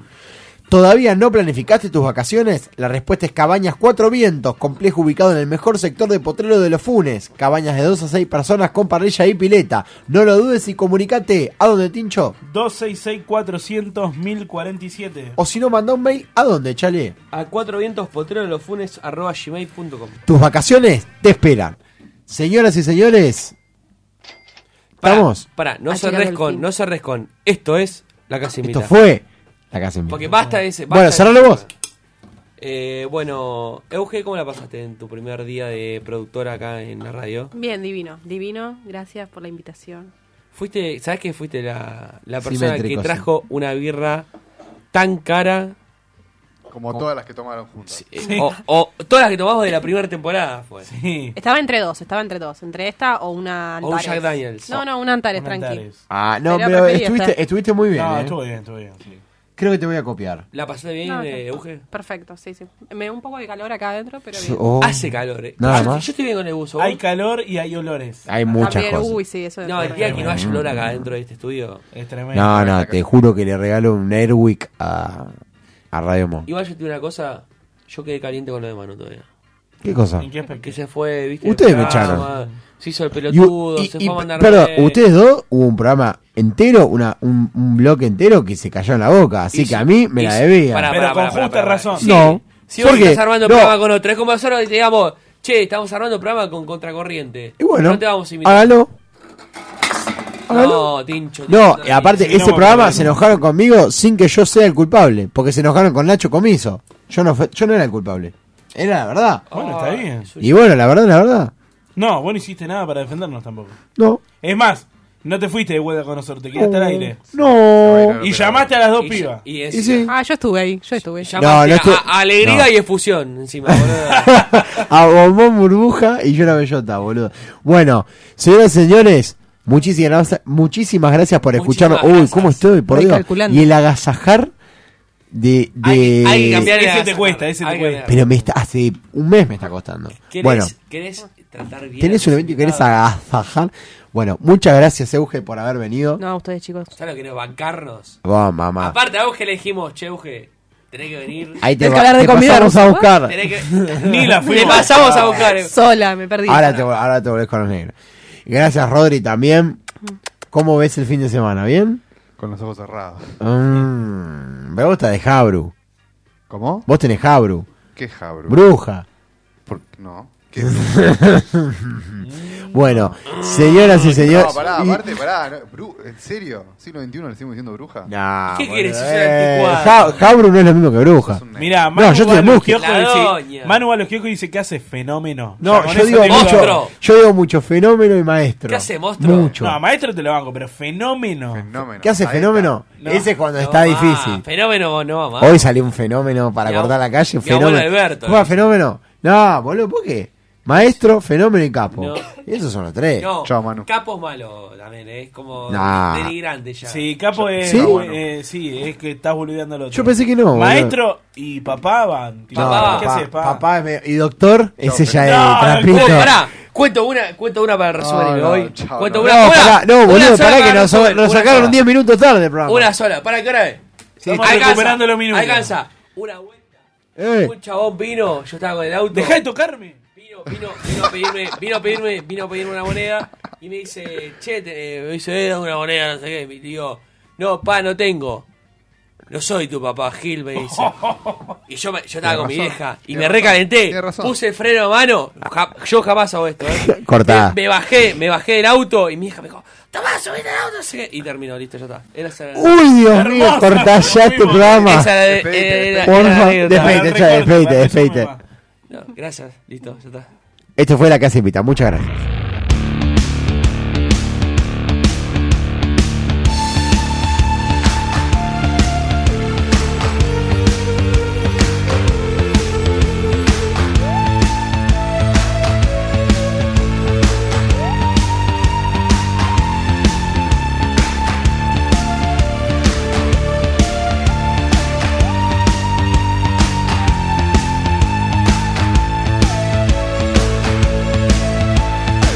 Speaker 3: ¿Todavía no planificaste tus vacaciones? La respuesta es Cabañas Cuatro Vientos, complejo ubicado en el mejor sector de Potrero de los Funes. Cabañas de 2 a 6 personas con parrilla y pileta. No lo dudes y comunicate. ¿A dónde, Tincho?
Speaker 5: 266-400-1047.
Speaker 3: O si no, manda un mail. ¿A dónde, Chale?
Speaker 4: A cuatro vientos potrero de los funes arroba gmail.com.
Speaker 3: Tus vacaciones te esperan. Señoras y señores, estamos.
Speaker 4: Pará, no
Speaker 3: Ha
Speaker 4: cerres
Speaker 3: llegado el
Speaker 4: con, no cerres con. Esto es la casa invita.
Speaker 3: Esto fue la casa Invita.
Speaker 4: Porque basta de ese. basta
Speaker 3: Bueno,
Speaker 4: de
Speaker 3: cerralo
Speaker 4: ese
Speaker 3: vos.
Speaker 4: tema. Eh, bueno, Euge, ¿cómo la pasaste en tu primer día de productora acá en la radio?
Speaker 13: Bien, divino. Divino, gracias por la invitación.
Speaker 4: Fuiste, ¿sabes que fuiste la, la persona
Speaker 3: Simétrico,
Speaker 4: que
Speaker 3: sí.
Speaker 4: trajo una birra tan cara?
Speaker 6: Como todas las que tomaron juntas.
Speaker 4: eh, O, o todas las que tomamos de la primera temporada fue.
Speaker 13: Estaba entre dos, estaba entre dos. Entre esta o una
Speaker 4: O un
Speaker 13: Antares.
Speaker 4: Jack Daniels.
Speaker 13: No, no, una Antares,
Speaker 4: Una
Speaker 13: tranqui.
Speaker 4: Antares.
Speaker 3: Ah, no,
Speaker 13: Pero
Speaker 3: pero
Speaker 13: preferí
Speaker 3: estuviste,
Speaker 13: estar.
Speaker 3: estuviste muy bien.
Speaker 5: No,
Speaker 3: eh.
Speaker 5: estuvo bien, estuvo bien. sí.
Speaker 3: Creo que te voy a copiar.
Speaker 4: ¿La pasaste bien,
Speaker 13: No,
Speaker 4: eh,
Speaker 13: está-
Speaker 4: Euge?
Speaker 13: Perfecto, sí, sí. Me da un poco de calor acá adentro, pero bien.
Speaker 3: Oh.
Speaker 4: Hace calor, eh.
Speaker 3: Nada
Speaker 4: yo,
Speaker 3: más.
Speaker 4: yo estoy bien con el buzo.
Speaker 5: Hay calor y hay olores.
Speaker 3: Hay muchas
Speaker 13: También,
Speaker 3: cosas.
Speaker 13: uy, sí, eso
Speaker 4: No, el día que no haya
Speaker 3: Mm.
Speaker 4: olor acá dentro de este estudio.
Speaker 5: Es tremendo.
Speaker 3: No, no, te juro que le regalo un Airwick a, a Radio Monk.
Speaker 4: Igual yo te digo una cosa, yo quedé caliente con lo de mano todavía.
Speaker 3: ¿Qué cosa? ¿En
Speaker 4: Que se fue, viste.
Speaker 3: Ustedes
Speaker 4: de
Speaker 3: me
Speaker 4: programa,
Speaker 3: echaron.
Speaker 4: Se hizo el pelotudo,
Speaker 3: Y-
Speaker 4: se
Speaker 3: y-
Speaker 4: fue a mandar.
Speaker 3: perdón,
Speaker 4: re-
Speaker 3: ustedes dos hubo un programa entero, una, un, un bloque entero que se cayó en la boca, así que a mí me la
Speaker 4: Hizo-
Speaker 3: debía.
Speaker 4: Pará, pará, pará, pará, pará.
Speaker 5: razón.
Speaker 4: Sí.
Speaker 3: No,
Speaker 4: Si vos
Speaker 3: ¿por qué?
Speaker 4: estás armando el
Speaker 3: No.
Speaker 4: programa con otros, es como nosotros digamos, Che, estamos armando programa con contracorriente.
Speaker 17: Y bueno,
Speaker 4: no te vamos a invitar.
Speaker 17: hágalo.
Speaker 4: No, Tincho.
Speaker 3: No, y aparte, ese programa se
Speaker 4: enojó
Speaker 3: enojaron conmigo sin que yo sea el culpable, porque se enojaron con Nacho Comiso. Yo no, fue- yo no era el culpable. Era la verdad.
Speaker 5: Bueno, está bien.
Speaker 3: Y bueno, la verdad, la verdad.
Speaker 5: No, vos no hiciste nada para defendernos tampoco.
Speaker 3: No.
Speaker 5: Es más, no te fuiste de vuelta con nosotros, te quedaste al aire.
Speaker 3: Uh, No.
Speaker 5: Y llamaste a las dos
Speaker 4: Y-
Speaker 5: pibas.
Speaker 4: y
Speaker 13: Y Ah, yo estuve ahí, yo estuve.
Speaker 3: No, no estuve-
Speaker 4: a- alegría
Speaker 3: no.
Speaker 4: y efusión encima, boludo.
Speaker 3: (laughs) A bombón burbuja y yo la bellota, boludo. Bueno, señoras y señores, muchísimas, gracias- muchísimas gracias por escucharnos. Uy, ¿cómo estoy? Por
Speaker 5: Estoy
Speaker 3: Dios.
Speaker 5: calculando.
Speaker 3: Y el agasajar de. de...
Speaker 4: hay que cambiar el
Speaker 5: Ese te
Speaker 4: azar.
Speaker 5: cuesta, ese
Speaker 4: Hay
Speaker 5: te
Speaker 4: que
Speaker 5: cuesta.
Speaker 3: Pero me está, hace un mes me está costando.
Speaker 4: ¿Querés,
Speaker 3: Bueno,
Speaker 4: ¿Querés tratar bien?
Speaker 3: tenés un evento que querés agasajar. Bueno, muchas gracias, Euge, por haber venido.
Speaker 13: No, ustedes chicos.
Speaker 4: ¿Sabes lo que nos bancarnos?
Speaker 3: Vamos, mamá.
Speaker 4: Aparte, a Uge le dijimos, che, Uge, tenés que venir.
Speaker 3: Ahí te Tenés va- que hablar de te comida, pasamos ¿no? a buscar.
Speaker 4: Tenés que-
Speaker 3: (laughs) Ni la fuimos
Speaker 4: Te pasamos a (laughs) buscar. eh.
Speaker 13: Sola, me perdí.
Speaker 3: Ahora te, vol- ahora te volvés con los negros. Gracias, Rodri, también.
Speaker 13: Mm.
Speaker 3: ¿Cómo ves el fin de semana? ¿Bien?
Speaker 6: Con los ojos cerrados.
Speaker 3: Mm, pero vos tenés Jabru.
Speaker 6: ¿Cómo?
Speaker 3: Vos tenés Jabru.
Speaker 6: ¿Qué Jabru?
Speaker 3: Bruja.
Speaker 6: Por- no. (laughs)
Speaker 3: (laughs) bueno, señoras y señores.
Speaker 6: No, pará,
Speaker 3: y-
Speaker 6: aparte, pará. no, bru- ¿En serio? ¿Siglo XXI le seguimos diciendo bruja?
Speaker 3: Nah,
Speaker 6: ¿Qué
Speaker 3: boludo,
Speaker 6: quieres? Sos
Speaker 3: eh,
Speaker 6: anticuado.
Speaker 3: Ja- Jabru no es lo mismo que bruja.
Speaker 5: Mirá, Manu,
Speaker 3: no, yo
Speaker 5: va
Speaker 3: estoy
Speaker 5: a
Speaker 3: en
Speaker 5: los
Speaker 3: búsqueda.
Speaker 5: kioscos y dice, Manu va a los kioscos y dice que hace fenómeno. Ya
Speaker 3: No,
Speaker 5: con
Speaker 3: yo
Speaker 5: eso
Speaker 3: digo,
Speaker 5: te
Speaker 3: mucho, yo digo mucho fenómeno y maestro.
Speaker 5: ¿Qué hace,
Speaker 3: monstruo? Mucho.
Speaker 5: No, maestro te lo banco, pero fenómeno.
Speaker 3: ¿Qué hace fenómeno? Ese es cuando está difícil.
Speaker 4: Fenómeno, no, mamá.
Speaker 3: Hoy salió un fenómeno para
Speaker 4: Mi ab-
Speaker 3: cortar la calle.
Speaker 4: mi
Speaker 3: Fenómeno.
Speaker 4: abuelo Alberto,
Speaker 3: ¿Cómo va fenómeno? No, boludo, ¿por qué? Maestro, fenómeno y capo.
Speaker 4: No.
Speaker 3: Esos son los tres.
Speaker 4: No, Capo es malo también, ¿eh? es como
Speaker 3: Nah.
Speaker 4: denigrante ya.
Speaker 5: Sí, capo es.
Speaker 3: ¿Sí?
Speaker 5: ¿Sí? sí, es que estás boludeando al otro.
Speaker 3: Yo pensé que no, boludo.
Speaker 5: Maestro y papá van. tipo,
Speaker 3: No,
Speaker 5: ¿Qué
Speaker 3: papá-
Speaker 5: haces, pa?
Speaker 3: papá es medio- y doctor, ese ya
Speaker 4: No,
Speaker 3: es trapito.
Speaker 4: no, pará, Ah, cuento una, cuento una para resolver
Speaker 3: No,
Speaker 4: el
Speaker 3: no,
Speaker 4: hoy.
Speaker 3: chao,
Speaker 4: cuento
Speaker 3: no.
Speaker 4: una,
Speaker 3: No,
Speaker 4: una-
Speaker 3: pará, no,
Speaker 4: una
Speaker 3: boludo,
Speaker 4: sola
Speaker 3: pará que
Speaker 4: para
Speaker 3: nos,
Speaker 4: resolver,
Speaker 3: nos
Speaker 4: una
Speaker 3: sacaron
Speaker 4: sola.
Speaker 3: 10 minutos tarde el programa.
Speaker 4: Una sola, ¿para qué hora es?
Speaker 5: estamos recuperando los minutos.
Speaker 4: Alcanza. Una vuelta.
Speaker 3: Eh.
Speaker 4: Un chabón vino, yo estaba con el auto.
Speaker 5: Dejá de tocarme.
Speaker 4: Vino, vino, vino a pedirme, vino a pedirme, vino a pedirme una moneda y me dice, che, te- eh, me dice, eh, dame una moneda, no sé qué. Y me digo, no, pa, no tengo. No soy tu papá, Gil, me
Speaker 5: (laughs)
Speaker 4: dice. Y yo, me- yo estaba
Speaker 5: Tiene
Speaker 4: con mi
Speaker 5: razón,
Speaker 4: vieja y
Speaker 5: tiene
Speaker 4: me
Speaker 5: razón,
Speaker 4: recalenté.
Speaker 5: tiene razón.
Speaker 4: Puse el freno a mano. Ja- yo jamás hago esto,
Speaker 5: (laughs)
Speaker 4: ¿eh?
Speaker 3: Cortá.
Speaker 4: Me, me bajé, me bajé del auto y mi hija me dijo, Tomás, subite al auto, no sé qué. Y terminó, listo, ya está. Era esa-
Speaker 3: Uy, Dios mío, cortá ya este programa.
Speaker 4: Esa era- era- era la
Speaker 3: Porfa,
Speaker 4: anécdota.
Speaker 3: despedite, ya, despedite, despedite.
Speaker 4: No, gracias, listo, ya está.
Speaker 3: Esto fue La Casa Invita, muchas gracias.
Speaker 18: Thank
Speaker 11: oh,